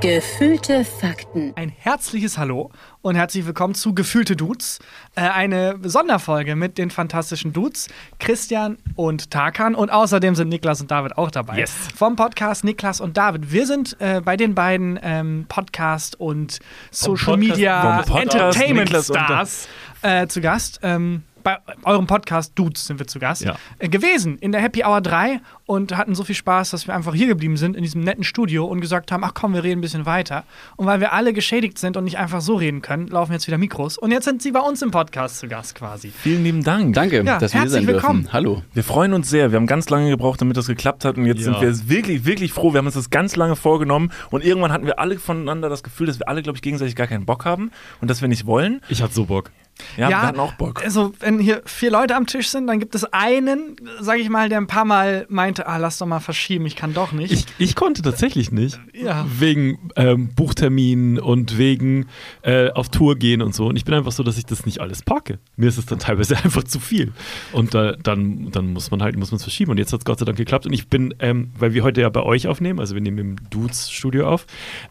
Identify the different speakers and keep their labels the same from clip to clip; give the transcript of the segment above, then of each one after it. Speaker 1: Gefühlte Fakten.
Speaker 2: Ein herzliches Hallo und herzlich willkommen zu Gefühlte Dudes. Äh, eine Sonderfolge mit den fantastischen Dudes, Christian und Tarkan. Und außerdem sind Niklas und David auch dabei.
Speaker 3: Yes.
Speaker 2: Vom Podcast Niklas und David. Wir sind äh, bei den beiden ähm, Podcast und Social
Speaker 3: Podcast-
Speaker 2: Media
Speaker 3: vom Podcast
Speaker 2: Entertainment
Speaker 3: Niklas und
Speaker 2: Stars äh, zu Gast. Ähm, bei eurem Podcast Dudes sind wir zu Gast
Speaker 3: Ja.
Speaker 2: äh, gewesen in der Happy Hour 3 und hatten so viel Spaß, dass wir einfach hier geblieben sind in diesem netten Studio und gesagt haben, ach komm, wir reden ein bisschen weiter. Und weil wir alle geschädigt sind und nicht einfach so reden können, laufen jetzt wieder Mikros und jetzt sind sie bei uns im Podcast zu Gast quasi.
Speaker 3: Vielen lieben Dank.
Speaker 4: Danke,
Speaker 2: Ja,
Speaker 4: dass wir hier
Speaker 2: herzlich
Speaker 4: sein dürfen.
Speaker 2: willkommen.
Speaker 4: Hallo.
Speaker 3: Wir freuen uns sehr. Wir haben ganz lange gebraucht, damit das geklappt hat. Und jetzt sind wir wirklich, wirklich froh. Wir haben uns das ganz lange vorgenommen. Und irgendwann hatten wir alle voneinander das Gefühl, dass wir alle, glaube ich, gegenseitig gar keinen Bock haben und dass wir nicht wollen.
Speaker 5: Ich hatte so Bock.
Speaker 3: Ja, wir hatten auch Bock.
Speaker 2: Also, wenn hier vier Leute am Tisch sind, dann gibt es einen, sage ich mal, der ein paar Mal meinte, ah, lass doch mal verschieben, ich kann doch nicht.
Speaker 5: Ich, ich konnte tatsächlich nicht.
Speaker 2: Ja.
Speaker 5: Wegen ähm, Buchterminen und wegen äh, auf Tour gehen und so. Und ich bin einfach so, dass ich das nicht alles packe. Mir ist es dann teilweise einfach zu viel. Und da, dann, dann muss man halt, muss man es verschieben. Und jetzt hat es Gott sei Dank geklappt. Und ich bin, ähm, weil wir heute ja bei euch aufnehmen, also wir nehmen im Dudes-Studio auf,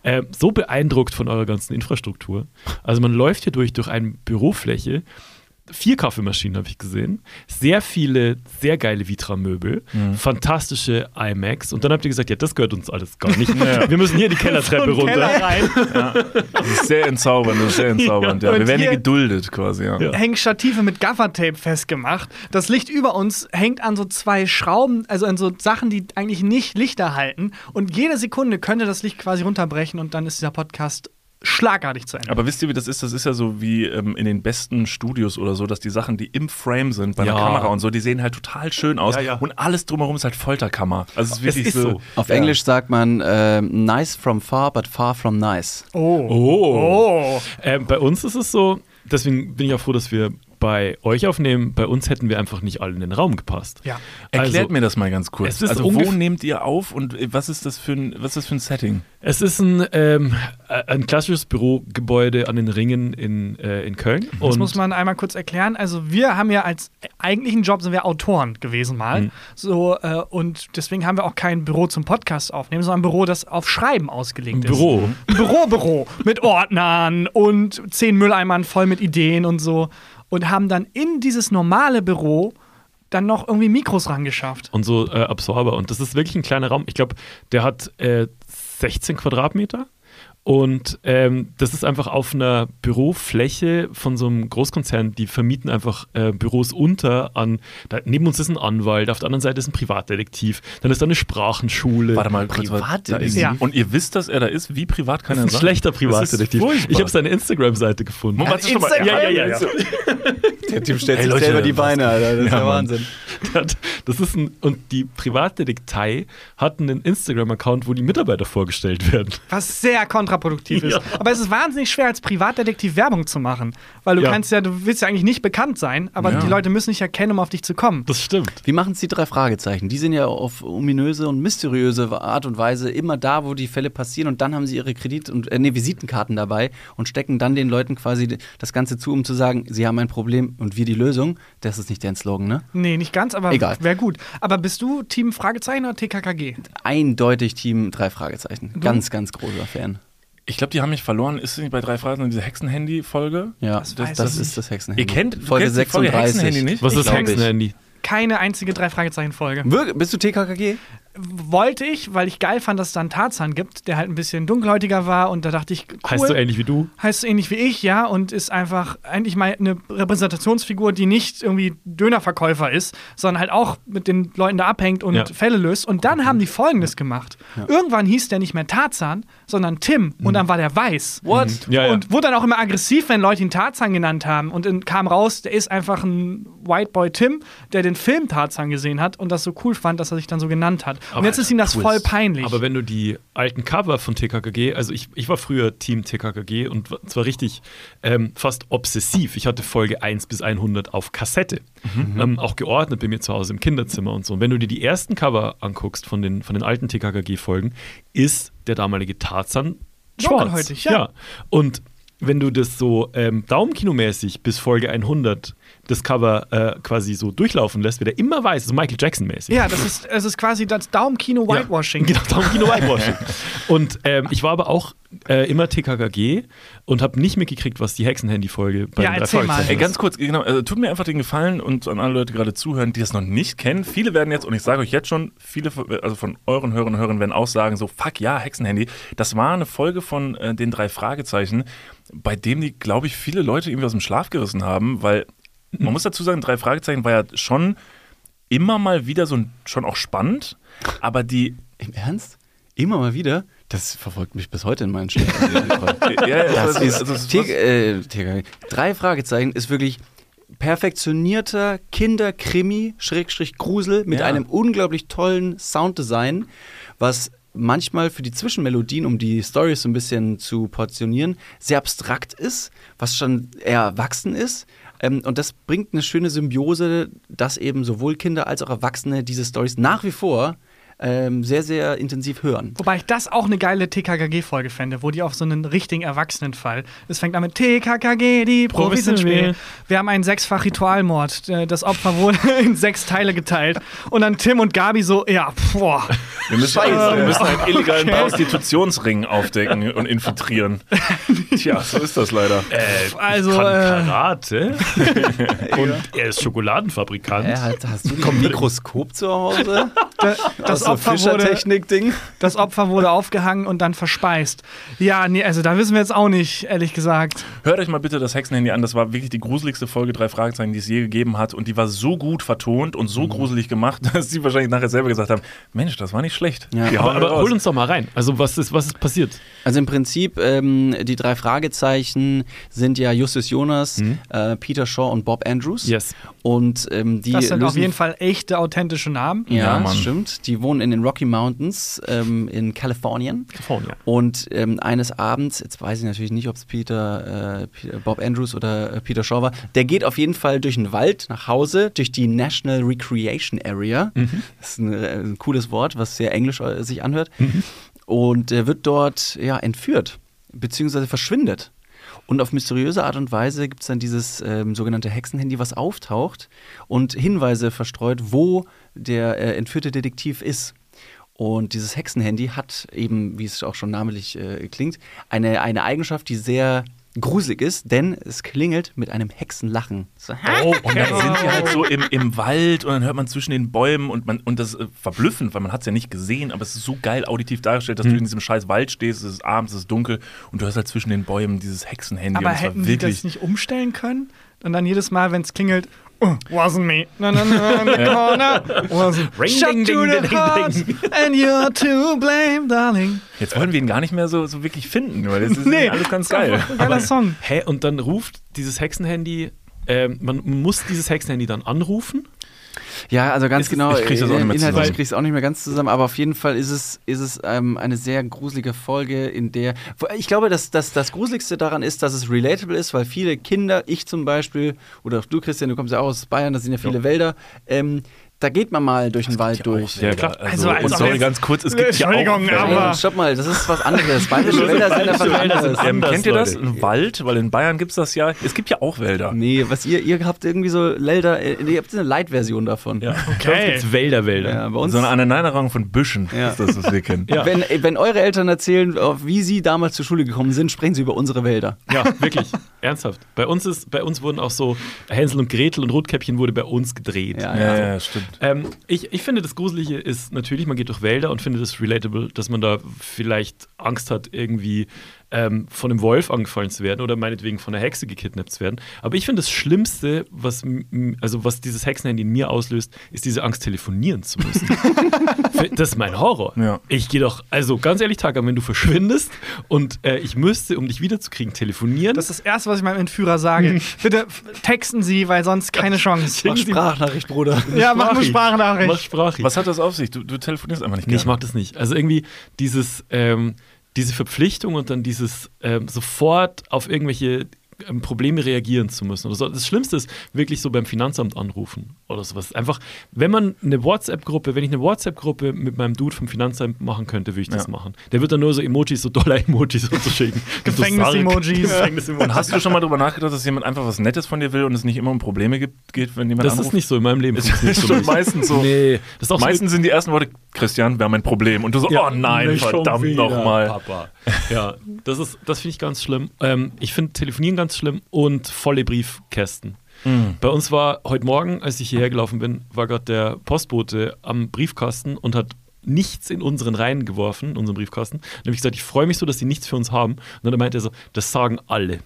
Speaker 5: ähm, so beeindruckt von eurer ganzen Infrastruktur. Also man läuft hier durch, durch eine Bürofläche vier Kaffeemaschinen habe ich gesehen, sehr viele sehr geile Vitra-Möbel,
Speaker 2: Mhm.
Speaker 5: fantastische iMacs und dann habt ihr gesagt, ja, das gehört uns alles gar nicht. Wir müssen hier die Kellertreppe
Speaker 2: Und
Speaker 5: runter.
Speaker 2: Keller rein.
Speaker 3: Das ist sehr entzaubernd. Das ist sehr entzaubernd. Ja,
Speaker 2: und
Speaker 3: wir werden hier
Speaker 2: hier-
Speaker 3: geduldet quasi. Ja.
Speaker 5: Ja.
Speaker 2: hängen Stative mit Gaffertape festgemacht. Das Licht über uns hängt an so zwei Schrauben, also an so Sachen, die eigentlich nicht Lichter halten. Und jede Sekunde könnte das Licht quasi runterbrechen und dann ist dieser Podcast schlagartig zu Ende.
Speaker 3: Aber wisst ihr, wie das ist? Das ist ja so wie ähm, in den besten Studios oder so, dass die Sachen, die im Frame sind, bei der
Speaker 5: Ja.
Speaker 3: Kamera und so, die sehen halt total schön aus.
Speaker 5: Ja, ja.
Speaker 3: Und alles drumherum ist halt Folterkammer. Also es ist wirklich
Speaker 5: ist
Speaker 3: so.
Speaker 5: so.
Speaker 4: Auf Englisch sagt man ähm, nice from far, but far from nice.
Speaker 5: Oh. Ähm, bei uns ist es so, deswegen bin ich auch froh, dass wir bei euch aufnehmen. Bei uns hätten wir einfach nicht alle in den Raum gepasst.
Speaker 2: Ja.
Speaker 3: Erklärt
Speaker 5: also,
Speaker 3: mir das mal ganz kurz.
Speaker 5: es ist
Speaker 3: also
Speaker 5: ungef-
Speaker 3: wo nehmt ihr auf und äh, was ist das für ein, was ist das für ein Setting?
Speaker 5: Es ist ein, ähm, äh, ein klassisches Bürogebäude an den Ringen in, äh, in Köln.
Speaker 2: Das muss man einmal kurz erklären. Also wir haben ja als eigentlichen Job sind wir Autoren gewesen mal.
Speaker 3: Mhm.
Speaker 2: So äh, und deswegen haben wir auch kein Büro zum Podcast aufnehmen, sondern ein Büro, das auf Schreiben ausgelegt ist.
Speaker 5: Büro.
Speaker 2: Ein Bürobüro mit Ordnern und zehn Mülleimern voll mit Ideen und so. Und haben dann in dieses normale Büro dann noch irgendwie Mikros rangeschafft.
Speaker 5: und so äh, Absorber. Und das ist wirklich ein kleiner Raum. Ich glaube, der hat äh, 16 Quadratmeter. Und ähm, das ist einfach auf einer Bürofläche von so einem Großkonzern, die vermieten einfach äh, Büros unter an, da, neben uns ist ein Anwalt, auf der anderen Seite ist ein Privatdetektiv, dann ist da eine Sprachenschule.
Speaker 3: Warte mal, kurz, was-
Speaker 4: Privat-
Speaker 3: da ist,
Speaker 2: Ja.
Speaker 3: Und ihr wisst, dass er da ist? Wie privat kann
Speaker 5: Das ist
Speaker 3: er
Speaker 5: ein
Speaker 3: sein?
Speaker 5: schlechter Privatdetektiv.
Speaker 3: Privatdetektiv.
Speaker 5: Ich habe seine Instagram-Seite gefunden.
Speaker 3: Moment, warte, schon mal.
Speaker 5: Instagram-
Speaker 3: Ja, ja, ja, ja.
Speaker 4: Der Typ stellt
Speaker 3: Hey, Leute, was-
Speaker 4: Alter. Das ist
Speaker 3: Ja,
Speaker 4: ja
Speaker 3: Mann.
Speaker 4: Wahnsinn.
Speaker 5: hat. Das ist ein, und die Privatdetektei hat einen Instagram-Account, wo die Mitarbeiter vorgestellt werden.
Speaker 2: Was sehr kontraproduktiv ist.
Speaker 5: Ja.
Speaker 2: Aber es ist wahnsinnig schwer, als Privatdetektiv Werbung zu machen. Weil du
Speaker 5: Ja.
Speaker 2: kannst ja, du willst ja eigentlich nicht bekannt sein, aber die Leute müssen dich erkennen, um auf dich zu kommen.
Speaker 5: Das stimmt.
Speaker 4: Wie machen es die drei Fragezeichen? Die sind ja auf ominöse und mysteriöse Art und Weise immer da, wo die Fälle passieren und dann haben sie ihre Kredit- und äh, nee, Visitenkarten dabei und stecken dann den Leuten quasi das Ganze zu, um zu sagen, sie haben ein Problem und wir die Lösung. Das ist nicht deren Slogan, ne?
Speaker 2: Nee, nicht ganz, aber
Speaker 4: Egal.
Speaker 2: wäre gut. Aber bist du Team Fragezeichen oder TKKG?
Speaker 4: Eindeutig Team drei Fragezeichen. Ganz, ganz großer Fan.
Speaker 3: Ich glaube, die haben mich verloren. Ist es nicht bei drei Phrasen in dieser Hexenhandy-Folge?
Speaker 4: Ja,
Speaker 2: Das
Speaker 4: das,
Speaker 2: weiß
Speaker 4: das,
Speaker 2: ich
Speaker 4: ist das Hexenhandy.
Speaker 3: Ihr kennt du
Speaker 4: Folge
Speaker 3: kennst die Folge
Speaker 4: 36.
Speaker 3: Hexenhandy nicht?
Speaker 5: Was
Speaker 4: Ich
Speaker 5: ist
Speaker 4: glaub nicht.
Speaker 5: Hexenhandy?
Speaker 2: Keine einzige drei Fragezeichen Folge.
Speaker 4: Wirk- Bist du TKKG?
Speaker 2: Wollte ich, weil ich geil fand, dass es da einen Tarzan gibt, der halt ein bisschen dunkelhäutiger war und da dachte ich, cool.
Speaker 5: Heißt so ähnlich wie du?
Speaker 2: heißt so ähnlich wie ich, ja, und ist einfach eigentlich mal eine Repräsentationsfigur, die nicht irgendwie Dönerverkäufer ist, sondern halt auch mit den Leuten da abhängt und
Speaker 5: Ja. Mhm.
Speaker 2: Fälle löst. Und dann haben die Folgendes gemacht. Irgendwann hieß der nicht mehr Tarzan, sondern Tim und dann war der weiß. What?
Speaker 5: Mhm. Ja, ja.
Speaker 2: Und wurde dann auch immer aggressiv, wenn Leute ihn Tarzan genannt haben und in, kam raus, der ist einfach ein White Boy Tim, der den Film Tarzan gesehen hat und das so cool fand, dass er sich dann so genannt hat. und
Speaker 5: Aber
Speaker 2: jetzt ist ihm das
Speaker 5: Twist.
Speaker 2: voll peinlich.
Speaker 5: Aber wenn du die alten Cover von TKKG, also ich, ich war früher Team TKKG und wa- zwar richtig ähm, fast obsessiv. Ich hatte Folge 1 bis 100 auf Kassette,
Speaker 2: Mhm.
Speaker 5: ähm, auch geordnet bei mir zu Hause im Kinderzimmer und so. Und wenn du dir die ersten Cover anguckst von den, von den alten TKKG-Folgen, ist der damalige Tarzan schwarz.
Speaker 2: Dunkelhäutig, ja.
Speaker 5: Und wenn du das so ähm, Daumenkinomäßig bis Folge 100 das Cover äh, quasi so durchlaufen lässt, wird er immer weiß, also Michael Jackson-mäßig.
Speaker 2: Ja, das ist, es ist quasi das Daumenkino-Whitewashing.
Speaker 5: Ja, genau, darum Kino Whitewashing. und ähm, ich war aber auch äh, immer TKKG und habe nicht mitgekriegt, was die Hexenhandy-Folge bei
Speaker 2: Ja,
Speaker 5: den drei
Speaker 2: erzähl mal.
Speaker 5: Fragezeichen
Speaker 3: Ey,
Speaker 5: ist.
Speaker 3: ganz kurz, genau, also tut mir einfach den Gefallen und an alle Leute die gerade zuhören, die das noch nicht kennen. Viele werden jetzt, und ich sage euch jetzt schon, viele von- also von euren Hörern und Hörern werden auch sagen, so, fuck ja, Hexenhandy. Das war eine Folge von äh, den drei Fragezeichen, bei dem die, glaube ich, viele Leute irgendwie aus dem Schlaf gerissen haben, weil man muss dazu sagen, drei Fragezeichen war ja schon immer mal wieder so ein, schon auch spannend, aber die
Speaker 4: Im Ernst? Immer mal wieder? Das verfolgt mich bis heute in meinen schlechten
Speaker 3: Ja, ja,
Speaker 4: Das
Speaker 3: also,
Speaker 4: ist
Speaker 3: also, es-
Speaker 4: T- äh, TKKG. Drei Fragezeichen ist wirklich perfektionierter Kinderkrimi Schrägstrich Grusel mit
Speaker 3: Ja.
Speaker 4: einem unglaublich tollen Sounddesign, was manchmal für die Zwischenmelodien, um die Storys so ein bisschen zu portionieren, sehr abstrakt ist, was schon eher erwachsen ist. Ähm, und das bringt eine schöne Symbiose, dass eben sowohl Kinder als auch Erwachsene diese Stories nach wie vor ähm, sehr, sehr intensiv hören.
Speaker 2: Wobei ich das auch eine geile TKKG-Folge fände, wo die auf so einen richtigen Erwachsenenfall. Es fängt an mit TKKG, die Profis sind
Speaker 5: Professionell.
Speaker 2: spät. Wir haben einen Sechsfach-Ritualmord. Äh, Das Opfer wurde in sechs Teile geteilt. Und dann Tim und Gabi so, ja, boah.
Speaker 3: Wir müssen, halt,
Speaker 2: Scheiße.
Speaker 3: wir müssen einen illegalen
Speaker 2: Okay.
Speaker 3: Prostitutionsring aufdecken und infiltrieren. Tja, so ist das leider.
Speaker 5: Äh,
Speaker 2: Also,
Speaker 5: ich kann
Speaker 2: äh,
Speaker 5: Karate und er ist Schokoladenfabrikant.
Speaker 2: halt.
Speaker 4: Äh, hast, hast du noch ein Mikroskop zu Hause?
Speaker 2: Da- Das Opfer, wurde,
Speaker 4: Fischertechnik-Ding.
Speaker 2: das Opfer wurde aufgehangen und dann verspeist. Ja, nee, also da wissen wir jetzt auch nicht, ehrlich gesagt.
Speaker 3: Hört euch mal bitte das Hexenhandy an. Das war wirklich die gruseligste Folge drei Fragezeichen, die es je gegeben hat. Und die war so gut vertont und so gruselig gemacht, dass sie wahrscheinlich nachher selber gesagt haben: Mensch, das war nicht schlecht.
Speaker 4: Ja.
Speaker 3: Die hauen
Speaker 5: aber
Speaker 3: wir
Speaker 5: aber
Speaker 3: raus.
Speaker 5: hol uns doch mal rein. Also was ist, was ist passiert?
Speaker 4: Also im Prinzip, ähm, die drei Fragezeichen sind ja Justus Jonas, äh, Peter Shaw und Bob Andrews.
Speaker 5: Yes.
Speaker 4: Und ähm, die
Speaker 2: Das sind
Speaker 4: lösen
Speaker 2: auf jeden Fall echte, authentische Namen.
Speaker 3: Ja,
Speaker 4: Ja,
Speaker 3: Mann.
Speaker 4: stimmt. Die wohnen in den Rocky Mountains ähm, in Kalifornien.
Speaker 5: California.
Speaker 4: Und ähm, eines Abends, jetzt weiß ich natürlich nicht, ob es Peter, äh, P- Bob Andrews oder äh, Peter Shaw war, der geht auf jeden Fall durch den Wald nach Hause, durch die National Recreation Area. Das ist ein, äh, ein cooles Wort, was sehr englisch äh, sich anhört. Und er wird dort ja, entführt, beziehungsweise verschwindet. Und auf mysteriöse Art und Weise gibt es dann dieses ähm, sogenannte Hexenhandy, was auftaucht und Hinweise verstreut, wo der äh, entführte Detektiv ist. Und dieses Hexenhandy hat eben, wie es auch schon namentlich äh, klingt, eine, eine Eigenschaft, die sehr gruselig ist, denn es klingelt mit einem Hexenlachen. So,
Speaker 3: Oh, und dann sind die halt so im, im Wald und dann hört man zwischen den Bäumen und man und das ist äh, verblüffend, weil man hat es ja nicht gesehen, aber es ist so geil auditiv dargestellt, dass du in diesem scheiß Wald stehst, es ist abends, es ist dunkel und du hörst halt zwischen den Bäumen dieses Hexenhandy
Speaker 2: Aber
Speaker 3: und es war
Speaker 2: hätten die
Speaker 3: wirklich
Speaker 2: das nicht umstellen können? Und dann jedes Mal, wenn es klingelt, oh, wasn't me. Na, na, na, na, corner. Wasn't.
Speaker 5: Ring,
Speaker 2: Shot
Speaker 5: ding,
Speaker 2: to
Speaker 5: ding,
Speaker 2: the
Speaker 5: ding,
Speaker 2: heart
Speaker 5: ding.
Speaker 2: and you're to blame, darling.
Speaker 3: Jetzt wollen wir ihn gar nicht mehr so, so wirklich finden, weil das ist
Speaker 2: Nee,
Speaker 3: nee, alles ganz
Speaker 2: ist einfach
Speaker 3: geil.
Speaker 2: ein Geiler Song.
Speaker 5: Hä? Und dann ruft dieses Hexenhandy, ähm, man muss dieses Hexenhandy dann anrufen.
Speaker 4: Ja, also ganz
Speaker 3: Es ist-
Speaker 4: genau.
Speaker 3: ich krieg's das auch nicht mehr
Speaker 4: inhaltlich
Speaker 3: zusammen.
Speaker 4: krieg's auch nicht mehr ganz zusammen, aber auf jeden Fall ist es, ist es ähm, eine sehr gruselige Folge, in der. Ich glaube, dass, dass das Gruseligste daran ist, dass es relatable ist, weil viele Kinder, ich zum Beispiel, oder auch du, Christian, du kommst ja auch aus Bayern, da sind ja viele Wälder, ähm, da geht man mal durch den Wald durch.
Speaker 5: Ja, klar.
Speaker 2: Also,
Speaker 3: Also,
Speaker 2: als
Speaker 3: und
Speaker 2: ob
Speaker 3: sorry,
Speaker 2: jetzt-
Speaker 3: ganz kurz, es gibt hier auch
Speaker 2: Entschuldigung,
Speaker 3: Wälder.
Speaker 2: aber-
Speaker 4: Ey, stopp mal, das ist was anderes. Bayerische Wälder sind einfach
Speaker 5: Bayerische Wälder sind
Speaker 4: anders.
Speaker 3: ähm,
Speaker 5: Anders,
Speaker 3: kennt ihr das?
Speaker 5: Leute.
Speaker 3: Ein Wald, weil in Bayern gibt es das ja. Es gibt ja auch Wälder.
Speaker 4: Nee, was ihr, ihr habt irgendwie so Lälder, äh, ihr habt eine Light-Version davon. Ja.
Speaker 5: Bei uns gibt's Wälder, Wälder.
Speaker 4: Ja, bei uns
Speaker 3: So eine Aneinanderreihung von Büschen
Speaker 4: Ja.
Speaker 3: ist das, was wir kennen.
Speaker 5: Ja.
Speaker 4: Wenn, wenn eure Eltern erzählen, wie sie damals zur Schule gekommen sind, sprechen sie über unsere Wälder.
Speaker 5: Ja, wirklich. Ernsthaft. Bei uns ist, bei uns wurden auch so Hänsel und Gretel und Rotkäppchen wurde bei uns gedreht.
Speaker 4: Ja,
Speaker 3: Ja, ja, stimmt.
Speaker 5: Ähm, ich, ich finde, das Gruselige ist natürlich, man geht durch Wälder und findet es relatable, dass man da vielleicht Angst hat, irgendwie ähm, von einem Wolf angefallen zu werden oder meinetwegen von einer Hexe gekidnappt zu werden. Aber ich finde, das Schlimmste, was, m- m- also was dieses Hexenhandy in mir auslöst, ist diese Angst, telefonieren zu müssen. F- das ist mein Horror.
Speaker 3: Ja.
Speaker 5: Ich gehe doch, also ganz ehrlich, Taka, wenn du verschwindest und äh, ich müsste, um dich wiederzukriegen, telefonieren.
Speaker 2: Das ist das Erste, was ich meinem Entführer sage. Bitte f- texten Sie, weil sonst keine Chance.
Speaker 4: Mach Sprachnachricht, Bruder.
Speaker 2: Ja, mach eine Sprachnachricht.
Speaker 5: Mach sprachig.
Speaker 3: Was hat das auf sich? Du, du telefonierst einfach nicht
Speaker 5: Nee,
Speaker 3: gerne.
Speaker 5: ich mag das nicht. Also irgendwie dieses, ähm, diese Verpflichtung und dann dieses ähm, sofort auf irgendwelche ähm, Probleme reagieren zu müssen. Oder so. Das Schlimmste ist wirklich so beim Finanzamt anrufen oder sowas. Einfach, wenn man eine WhatsApp-Gruppe, wenn ich eine WhatsApp-Gruppe mit meinem Dude vom Finanzamt machen könnte, würde ich das
Speaker 3: Ja.
Speaker 5: machen. Der wird dann nur so Emojis, so Dollar-Emojis und so schicken. Und so
Speaker 2: Gefängnis-Emojis.
Speaker 5: Sarg- Gefängnis-Emojis.
Speaker 3: Und hast du schon mal darüber nachgedacht, dass jemand einfach was Nettes von dir will und es nicht immer um Probleme gibt, geht, wenn jemand
Speaker 5: Das
Speaker 3: anruft?
Speaker 5: ist nicht so in meinem Leben.
Speaker 3: ist
Speaker 5: funktioniert's für
Speaker 3: schon
Speaker 5: mich.
Speaker 3: meistens so.
Speaker 5: Nee, das ist auch so-
Speaker 3: Meistens sind die ersten Worte, Christian, wir haben ein Problem. Und du so,
Speaker 5: Ja,
Speaker 3: oh nein,
Speaker 5: nicht schon
Speaker 3: verdammt
Speaker 5: wieder,
Speaker 3: nochmal.
Speaker 5: Papa. Ja, das ist, das finde ich ganz schlimm. Ähm, ich finde Telefonieren ganz schlimm und volle Briefkästen. Bei uns war heute Morgen, als ich hierher gelaufen bin, war gerade der Postbote am Briefkasten und hat nichts in unseren Reihen geworfen, in unseren Briefkasten. Dann habe ich gesagt, ich freue mich so, dass die nichts für uns haben. Und dann meinte er so, das sagen alle.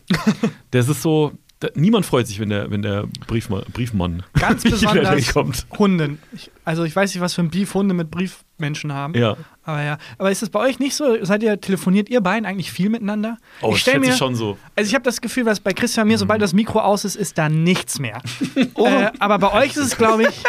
Speaker 5: das ist so, da, niemand freut sich, wenn der, wenn der Briefma Briefmann
Speaker 2: Ganz
Speaker 5: in der Nähe
Speaker 2: besonders
Speaker 5: kommt.
Speaker 2: Hunden. Ich, also ich weiß nicht, was für ein Beef Hunde mit Briefmenschen haben.
Speaker 5: Ja.
Speaker 2: Aber ja. Aber ist es bei euch nicht so? Seid ihr, telefoniert ihr beiden eigentlich viel miteinander?
Speaker 5: Oh,
Speaker 2: stell
Speaker 5: schätze ich schon so.
Speaker 2: Also ich habe das Gefühl, was bei Christian und mir, sobald das Mikro aus ist, ist da nichts mehr. äh, aber bei euch ist es, glaube ich,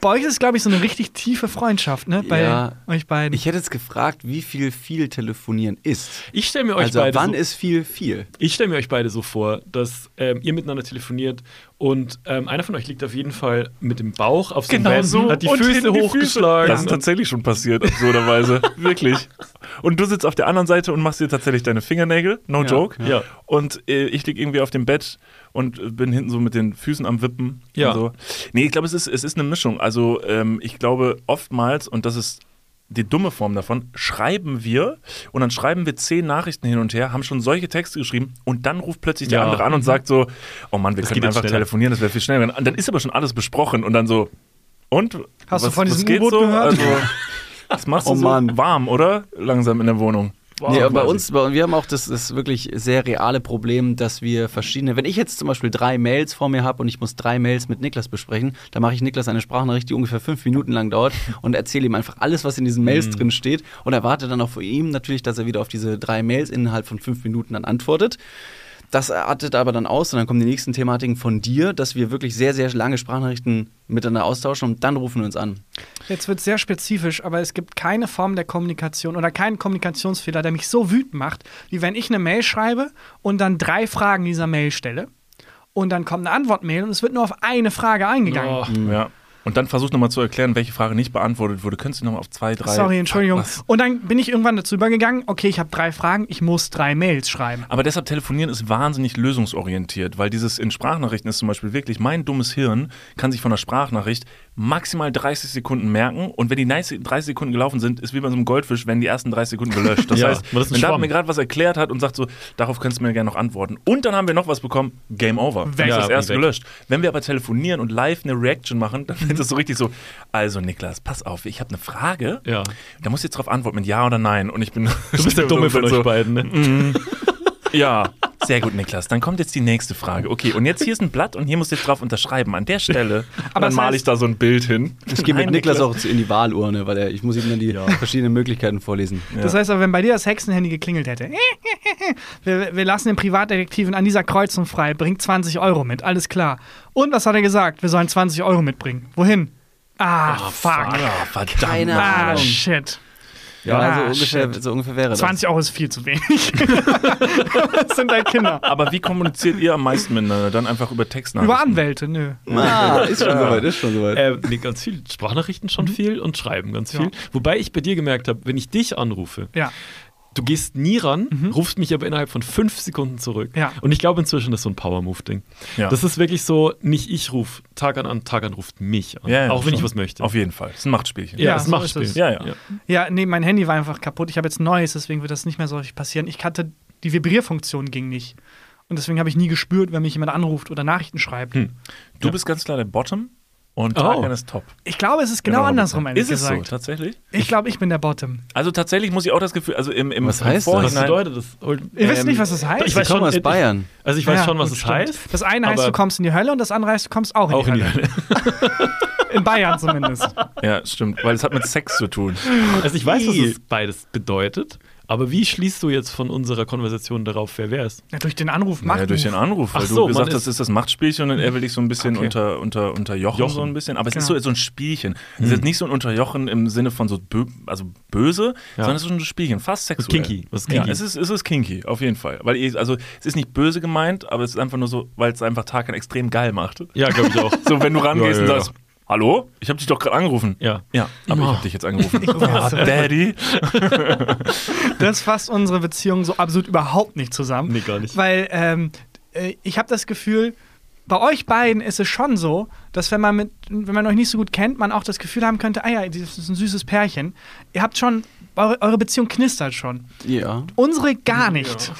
Speaker 2: bei euch ist es, glaube ich, so eine richtig tiefe Freundschaft, ne? Bei
Speaker 4: Ja.
Speaker 2: euch beiden.
Speaker 4: Ich hätte jetzt gefragt, wie viel viel telefonieren ist.
Speaker 5: Ich stelle mir euch
Speaker 4: Also
Speaker 5: beide
Speaker 4: wann
Speaker 5: so,
Speaker 4: ist viel viel?
Speaker 5: Ich stelle mir euch beide so vor, dass ähm, ihr miteinander telefoniert und ähm, einer von euch liegt auf jeden Fall mit dem Bauch auf so einem
Speaker 3: Genau
Speaker 5: Bett,
Speaker 3: so.
Speaker 5: hat die
Speaker 3: Und
Speaker 5: Füße
Speaker 3: hinten die Füße.
Speaker 5: hochgeschlagen.
Speaker 3: Das ist tatsächlich schon passiert, absurderweise. Wirklich. Und du sitzt auf der anderen Seite und machst dir tatsächlich deine Fingernägel, no joke.
Speaker 5: ja.
Speaker 3: Und äh, ich lieg irgendwie auf dem Bett und äh, bin hinten so mit den Füßen am Wippen.
Speaker 5: Ja.
Speaker 3: Und so. Nee, ich glaube, es ist, es ist eine Mischung. Also ähm, ich glaube oftmals, und das ist die dumme Form davon, schreiben wir und dann schreiben wir zehn Nachrichten hin und her, haben schon solche Texte geschrieben und dann ruft plötzlich der
Speaker 5: Ja. Mhm.
Speaker 3: andere an und sagt so, oh Mann, wir
Speaker 5: Das
Speaker 3: können
Speaker 5: geht jetzt
Speaker 3: einfach
Speaker 5: schneller.
Speaker 3: telefonieren, das wäre viel schneller. Und dann ist aber schon alles besprochen und dann so, und?
Speaker 2: Hast du
Speaker 3: Was-
Speaker 2: von
Speaker 3: was
Speaker 2: diesem
Speaker 3: geht
Speaker 2: U-Boot
Speaker 3: so?
Speaker 2: gehört?
Speaker 3: Also, das machst du
Speaker 4: Oh
Speaker 3: so
Speaker 4: Mann.
Speaker 3: warm, oder? Langsam in der Wohnung.
Speaker 4: Nee, aber bei
Speaker 3: quasi.
Speaker 4: uns, bei, wir haben auch das, das wirklich sehr reale Problem, dass wir verschiedene, wenn ich jetzt zum Beispiel drei Mails vor mir habe und ich muss drei Mails mit Niklas besprechen, dann mache ich Niklas eine Sprachnachricht, die ungefähr fünf Minuten lang dauert und erzähle ihm einfach alles, was in diesen Mails drin steht und erwarte dann auch von ihm natürlich, dass er wieder auf diese drei Mails innerhalb von fünf Minuten dann antwortet. Das artet aber dann aus und dann kommen die nächsten Thematiken von dir, dass wir wirklich sehr, sehr lange Sprachnachrichten miteinander austauschen und dann rufen wir uns an.
Speaker 2: Jetzt wird es sehr spezifisch, aber es gibt keine Form der Kommunikation oder keinen Kommunikationsfehler, der mich so wütend macht, wie wenn ich eine Mail schreibe und dann drei Fragen dieser Mail stelle. Und dann kommt eine Antwortmail und es wird nur auf eine Frage eingegangen.
Speaker 5: Oh.
Speaker 4: Hm.
Speaker 3: Ja. Und dann versuch nochmal zu erklären, welche Frage nicht beantwortet wurde. Könntest du nochmal auf zwei, drei.
Speaker 2: Sorry, Entschuldigung.
Speaker 3: Was?
Speaker 2: Und dann bin ich irgendwann dazu übergegangen, okay, ich habe drei Fragen, ich muss drei Mails schreiben.
Speaker 3: Aber deshalb telefonieren ist wahnsinnig lösungsorientiert, weil dieses in Sprachnachrichten ist zum Beispiel wirklich, mein dummes Hirn kann sich von einer Sprachnachricht maximal 30 Sekunden merken und wenn die 30 Sekunden gelaufen sind, ist wie bei so einem Goldfisch, wenn die ersten 30 Sekunden gelöscht. Das
Speaker 5: Ja,
Speaker 3: heißt,
Speaker 5: das ist ein
Speaker 3: wenn David
Speaker 5: Schwamm.
Speaker 3: mir gerade was erklärt hat und sagt so, darauf könntest du mir gerne noch antworten und dann haben wir noch was bekommen, Game Over. Dann
Speaker 2: Weg.
Speaker 3: ist das
Speaker 5: Ja,
Speaker 3: erste
Speaker 5: weg.
Speaker 3: gelöscht. Wenn wir aber telefonieren und live eine Reaction machen, dann wird das so richtig so, also Niklas, pass auf, ich habe eine Frage,
Speaker 5: Ja.
Speaker 3: da musst du jetzt drauf antworten mit Ja oder Nein und ich bin...
Speaker 5: Du bist der Dumme von euch beiden. Ne?
Speaker 3: Mhm. Ja, sehr gut, Niklas. Dann kommt jetzt die nächste Frage. Okay, und jetzt hier ist ein Blatt und hier musst du jetzt drauf unterschreiben. An der
Speaker 2: Aber
Speaker 3: Stelle. Aber dann
Speaker 2: das
Speaker 3: male
Speaker 2: heißt-
Speaker 3: ich da so ein Bild hin.
Speaker 4: Ich gehe mit
Speaker 3: Nein,
Speaker 4: Niklas, auch zu- in die Wahlurne, weil er, ich muss ihm dann die verschiedenen Möglichkeiten vorlesen.
Speaker 2: Das heißt aber, wenn bei dir das Hexenhandy geklingelt hätte, wir, wir lassen den Privatdetektiven an dieser Kreuzung frei, bringt 20 Euro mit, alles klar. Und was hat er gesagt? Wir sollen 20 Euro mitbringen. Wohin? Ah, fuck.
Speaker 3: Ah, verdammt.
Speaker 4: Keine
Speaker 2: Ah,
Speaker 4: Ahnung.
Speaker 2: shit.
Speaker 4: Ja,
Speaker 2: Ah,
Speaker 4: so, ungefähr,
Speaker 2: shit.
Speaker 4: so ungefähr wäre das.
Speaker 2: 20 Euro ist viel zu wenig. das sind halt Kinder.
Speaker 3: Aber wie kommuniziert ihr am meisten miteinander? Dann einfach über Textnachrichten?
Speaker 2: Über Anwälte, nö.
Speaker 4: Ah, ist schon soweit, ist schon soweit.
Speaker 5: Äh, nee, ganz viel. Sprachnachrichten schon viel und schreiben ganz viel.
Speaker 2: Mhm. Ja.
Speaker 5: Wobei ich bei dir gemerkt habe, wenn ich dich anrufe,
Speaker 2: Ja. Mhm.
Speaker 5: du gehst nie ran, rufst mich aber innerhalb von fünf Sekunden zurück.
Speaker 2: Ja.
Speaker 5: Und ich glaube inzwischen, das ist so ein Power-Move-Ding.
Speaker 3: Ja.
Speaker 5: Das ist wirklich so, nicht ich rufe Tag an an, Tag an ruft mich an.
Speaker 3: Ja, ja,
Speaker 5: auch wenn ich
Speaker 3: schon.
Speaker 5: was möchte.
Speaker 3: Auf jeden Fall. Das ist ein Machtspielchen.
Speaker 5: ja,
Speaker 2: Ja,
Speaker 5: es
Speaker 2: so
Speaker 5: macht
Speaker 2: ist
Speaker 5: Spiel.
Speaker 2: es.
Speaker 3: Ja, ja.
Speaker 2: Ja, nee, mein Handy war einfach kaputt. Ich habe jetzt ein neues, deswegen wird das nicht mehr so häufig passieren. Ich hatte, die Vibrierfunktion ging nicht. Und deswegen habe ich nie gespürt, wenn mich jemand anruft oder Nachrichten schreibt.
Speaker 3: Hm. Du bist ganz klar der Bottom und
Speaker 5: Oh.
Speaker 3: Tarkan ist top.
Speaker 2: Ich glaube, es ist genau andersrum, ehrlich
Speaker 3: Ist es so,
Speaker 2: gesagt.
Speaker 3: tatsächlich?
Speaker 2: Ich glaube, ich bin der Bottom.
Speaker 3: Also tatsächlich muss ich auch das Gefühl, also im, im
Speaker 4: Was
Speaker 3: im
Speaker 4: heißt das?
Speaker 5: Was
Speaker 3: Vorhinein,
Speaker 5: bedeutet das? ähm,
Speaker 2: Ihr wisst nicht, was das heißt?
Speaker 5: Ich weiß
Speaker 4: Sie kommen
Speaker 5: schon,
Speaker 4: aus
Speaker 5: ich-
Speaker 4: Bayern.
Speaker 5: Also ich weiß
Speaker 2: Ja,
Speaker 5: schon, was
Speaker 2: gut,
Speaker 5: es
Speaker 2: stimmt.
Speaker 5: heißt.
Speaker 2: Das eine heißt,
Speaker 5: aber
Speaker 2: du kommst in die Hölle und das andere heißt, du kommst auch in
Speaker 5: auch
Speaker 2: die
Speaker 5: in die
Speaker 2: Hölle.
Speaker 5: Hölle.
Speaker 2: In Bayern zumindest.
Speaker 3: Ja, stimmt, weil es hat mit Sex zu tun.
Speaker 5: Also ich weiß, was es beides bedeutet, Aber wie schließt du jetzt von unserer Konversation darauf, wer wer ist?
Speaker 2: Ja, durch den Anruf macht
Speaker 3: Ja, durch den
Speaker 2: Move.
Speaker 3: Anruf, weil
Speaker 5: Ach so,
Speaker 3: du gesagt
Speaker 5: man
Speaker 3: hast,
Speaker 5: ist-
Speaker 3: das ist das Machtspielchen und er will dich so ein bisschen
Speaker 5: Okay.
Speaker 3: unter, unter, unterjochen,
Speaker 5: Jochen. Hm.
Speaker 3: so ein bisschen. Aber es ist
Speaker 2: Genau.
Speaker 3: so, so ein Spielchen. Es ist jetzt nicht so ein Unterjochen im Sinne von so bö also böse,
Speaker 5: Ja.
Speaker 3: sondern es ist so ein Spielchen, fast sexuell.
Speaker 5: kinky, was
Speaker 3: ja,
Speaker 5: kinky.
Speaker 3: es, ist, es ist kinky, auf jeden Fall. Weil ihr, also es ist nicht böse gemeint, aber es ist einfach nur so, weil es einfach Tarkan extrem geil macht.
Speaker 5: Ja, glaube ich auch.
Speaker 3: So, wenn du rangehst
Speaker 5: Ja, ja,
Speaker 3: und sagst, hallo, ich habe dich doch gerade angerufen.
Speaker 5: Ja.
Speaker 3: Ja, aber ich
Speaker 5: Oh.
Speaker 3: habe dich jetzt angerufen.
Speaker 2: rufe jetzt
Speaker 3: Ah,
Speaker 2: zurück.
Speaker 3: Daddy.
Speaker 2: Das fasst unsere Beziehung so absolut überhaupt nicht zusammen.
Speaker 5: Nee, gar nicht.
Speaker 2: Weil ähm, äh, ich habe das Gefühl, bei euch beiden ist es schon so, dass wenn man, mit, wenn man euch nicht so gut kennt, man auch das Gefühl haben könnte, ah ja, das ist ein süßes Pärchen. Ihr habt schon, eure, eure Beziehung knistert schon.
Speaker 4: Ja.
Speaker 2: Unsere gar nicht.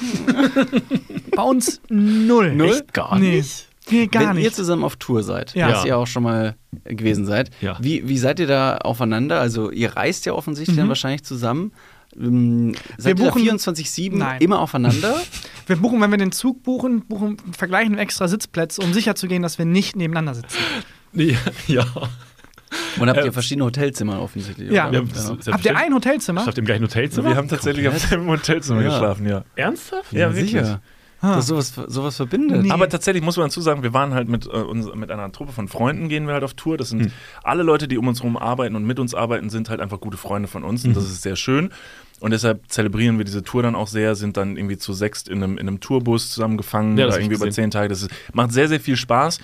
Speaker 2: bei uns null.
Speaker 4: Echt gar
Speaker 2: Nee.
Speaker 4: nicht.
Speaker 2: Nee, gar
Speaker 4: Wenn
Speaker 2: nicht.
Speaker 4: ihr zusammen auf Tour seid,
Speaker 2: Ja.
Speaker 4: was ihr auch schon mal gewesen seid,
Speaker 5: Ja.
Speaker 4: wie, wie seid ihr da aufeinander? Also ihr reist ja offensichtlich dann wahrscheinlich zusammen. Ähm, seid
Speaker 2: Wir
Speaker 4: ihr da
Speaker 2: buchen-
Speaker 4: 24-7
Speaker 2: Nein.
Speaker 4: immer aufeinander?
Speaker 2: Wir buchen, wenn wir den Zug buchen, buchen vergleichen wir extra Sitzplätze, um sicherzugehen, dass wir nicht nebeneinander sitzen.
Speaker 5: Nee, ja.
Speaker 4: Und habt
Speaker 5: Äh,
Speaker 4: ihr verschiedene Hotelzimmer offensichtlich?
Speaker 2: Ja.
Speaker 4: oder?
Speaker 5: Wir
Speaker 2: Ja,
Speaker 5: haben, selbstverständlich-
Speaker 2: Habt ihr ein
Speaker 5: Ich
Speaker 2: Hotelzimmer?
Speaker 5: hab im gleichen Hotelzimmer.
Speaker 3: Wir haben tatsächlich auf dem Hotelzimmer
Speaker 4: Ja.
Speaker 3: geschlafen, ja.
Speaker 5: Ernsthaft?
Speaker 3: Ja, wirklich.
Speaker 4: sicher. Dass sowas, sowas verbindet.
Speaker 2: Nee.
Speaker 3: Aber tatsächlich muss man dazu sagen, wir waren halt mit, äh, uns, mit einer Truppe von Freunden, gehen wir halt auf Tour. Das sind alle Leute, die um uns herum arbeiten und mit uns arbeiten, sind halt einfach gute Freunde von uns. Und das ist sehr schön. Und deshalb zelebrieren wir diese Tour dann auch sehr, sind dann irgendwie zu sechst in einem, in einem Tourbus zusammengefangen,
Speaker 5: Ja, das
Speaker 3: da
Speaker 5: hab ich
Speaker 3: irgendwie über
Speaker 5: gesehen.
Speaker 3: zehn Tage. Das ist, macht sehr, sehr viel Spaß.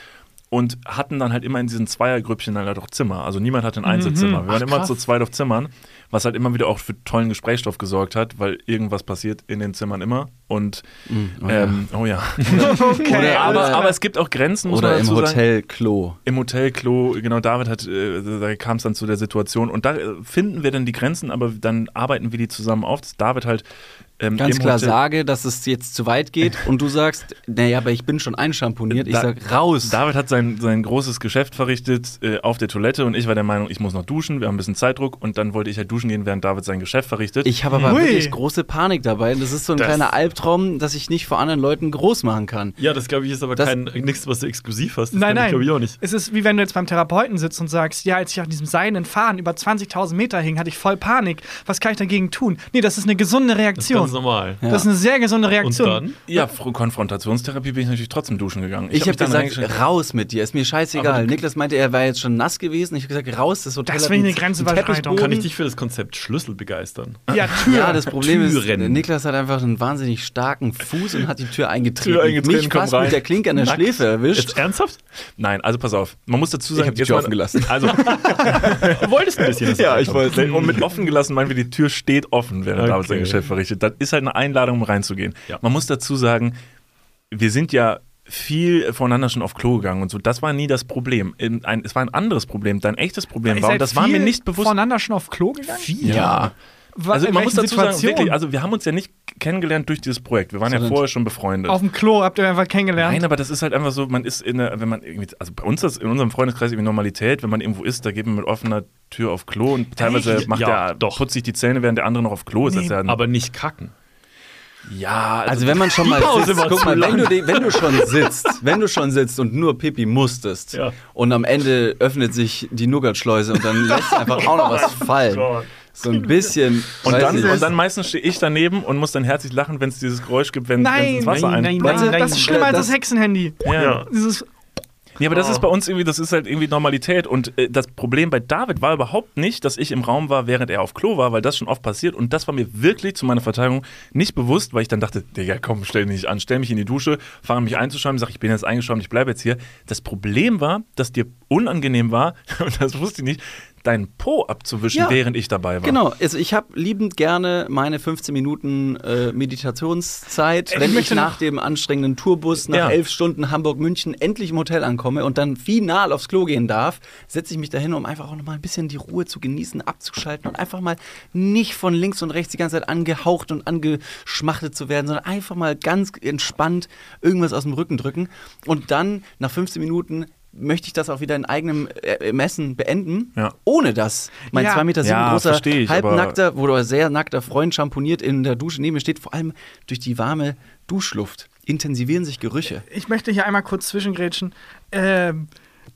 Speaker 3: Und hatten dann halt immer in diesen Zweiergrüppchen dann halt auch Zimmer. Also niemand hatte ein Einzelzimmer. Wir waren immer zu zweit auf Zimmern, was halt immer wieder auch für tollen Gesprächsstoff gesorgt hat, weil irgendwas passiert in den Zimmern immer. Und
Speaker 4: oh ja.
Speaker 3: ähm, oh ja.
Speaker 2: Okay,
Speaker 4: Oder
Speaker 2: alles
Speaker 3: Aber,
Speaker 2: klar.
Speaker 3: aber es gibt auch Grenzen, muss
Speaker 4: Oder
Speaker 3: man
Speaker 4: im
Speaker 3: dazu sagen.
Speaker 4: Hotel-Klo.
Speaker 3: Im Hotel, Klo, genau, David hat, äh, da kam es dann zu der Situation und da äh, finden wir dann die Grenzen, aber dann arbeiten wir die zusammen auf, dass David halt ähm,
Speaker 4: Ganz
Speaker 3: im
Speaker 4: klar
Speaker 3: Hotel,
Speaker 4: sage, dass es jetzt zu weit geht und du sagst, naja, aber ich bin schon einschamponiert. Ich
Speaker 3: Da-
Speaker 4: sag, raus.
Speaker 3: David hat sein, sein großes Geschäft verrichtet äh, auf der Toilette und ich war der Meinung, ich muss noch duschen, wir haben ein bisschen Zeitdruck und dann wollte ich halt duschen gehen, während David sein Geschäft verrichtet.
Speaker 4: Ich habe aber
Speaker 2: Ui.
Speaker 4: wirklich große Panik dabei. Das ist so ein
Speaker 5: Das-
Speaker 4: kleiner Albtraum, dass ich nicht vor anderen Leuten groß machen kann.
Speaker 5: Ja, das glaube ich ist aber
Speaker 4: Das-
Speaker 5: kein nichts, was du exklusiv hast. Das
Speaker 2: Nein,
Speaker 5: kann Ich,
Speaker 2: nein.
Speaker 5: glaube ich auch nicht.
Speaker 2: Es ist wie wenn du jetzt beim Therapeuten sitzt und sagst, ja, als ich auf diesem seidenen Faden über 20.000 Meter hing, hatte ich voll Panik. Was kann ich dagegen tun? Nee, das ist eine gesunde
Speaker 5: Das ist ganz
Speaker 2: Reaktion.
Speaker 5: normal.
Speaker 2: Das ist eine sehr gesunde
Speaker 5: Und
Speaker 2: Reaktion.
Speaker 5: dann?
Speaker 3: ja, fr- Konfrontationstherapie bin ich natürlich trotzdem duschen gegangen.
Speaker 4: Ich,
Speaker 3: hab
Speaker 4: habe
Speaker 3: mich dann reingeschrieben,
Speaker 4: gesagt, raus mit dir, ist mir
Speaker 3: Aber
Speaker 4: scheißegal. Niklas meinte, er war jetzt schon nass gewesen. Ich habe gesagt, raus, das Hotel
Speaker 2: Das
Speaker 4: hat
Speaker 2: finde ich
Speaker 4: einen
Speaker 2: eine Grenzüberschreitung.
Speaker 4: Teppichboden.
Speaker 5: Kann ich dich für das Konzept Schlüssel begeistern?
Speaker 2: Ja, Tür.
Speaker 4: Ja, das Problem ist,
Speaker 5: Türen.
Speaker 4: Niklas hat einfach einen wahnsinnig starken Fuß und hat die Tür eingetreten.
Speaker 3: Tür eingetreten,
Speaker 4: Mich
Speaker 3: komm
Speaker 4: fast
Speaker 3: rein.
Speaker 4: mit der Klinke an der
Speaker 3: Nackt.
Speaker 4: Schläfe erwischt.
Speaker 5: Jetzt ernsthaft?
Speaker 3: Nein, also pass auf, man muss dazu sagen,
Speaker 4: hab die
Speaker 3: jetzt
Speaker 4: Tür
Speaker 3: mal-
Speaker 4: offen gelassen.
Speaker 3: Also,
Speaker 5: Du wolltest ein bisschen. dass
Speaker 3: Ja,
Speaker 5: er
Speaker 3: ich
Speaker 5: reinkommt.
Speaker 3: wollte. Und mit offen gelassen meinen wir, die Tür steht offen, wenn er
Speaker 5: Okay.
Speaker 3: damals sein Geschäft verrichtet. Das ist halt eine Einladung, um reinzugehen.
Speaker 5: Ja.
Speaker 3: Man muss dazu sagen, wir sind ja viel voneinander schon auf Klo gegangen und so. Das war nie das Problem. In Ein, es war ein anderes Problem, dein echtes Problem
Speaker 2: Ihr
Speaker 3: war.
Speaker 2: seid
Speaker 3: Und das war mir
Speaker 2: viel
Speaker 3: nicht bewusst.
Speaker 2: voneinander schon auf Klo gegangen?
Speaker 4: ja.
Speaker 2: Wa-
Speaker 3: Also
Speaker 2: in
Speaker 3: man
Speaker 2: welchen
Speaker 3: muss dazu sagen,
Speaker 2: Situationen?
Speaker 3: wirklich, also wir haben uns ja nicht kennengelernt durch dieses Projekt. Wir waren ja
Speaker 4: Sondern-
Speaker 3: vorher schon befreundet.
Speaker 2: auf dem Klo habt ihr einfach kennengelernt.
Speaker 3: Nein, aber das ist halt einfach so, man ist in der, wenn man irgendwie, also bei uns ist in unserem Freundeskreis irgendwie Normalität, wenn man irgendwo ist, da geht man mit offener Tür auf Klo und teilweise
Speaker 5: Echt?
Speaker 3: macht
Speaker 5: Ja,
Speaker 3: der,
Speaker 5: doch.
Speaker 3: putzt sich die Zähne, während der andere noch auf Klo ist. Das
Speaker 2: Nee,
Speaker 3: ist ja ein-
Speaker 5: Aber nicht kacken.
Speaker 3: ja,
Speaker 4: Also wenn man schon mal
Speaker 5: Pause
Speaker 4: sitzt,
Speaker 5: war
Speaker 4: guck
Speaker 5: zu
Speaker 4: mal, wenn
Speaker 5: lang.
Speaker 4: du, die- wenn du schon sitzt, wenn du schon sitzt und nur Pipi musstest
Speaker 5: Ja.
Speaker 4: und am Ende öffnet sich die Nougatschleuse und dann lässt einfach auch noch
Speaker 5: Oh
Speaker 4: was fallen. So ein bisschen.
Speaker 3: und
Speaker 4: weiß
Speaker 3: dann,
Speaker 4: nicht.
Speaker 3: und dann meistens stehe ich daneben und muss dann herzlich lachen, wenn es dieses Geräusch gibt, wenn es ins Wasser ein.
Speaker 2: nein, nein,
Speaker 4: Warte,
Speaker 2: das ist schlimmer als das
Speaker 4: das-
Speaker 2: Hexenhandy.
Speaker 3: Ja.
Speaker 5: Ja.
Speaker 2: Dieses,
Speaker 3: Nee, aber das ist bei uns irgendwie, das ist halt irgendwie Normalität. Und äh, das Problem bei David war überhaupt nicht, dass ich im Raum war, während er auf Klo war, weil das schon oft passiert. Und das war mir wirklich zu meiner Verteidigung nicht bewusst, weil ich dann dachte, Digga, komm, stell dich nicht an, stell mich in die Dusche, fange mich einzuschäumen, sag, ich bin jetzt eingeschäumt, ich bleibe jetzt hier. Das Problem war, dass dir unangenehm war, und das wusste ich nicht, deinen Po abzuwischen,
Speaker 4: Ja.
Speaker 3: während ich dabei war.
Speaker 4: Genau, also ich habe liebend gerne meine 15 Minuten äh, Meditationszeit, wenn ich
Speaker 2: möchte noch-
Speaker 4: nach dem anstrengenden Tourbus nach
Speaker 3: Ja.
Speaker 4: elf Stunden Hamburg-München endlich im Hotel ankomme und dann final aufs Klo gehen darf, setze ich mich dahin, um einfach auch nochmal ein bisschen die Ruhe zu genießen, abzuschalten und einfach mal nicht von links und rechts die ganze Zeit angehaucht und angeschmachtet zu werden, sondern einfach mal ganz entspannt irgendwas aus dem Rücken drücken und dann nach 15 Minuten möchte ich das auch wieder in eigenem äh, Messen beenden,
Speaker 3: Ja.
Speaker 4: ohne dass mein
Speaker 2: Ja.
Speaker 4: 2 Meter sieben
Speaker 3: Ja,
Speaker 4: großer,
Speaker 3: versteh ich,
Speaker 4: halbnackter oder sehr nackter Freund schamponiert in der Dusche neben mir steht, vor allem durch die warme Duschluft intensivieren sich Gerüche.
Speaker 2: ich möchte hier einmal kurz zwischengrätschen. Ähm,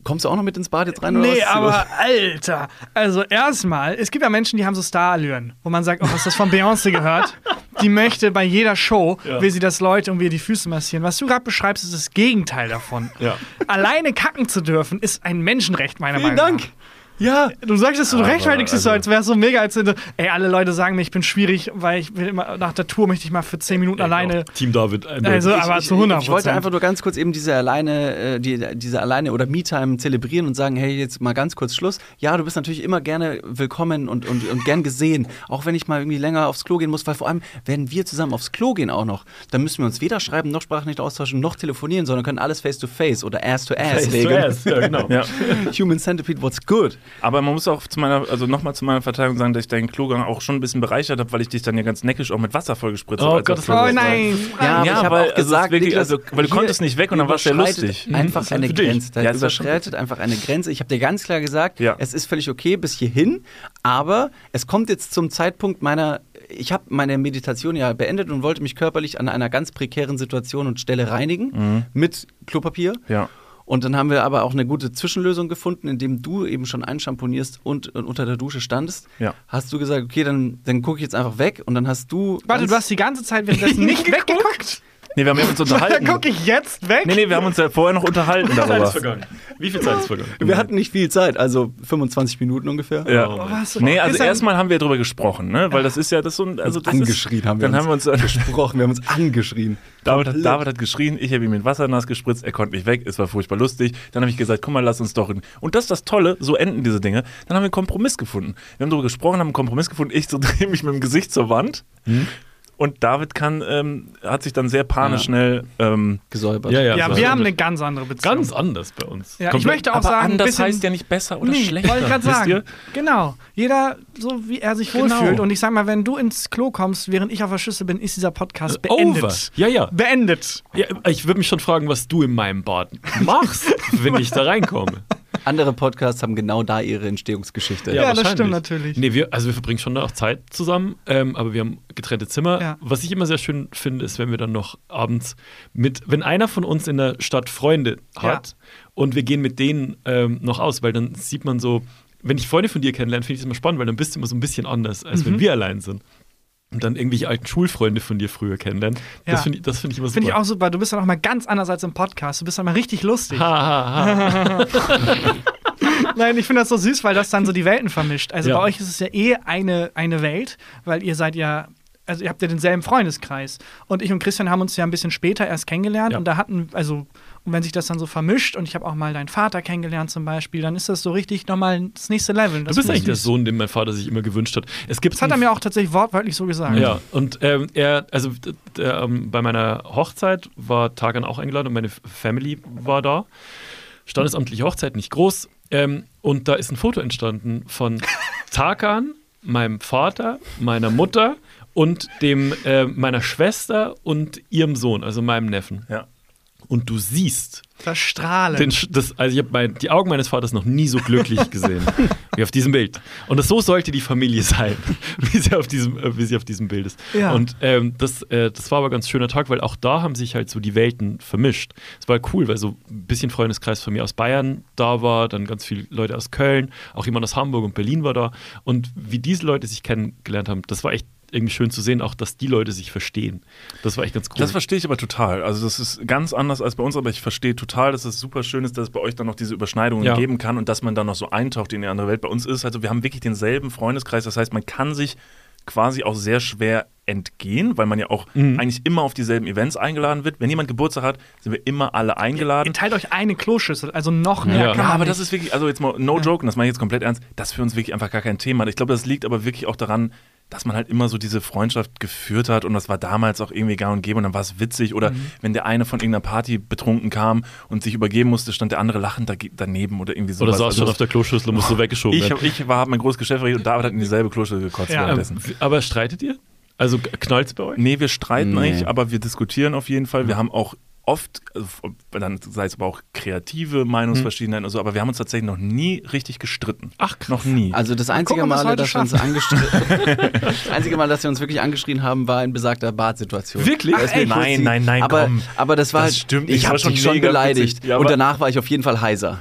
Speaker 4: Kommst du auch noch mit ins Bad jetzt rein? oder was
Speaker 2: Nee,
Speaker 4: ist hier los?
Speaker 2: aber Alter. Also erstmal, es gibt ja Menschen, die haben so Starallüren, wo man sagt, oh, hast du das von Beyoncé gehört? die möchte bei jeder Show,
Speaker 5: Ja.
Speaker 2: will sie, dass Leute irgendwie die Füße massieren. Was du gerade beschreibst, ist das Gegenteil davon.
Speaker 5: Ja.
Speaker 2: Alleine kacken zu dürfen, ist ein Menschenrecht, meiner
Speaker 4: Vielen
Speaker 2: Meinung nach.
Speaker 4: Dank. Ja,
Speaker 2: Du sagst, dass du
Speaker 3: Aber,
Speaker 2: rechtfertigst dich so,
Speaker 3: also-
Speaker 2: als wär's so mega, als wenn du, ey, alle Leute sagen mir, ich bin schwierig, weil ich will immer, nach der Tour möchte ich mal für 10 Minuten alleine.
Speaker 5: Team David. äh, eindeutig.
Speaker 2: Also, aber zu 100
Speaker 4: Ich wollte einfach nur ganz kurz eben diese alleine, äh, die, diese alleine oder Me-Time zelebrieren und sagen, hey, jetzt mal ganz kurz Schluss. Ja, du bist natürlich immer gerne willkommen und, und, und gern gesehen, auch wenn ich mal irgendwie länger aufs Klo gehen muss, weil vor allem, wenn wir zusammen aufs Klo gehen auch noch, dann müssen wir uns weder schreiben, noch Sprachnachricht austauschen, noch telefonieren, sondern können alles face-to-face oder ass-to-ass
Speaker 5: Face to
Speaker 4: regeln.
Speaker 5: ass, ja, genau.
Speaker 3: Ja.
Speaker 4: Human Centipede, what's good?
Speaker 3: Aber man muss auch zu meiner, also nochmal zu meiner Verteidigung sagen, dass ich deinen Klogang auch schon ein bisschen bereichert habe, weil ich dich dann ja ganz neckisch auch mit Wasser vollgespritzt
Speaker 5: Oh
Speaker 3: habe. als
Speaker 5: Gott,
Speaker 3: das
Speaker 5: das war
Speaker 2: Oh
Speaker 3: war.
Speaker 2: nein!
Speaker 4: Ja,
Speaker 3: Ja,
Speaker 4: aber ich
Speaker 3: weil,
Speaker 4: habe auch
Speaker 3: also, es ist
Speaker 4: gesagt,
Speaker 3: wirklich-
Speaker 4: Niklas,
Speaker 3: also, weil du
Speaker 4: hier
Speaker 3: konntest nicht weg und dann war's sehr
Speaker 4: überschreitet
Speaker 3: lustig.
Speaker 5: Mhm,
Speaker 4: Einfach
Speaker 5: das
Speaker 4: eine
Speaker 5: ist für dich.
Speaker 4: Grenze. Da
Speaker 3: Ja, ist ja schon-
Speaker 4: überschreitet einfach eine Grenze. Ich habe dir ganz klar gesagt,
Speaker 3: Ja.
Speaker 4: es ist völlig okay bis hierhin, aber es kommt jetzt zum Zeitpunkt meiner. Ich habe meine Meditation ja beendet und wollte mich körperlich an einer ganz prekären Situation und Stelle reinigen mit Klopapier.
Speaker 3: Mhm. Ja.
Speaker 4: Und dann haben wir aber auch eine gute Zwischenlösung gefunden, indem du eben schon einschamponierst und, und unter der Dusche standest.
Speaker 3: Ja.
Speaker 4: Hast du gesagt, okay, dann, dann gucke ich jetzt einfach weg und dann hast du.
Speaker 2: Warte,
Speaker 4: ganz-
Speaker 2: du hast die ganze Zeit währenddessen nicht weggeguckt?
Speaker 3: Nee, wir haben ja uns
Speaker 2: Dann
Speaker 3: unterhalten.
Speaker 2: gucke ich jetzt weg?
Speaker 3: Nee, nee, wir haben uns ja vorher noch unterhalten
Speaker 5: Zeit ist
Speaker 3: darüber.
Speaker 5: vergangen. Wie viel Zeit ist vergangen?
Speaker 4: Wir hatten nicht viel Zeit, also 25 Minuten ungefähr.
Speaker 3: Ja.
Speaker 5: Oh,
Speaker 2: Was?
Speaker 3: Nee, also
Speaker 2: Ist ein-
Speaker 3: erstmal haben wir drüber gesprochen, ne? Weil das ist ja das ist so ein. Also das
Speaker 4: Angeschrien
Speaker 3: ist,
Speaker 4: haben wir
Speaker 3: Dann
Speaker 4: uns.
Speaker 3: haben wir uns.
Speaker 4: gesprochen, wir haben uns angeschrien.
Speaker 3: David hat, David hat halt geschrien, ich habe ihm mit Wasser nass gespritzt, er konnte nicht weg, es war furchtbar lustig. Dann habe ich gesagt, guck mal, lass uns doch. in- Und das ist das Tolle, so enden diese Dinge. Dann haben wir einen Kompromiss gefunden. Wir haben darüber gesprochen, haben einen Kompromiss gefunden. Ich so drehe mich mit dem Gesicht zur Wand. Und David kann, ähm, hat sich dann sehr panisch
Speaker 4: Ja.
Speaker 3: schnell. Ähm,
Speaker 4: Gesäubert.
Speaker 5: Ja, ja.
Speaker 2: Ja,
Speaker 5: so.
Speaker 2: wir haben eine ganz andere Beziehung.
Speaker 5: Ganz anders bei uns.
Speaker 2: ja, ich
Speaker 5: Komplett-
Speaker 2: möchte auch sagen,
Speaker 3: anders
Speaker 2: bisschen,
Speaker 3: heißt ja nicht besser oder
Speaker 2: Nee,
Speaker 3: schlechter.
Speaker 2: Wollte ich gerade
Speaker 3: wisst ihr?
Speaker 2: sagen. Genau. Jeder, so wie er sich
Speaker 3: Genau.
Speaker 2: wohlfühlt. Und ich sag mal, wenn du ins Klo kommst, während ich auf der Schüssel bin, ist dieser
Speaker 3: Äh,
Speaker 2: Podcast beendet.
Speaker 5: Over. Ja, ja.
Speaker 2: Beendet.
Speaker 5: ja ich würde mich schon fragen, was du in meinem Bad machst, wenn ich da reinkomme.
Speaker 4: Andere Podcasts haben genau da ihre Entstehungsgeschichte.
Speaker 2: Ja. das
Speaker 5: wahrscheinlich.
Speaker 2: stimmt natürlich.
Speaker 5: Nee, wir, also wir verbringen schon auch Zeit zusammen, ähm, aber wir haben getrennte Zimmer.
Speaker 2: Ja.
Speaker 5: Was ich immer sehr schön finde, ist, wenn wir dann noch abends mit, wenn einer von uns in der Stadt Freunde hat und wir gehen mit denen ähm, noch aus, weil dann sieht man so, wenn ich Freunde von dir kennenlerne, finde ich das immer spannend, weil dann bist du immer so ein bisschen anders, als
Speaker 2: Mhm.
Speaker 5: wenn wir allein sind. Und dann irgendwelche alten Schulfreunde von dir früher kennenlernen.
Speaker 2: Ja.
Speaker 5: Das finde ich, das find ich immer super.
Speaker 2: Finde ich auch super. Du bist dann auch mal ganz anders als im Podcast. Du bist dann mal richtig lustig.
Speaker 5: Ha, ha, ha.
Speaker 2: Nein, ich finde das so süß, weil das dann so die Welten vermischt. Also
Speaker 5: Ja.
Speaker 2: bei euch ist es ja eh eine, eine Welt, weil ihr seid ja, also ihr habt ja denselben Freundeskreis. Und ich und Christian haben uns ja ein bisschen später erst kennengelernt
Speaker 5: Ja.
Speaker 2: und da hatten, also, und wenn sich das dann so vermischt und ich habe auch mal deinen Vater kennengelernt zum Beispiel, dann ist das so richtig nochmal das nächste Level.
Speaker 5: Du
Speaker 2: Das
Speaker 5: bist
Speaker 2: finde
Speaker 5: eigentlich
Speaker 2: ich
Speaker 5: der
Speaker 2: süß.
Speaker 5: Sohn, den mein Vater sich immer gewünscht hat. Es gibt
Speaker 2: Das hat er mir auch tatsächlich wortwörtlich so gesagt.
Speaker 5: Ja, und ähm, er, also d- d- ähm, bei meiner Hochzeit war Tagan auch eingeladen und meine F- Family war da. Standesamtliche Hochzeit, nicht groß. Ähm, und da ist ein Foto entstanden von Tagan, meinem Vater, meiner Mutter und dem äh, meiner Schwester und ihrem Sohn, also meinem Neffen.
Speaker 3: Ja.
Speaker 5: Und du siehst,
Speaker 2: Das Strahlen.
Speaker 5: den, Sch- das, also ich habe mein, die Augen meines Vaters noch nie so glücklich gesehen wie auf diesem Bild. Und das, so sollte die Familie sein, wie sie auf diesem, äh, wie sie auf diesem Bild ist.
Speaker 2: Ja.
Speaker 5: Und ähm, das, äh, das war aber ein ganz schöner Tag, weil auch da haben sich halt so die Welten vermischt. Es war cool, weil so ein bisschen Freundeskreis von mir aus Bayern da war, dann ganz viele Leute aus Köln, auch jemand aus Hamburg und Berlin war da. Und wie diese Leute sich kennengelernt haben, das war echt irgendwie schön zu sehen, auch dass die Leute sich verstehen. Das war echt ganz cool.
Speaker 3: Das verstehe ich aber total. Also das ist ganz anders als bei uns, aber ich verstehe total, dass es super schön ist, dass es bei euch dann noch diese Überschneidungen
Speaker 5: Ja.
Speaker 3: geben kann und dass man dann noch so eintaucht in die andere Welt. Bei uns ist also wir haben wirklich denselben Freundeskreis. Das heißt, man kann sich quasi auch sehr schwer entgehen, weil man ja auch
Speaker 5: Mhm.
Speaker 3: eigentlich immer auf dieselben Events eingeladen wird. Wenn jemand Geburtstag hat, sind wir immer alle eingeladen.
Speaker 2: Ihr teilt euch eine Kloschüssel, also noch mehr.
Speaker 5: Ja.
Speaker 2: kann
Speaker 3: Ja,
Speaker 2: man
Speaker 3: aber
Speaker 2: nicht.
Speaker 3: das ist wirklich, also jetzt mal no joke, und das meine ich jetzt komplett ernst, das ist für uns wirklich einfach gar kein Thema. Ich glaube, das liegt aber wirklich auch daran, dass man halt immer so diese Freundschaft geführt hat und das war damals auch irgendwie gang und gäbe und dann war es witzig oder
Speaker 2: Mhm.
Speaker 3: wenn der eine von irgendeiner Party betrunken kam und sich übergeben musste, stand der andere lachend da- daneben oder irgendwie sowas. Also
Speaker 5: Oder saß schon auf der Kloschüssel und musste weggeschoben
Speaker 3: Oh. ich,
Speaker 5: werden.
Speaker 3: hab- ich war, hab mein großes Geschäft verrichtet und David hat in dieselbe Kloschüssel gekotzt
Speaker 2: Ja.
Speaker 3: währenddessen.
Speaker 5: Ähm, w- aber streitet ihr? Also knallt es bei euch?
Speaker 3: Nee, wir streiten
Speaker 4: Nee.
Speaker 3: nicht, aber wir diskutieren auf jeden Fall. Wir haben auch oft, also, f- dann sei es aber auch kreative
Speaker 4: Hm.
Speaker 3: Meinungsverschiedenheiten und so, aber wir haben uns tatsächlich noch nie richtig gestritten.
Speaker 5: Ach, krass.
Speaker 3: Noch nie.
Speaker 4: Also das einzige
Speaker 2: gucken, ob wir's
Speaker 4: Mal,
Speaker 2: heute
Speaker 4: dass wir uns angeschrien, das einzige Mal, dass wir uns wirklich angeschrien haben, war in besagter Badsituation.
Speaker 5: Wirklich?
Speaker 4: Da ist mir
Speaker 3: Ach,
Speaker 4: kurz
Speaker 3: echt?
Speaker 4: die-
Speaker 3: Nein, nein, nein,
Speaker 4: Aber,
Speaker 3: komm.
Speaker 4: aber das war
Speaker 3: Das
Speaker 4: halt,
Speaker 3: stimmt nicht,
Speaker 4: ich
Speaker 3: das
Speaker 4: habe
Speaker 3: war schon
Speaker 4: dich schon
Speaker 3: mega
Speaker 4: beleidigt
Speaker 3: witzig. Ja,
Speaker 4: und
Speaker 3: aber-
Speaker 4: danach war ich auf jeden Fall heiser.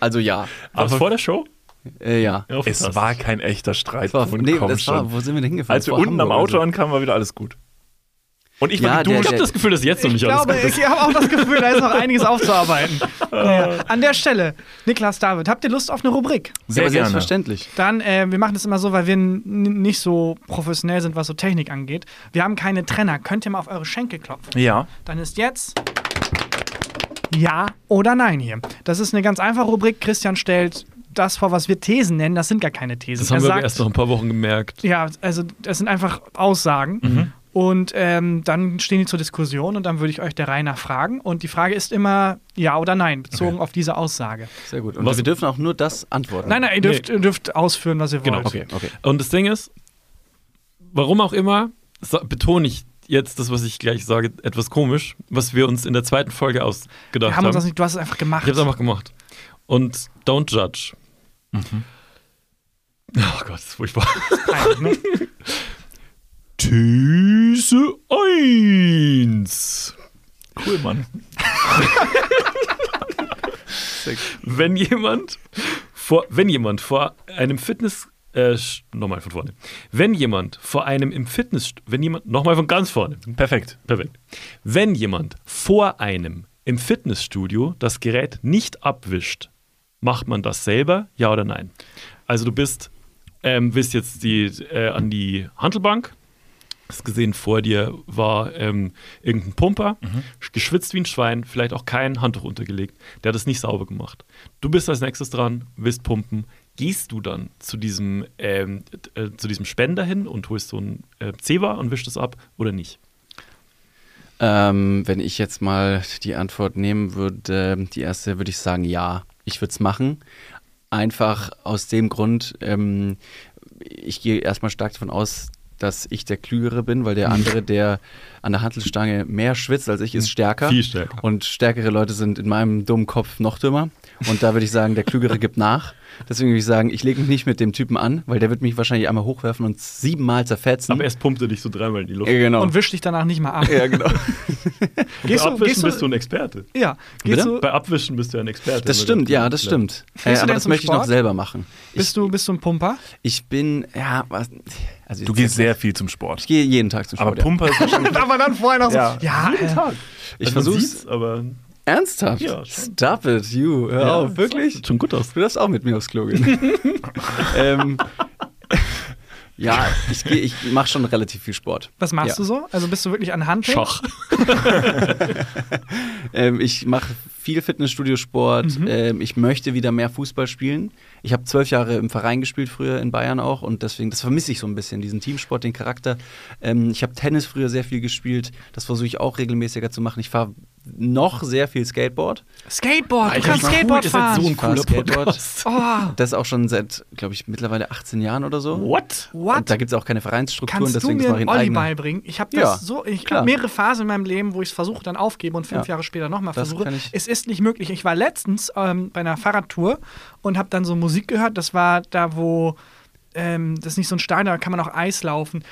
Speaker 4: Also ja,
Speaker 5: War das
Speaker 3: Aber-
Speaker 5: vor der Show?
Speaker 4: äh, ja.
Speaker 5: Ja,
Speaker 3: Es
Speaker 5: fantastisch.
Speaker 3: war kein echter Streit.
Speaker 4: Das war,
Speaker 3: Nun
Speaker 4: nee,
Speaker 3: komm
Speaker 4: das
Speaker 3: schon.
Speaker 4: war, wo sind wir denn hingefahren?
Speaker 3: Als wir
Speaker 4: Vor
Speaker 3: unten am
Speaker 4: Hamburg also. oder
Speaker 3: Auto
Speaker 4: so.
Speaker 3: ankamen, war wieder alles gut. Und ich
Speaker 4: Ja,
Speaker 3: war die
Speaker 4: der-
Speaker 5: Ich
Speaker 3: Dusche.
Speaker 5: habe das Gefühl, dass jetzt noch nicht
Speaker 2: Ich
Speaker 5: alles Ah.
Speaker 2: glaube,
Speaker 5: gut ist.
Speaker 2: ich habe auch das Gefühl, da ist noch einiges aufzuarbeiten. Naja, an der Stelle, Niklas, David, habt ihr Lust auf eine Rubrik?
Speaker 3: Sehr
Speaker 4: aber
Speaker 3: gerne.
Speaker 4: selbstverständlich.
Speaker 2: Dann, äh, wir machen das immer so, weil wir n- nicht so professionell sind, was so Technik angeht. Wir haben keine Trenner. Könnt ihr mal auf eure Schenkel klopfen?
Speaker 3: Ja.
Speaker 2: Dann ist jetzt Ja oder Nein hier. Das ist eine ganz einfache Rubrik. Christian stellt das vor, was wir Thesen nennen. Das sind gar keine Thesen.
Speaker 5: Das haben
Speaker 2: er
Speaker 5: wir aber
Speaker 2: sagt-
Speaker 5: erst nach ein paar Wochen gemerkt.
Speaker 2: Ja, also das sind einfach Aussagen.
Speaker 5: Mhm.
Speaker 2: Und ähm, dann stehen die zur Diskussion und dann würde ich euch der Reihe nach fragen. Und die Frage ist immer Ja oder Nein, bezogen auf diese Aussage.
Speaker 4: Sehr gut. Und
Speaker 5: Was-
Speaker 4: wir dürfen auch nur das antworten.
Speaker 2: Nein, nein, ihr dürft,
Speaker 5: Nee.
Speaker 2: ihr dürft ausführen, was ihr wollt.
Speaker 5: Genau,
Speaker 4: Okay, okay.
Speaker 5: Und das Ding ist, warum auch immer, sa- betone ich jetzt das, was ich gleich sage, etwas komisch, was wir uns in der zweiten Folge ausgedacht
Speaker 2: Wir haben
Speaker 5: haben.
Speaker 2: uns das nicht, du hast es einfach gemacht.
Speaker 5: Ich hab's einfach gemacht. Und don't judge. Oh Gott, das ist furchtbar.
Speaker 2: Nein, ne?
Speaker 5: Genau. These 1.
Speaker 3: Cool, Mann.
Speaker 5: Wenn jemand vor, wenn jemand vor einem Fitness äh, sch- nochmal von vorne. Wenn jemand vor einem im Fitness, wenn jemand nochmal von ganz vorne.
Speaker 3: Perfekt.
Speaker 5: Perfekt. Wenn jemand vor einem im Fitnessstudio das Gerät nicht abwischt, macht man das selber, ja oder nein? Also du bist, ähm, bist jetzt die, äh, an die Handelbank, hast gesehen, vor dir war ähm, irgendein Pumper,
Speaker 4: Mhm.
Speaker 5: geschwitzt wie ein Schwein, vielleicht auch kein Handtuch untergelegt, der hat es nicht sauber gemacht. Du bist als nächstes dran, willst pumpen, gehst du dann zu diesem, ähm, äh, zu diesem Spender hin und holst so ein äh, Zewa und wischst es ab oder nicht?
Speaker 4: Mhm. Ähm, wenn ich jetzt mal die Antwort nehmen würde, die erste würde ich sagen, ja, ich würde es machen. Einfach aus dem Grund, ähm, ich gehe erstmal stark davon aus, dass ich der Klügere bin, weil der andere, der an der Handelsstange mehr schwitzt als ich, ist stärker.
Speaker 5: Viel stärker.
Speaker 4: Und stärkere Leute sind in meinem dummen Kopf noch dümmer. Und da würde ich sagen, der Klügere gibt nach. Deswegen würde ich sagen, ich lege mich nicht mit dem Typen an, weil der wird mich wahrscheinlich einmal hochwerfen und siebenmal zerfetzen.
Speaker 5: Aber erst pumpt er dich so dreimal in die Luft.
Speaker 4: ja, genau.
Speaker 2: Und wisch dich danach nicht mal ab.
Speaker 4: ja, genau.
Speaker 5: Und
Speaker 2: Gehst
Speaker 5: bei
Speaker 2: du-
Speaker 5: Abwischen
Speaker 2: gehst du-
Speaker 5: bist du ein Experte.
Speaker 2: Ja, gehst
Speaker 4: Bitte?
Speaker 2: du,
Speaker 5: Bei Abwischen bist du ein Experte.
Speaker 4: Das
Speaker 5: Wenn
Speaker 4: stimmt,
Speaker 5: du-
Speaker 4: ja, das stimmt. Äh,
Speaker 2: du denn
Speaker 4: aber das
Speaker 2: zum
Speaker 4: möchte ich noch
Speaker 2: Sport?
Speaker 4: selber machen. Ich,
Speaker 2: bist du, bist du ein Pumper?
Speaker 4: ich bin, ja, was, also
Speaker 3: Du
Speaker 4: jetzt-
Speaker 3: gehst sehr viel zum Sport.
Speaker 4: Ich gehe jeden Tag zum
Speaker 3: Aber
Speaker 4: Sport.
Speaker 3: Pumper ist wahrscheinlich.
Speaker 2: Aber dann vorher noch so. Ja, äh,
Speaker 4: ja.
Speaker 5: Tag.
Speaker 4: Ich
Speaker 5: Also man
Speaker 4: versuch's
Speaker 5: sieht's, aber
Speaker 4: ernsthaft.
Speaker 5: Ja, schon.
Speaker 4: Stop it, you. Hör
Speaker 5: Ja,
Speaker 4: auf, wirklich?
Speaker 5: sieht schon gut aus.
Speaker 4: Du darfst auch mit mir aufs Klo gehen. ähm, ja, ich, geh- ich mache schon relativ viel Sport.
Speaker 2: Was machst
Speaker 4: Ja.
Speaker 2: du so? Also bist du wirklich an Handschellen?
Speaker 5: Schach.
Speaker 4: Ähm, ich mache viel Fitnessstudio-Sport.
Speaker 5: Mhm.
Speaker 4: Ähm, ich möchte wieder mehr Fußball spielen. Ich habe zwölf Jahre im Verein gespielt, früher in Bayern auch. Und deswegen, das vermisse ich so ein bisschen, diesen Teamsport, den Charakter. Ähm, ich habe Tennis früher sehr viel gespielt. Das versuche ich auch regelmäßiger zu machen. Ich fahre noch sehr viel Skateboard.
Speaker 2: Skateboard, du
Speaker 5: Alter,
Speaker 2: kannst
Speaker 5: wie cool,
Speaker 2: Skateboard
Speaker 5: ihr seid
Speaker 2: fahren.
Speaker 5: so ein
Speaker 4: Ich fahr
Speaker 5: cooler
Speaker 4: Skateboard.
Speaker 5: Podcast.
Speaker 2: oh,
Speaker 4: Das auch schon seit, glaube ich, mittlerweile 18 Jahren oder so.
Speaker 5: What?
Speaker 2: what?
Speaker 4: Da gibt es auch keine Vereinsstrukturen,
Speaker 2: Kannst du
Speaker 4: deswegen das
Speaker 2: mir
Speaker 4: mache ich
Speaker 2: einen
Speaker 4: in
Speaker 2: Olli
Speaker 4: eigener.
Speaker 2: beibringen? Ich habe das
Speaker 4: Ja,
Speaker 2: so, ich
Speaker 4: klar.
Speaker 2: habe mehrere Phasen in meinem Leben, wo ich es versuche, dann aufgebe und fünf
Speaker 4: Ja.
Speaker 2: Jahre später nochmal
Speaker 4: Das
Speaker 2: versuche.
Speaker 4: kann ich-
Speaker 2: Es ist nicht möglich. Ich war letztens ähm, bei einer Fahrradtour und habe dann so Musik gehört. Das war da, wo ähm, das ist nicht so ein Stein, da kann man auch Eis laufen.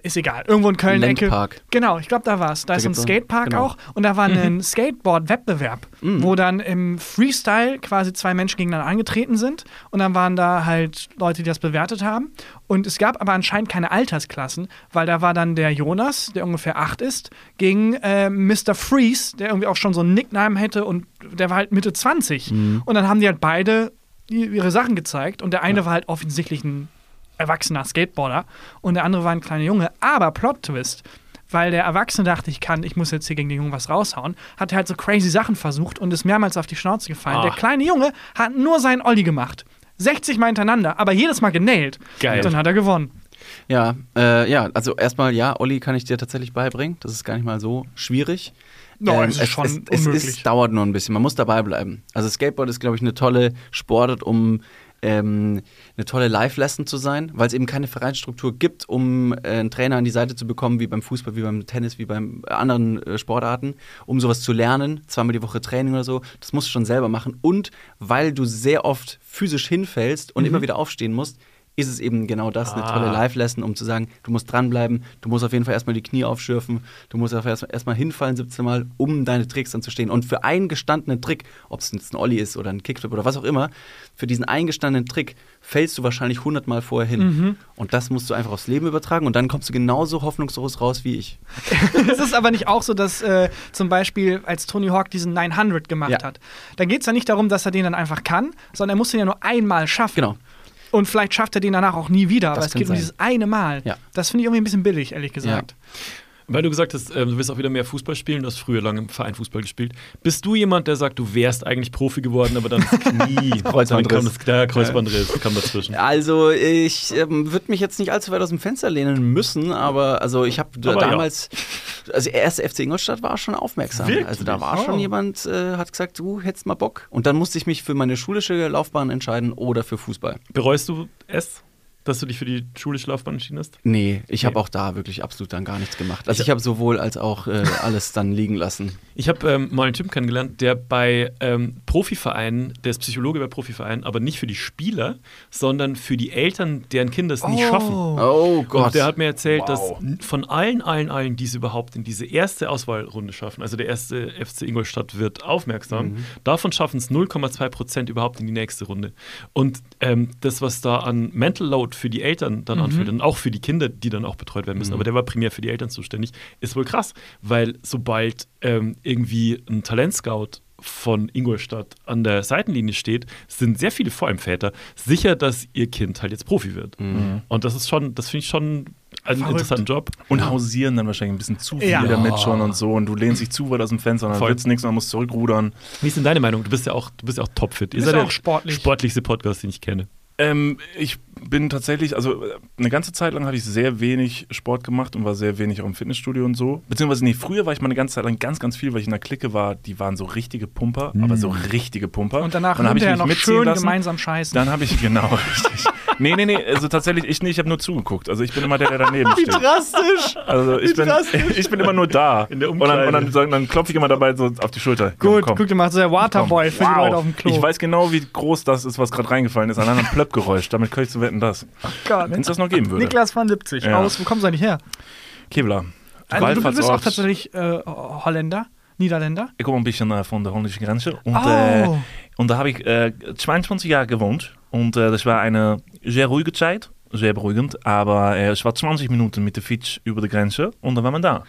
Speaker 2: Ist egal. Irgendwo in Köln Ecke.
Speaker 4: Lendpark.
Speaker 2: Genau, ich glaube, da war es. Da, ist so ein
Speaker 4: gibt's so-
Speaker 2: Skatepark
Speaker 4: genau. Mhm.
Speaker 2: auch und da war ein Skateboard-Wettbewerb, wo dann im Freestyle quasi zwei Menschen gegeneinander angetreten sind und dann waren da halt Leute, die das bewertet haben. Und es gab aber anscheinend keine Altersklassen, weil da war dann der Jonas, der ungefähr acht ist, gegen äh, Mr. Freeze, der irgendwie auch schon so einen Nickname hätte und der war halt Mitte 20.
Speaker 4: Mhm.
Speaker 2: Und dann haben die halt beide i- ihre Sachen gezeigt und der eine war halt offensichtlich ein erwachsener Skateboarder und der andere war ein kleiner Junge. Aber Plot-Twist, weil der Erwachsene dachte, ich kann, ich muss jetzt hier gegen den Jungen was raushauen, hat er halt so crazy Sachen versucht und ist mehrmals auf die Schnauze gefallen.
Speaker 5: Ah.
Speaker 2: Der kleine Junge hat nur seinen Olli gemacht. 60 Mal hintereinander, aber jedes Mal genäht.
Speaker 5: Geil.
Speaker 2: Und dann hat er gewonnen.
Speaker 4: Ja, äh, ja, also erstmal ja, Olli kann ich dir tatsächlich beibringen. Das ist gar nicht mal so schwierig. Ähm,
Speaker 2: No, es ist schon
Speaker 4: es, es,
Speaker 2: unmöglich.
Speaker 4: es dauert nur ein bisschen. Man muss dabei bleiben. Also Skateboard ist, glaube ich, eine tolle Sportart, um ähm, eine tolle Live-Lesson zu sein, weil es eben keine Vereinsstruktur gibt, um äh, einen Trainer an die Seite zu bekommen, wie beim Fußball, wie beim Tennis, wie beim äh, anderen äh, Sportarten, um sowas zu lernen, zweimal die Woche Training oder so. Das
Speaker 2: Mhm.
Speaker 4: musst du schon selber machen. Und weil du sehr oft physisch hinfällst und immer wieder aufstehen musst, ist es eben genau das, eine
Speaker 5: Ah.
Speaker 4: tolle Live-Lesson, um zu sagen, du musst dranbleiben, du musst auf jeden Fall erstmal die Knie aufschürfen, du musst auf erst- erstmal hinfallen 17 Mal, um deine Tricks dann zu stehen. Und für einen gestandenen Trick, ob es jetzt ein Ollie ist oder ein Kickflip oder was auch immer, für diesen eingestandenen Trick fällst du wahrscheinlich 100 Mal vorher hin. Und das musst du einfach aufs Leben übertragen und dann kommst du genauso hoffnungslos raus wie ich.
Speaker 2: Es ist aber nicht auch so, dass äh, zum Beispiel, als Tony Hawk diesen 900 gemacht
Speaker 4: Ja.
Speaker 2: hat, dann geht es ja nicht darum, dass er den dann einfach kann, sondern er muss den ja nur einmal schaffen.
Speaker 4: Genau.
Speaker 2: Und vielleicht schafft er den danach auch nie wieder, aber
Speaker 4: Das
Speaker 2: es
Speaker 4: kann
Speaker 2: geht um
Speaker 4: sein.
Speaker 2: dieses eine Mal.
Speaker 4: Ja.
Speaker 2: Das finde ich irgendwie ein bisschen billig, ehrlich gesagt.
Speaker 5: Weil du gesagt hast, ähm, du willst auch wieder mehr Fußball spielen, du hast früher lange im Verein Fußball gespielt. Bist du jemand, der sagt, du wärst eigentlich Profi geworden, aber dann das Knie, dann
Speaker 4: Kreuzbandriss.
Speaker 5: kam das ja, Kreuzbandriss kam dazwischen.
Speaker 4: Also ich ähm, würde mich jetzt nicht allzu weit aus dem Fenster lehnen müssen, aber also ich habe
Speaker 5: Aber ja.
Speaker 4: damals, also der erste FC Ingolstadt war schon aufmerksam.
Speaker 5: Wirklich?
Speaker 4: Also da war
Speaker 2: Oh.
Speaker 4: schon jemand, äh, hat gesagt, du hättest mal Bock. Und dann musste ich mich für meine schulische Laufbahn entscheiden oder für Fußball.
Speaker 5: Bereust du es, dass du dich für die schulische Laufbahn entschieden hast?
Speaker 4: Nee, ich habe
Speaker 5: Nee.
Speaker 4: auch da wirklich absolut dann gar nichts gemacht. Also ich habe sowohl als auch äh, alles dann liegen lassen.
Speaker 5: Ich habe ähm, mal einen Typen kennengelernt, der bei ähm, Profivereinen, der ist Psychologe bei Profivereinen, aber nicht für die Spieler, sondern für die Eltern, deren Kinder es nicht schaffen.
Speaker 4: Oh Gott.
Speaker 5: Und der hat mir erzählt,
Speaker 3: Wow.
Speaker 5: dass von allen, allen, allen, die es überhaupt in diese erste Auswahlrunde schaffen, also der erste FC Ingolstadt wird aufmerksam,
Speaker 4: Mhm.
Speaker 5: davon schaffen es 0,2 Prozent überhaupt in die nächste Runde. Und ähm, das, was da an Mental Load für die Eltern
Speaker 4: Mhm.
Speaker 5: dann anfällt und auch für die Kinder, die dann auch betreut werden müssen, aber der war primär für die Eltern zuständig, ist wohl krass, weil sobald ähm, irgendwie ein Talentscout von Ingolstadt an der Seitenlinie steht, sind sehr viele, vor allem Väter, sicher, dass ihr Kind halt jetzt Profi wird. Und das ist schon, das finde ich schon einen
Speaker 2: Verrückt.
Speaker 5: interessanten Job.
Speaker 3: Und hausieren dann wahrscheinlich ein bisschen zu viel
Speaker 2: Ja.
Speaker 3: damit schon und so. Und du lehnst dich zu weit aus dem Fenster und dann
Speaker 5: Voll.
Speaker 3: wird's nichts, man muss zurückrudern.
Speaker 5: Wie ist denn deine Meinung? Du bist ja auch, du bist ja auch topfit. Ihr
Speaker 2: bist
Speaker 5: seid
Speaker 2: ja
Speaker 5: ja
Speaker 2: auch sportlich.
Speaker 5: sportlichste Podcast, den ich kenne.
Speaker 3: Ähm, ich bin tatsächlich, also äh, eine ganze Zeit lang habe ich sehr wenig Sport gemacht und war sehr wenig auch im Fitnessstudio und so. Beziehungsweise, nee, früher war ich mal eine ganze Zeit lang ganz, ganz viel, weil ich in einer Clique war, die waren so richtige Pumper, aber so richtige Pumper.
Speaker 2: Mhm. Und danach
Speaker 3: dann habe ich
Speaker 2: hinterher
Speaker 3: mich
Speaker 2: noch
Speaker 3: mitziehen
Speaker 2: schön
Speaker 3: lassen.
Speaker 2: gemeinsam scheißen.
Speaker 3: Dann habe ich, genau, richtig. Nee, nee, nee, also tatsächlich, ich nicht, ich habe nur zugeguckt. Also ich bin immer der, der daneben steht.
Speaker 4: drastisch.
Speaker 3: Also ich bin, ich bin immer nur da.
Speaker 5: In der
Speaker 3: und dann, und dann,
Speaker 5: Umkleide.
Speaker 3: sagen- dann klopfe ich immer dabei so auf die Schulter.
Speaker 2: Gut,
Speaker 3: komm,
Speaker 2: guck dir mal, das ist der Waterboy für die Leute auf dem Klo.
Speaker 3: Ich weiß genau, wie groß das ist, was gerade reingefallen ist. An einem Plöppgeräusch. Damit könnte ich zu wetten, das.
Speaker 2: Gott.
Speaker 3: Wenn es das noch geben würde.
Speaker 2: Niklas von 70.
Speaker 3: Ja.
Speaker 2: Aus, wo kommst du eigentlich her?
Speaker 3: Kevlar.
Speaker 2: Also, du bist auch
Speaker 3: Wallfahrtsort.
Speaker 2: tatsächlich äh, Holländer, Niederländer.
Speaker 3: Ich komme ein bisschen äh, von der holländischen Grenze. Und,
Speaker 2: Oh.
Speaker 3: äh, und da habe ich äh, 22 Jahre gewohnt. Und äh, das war eine sehr ruhige Zeit. Sehr beruhigend. Aber äh, es war 20 Minuten mit der Fiets über die Grenze. Und dann war man da.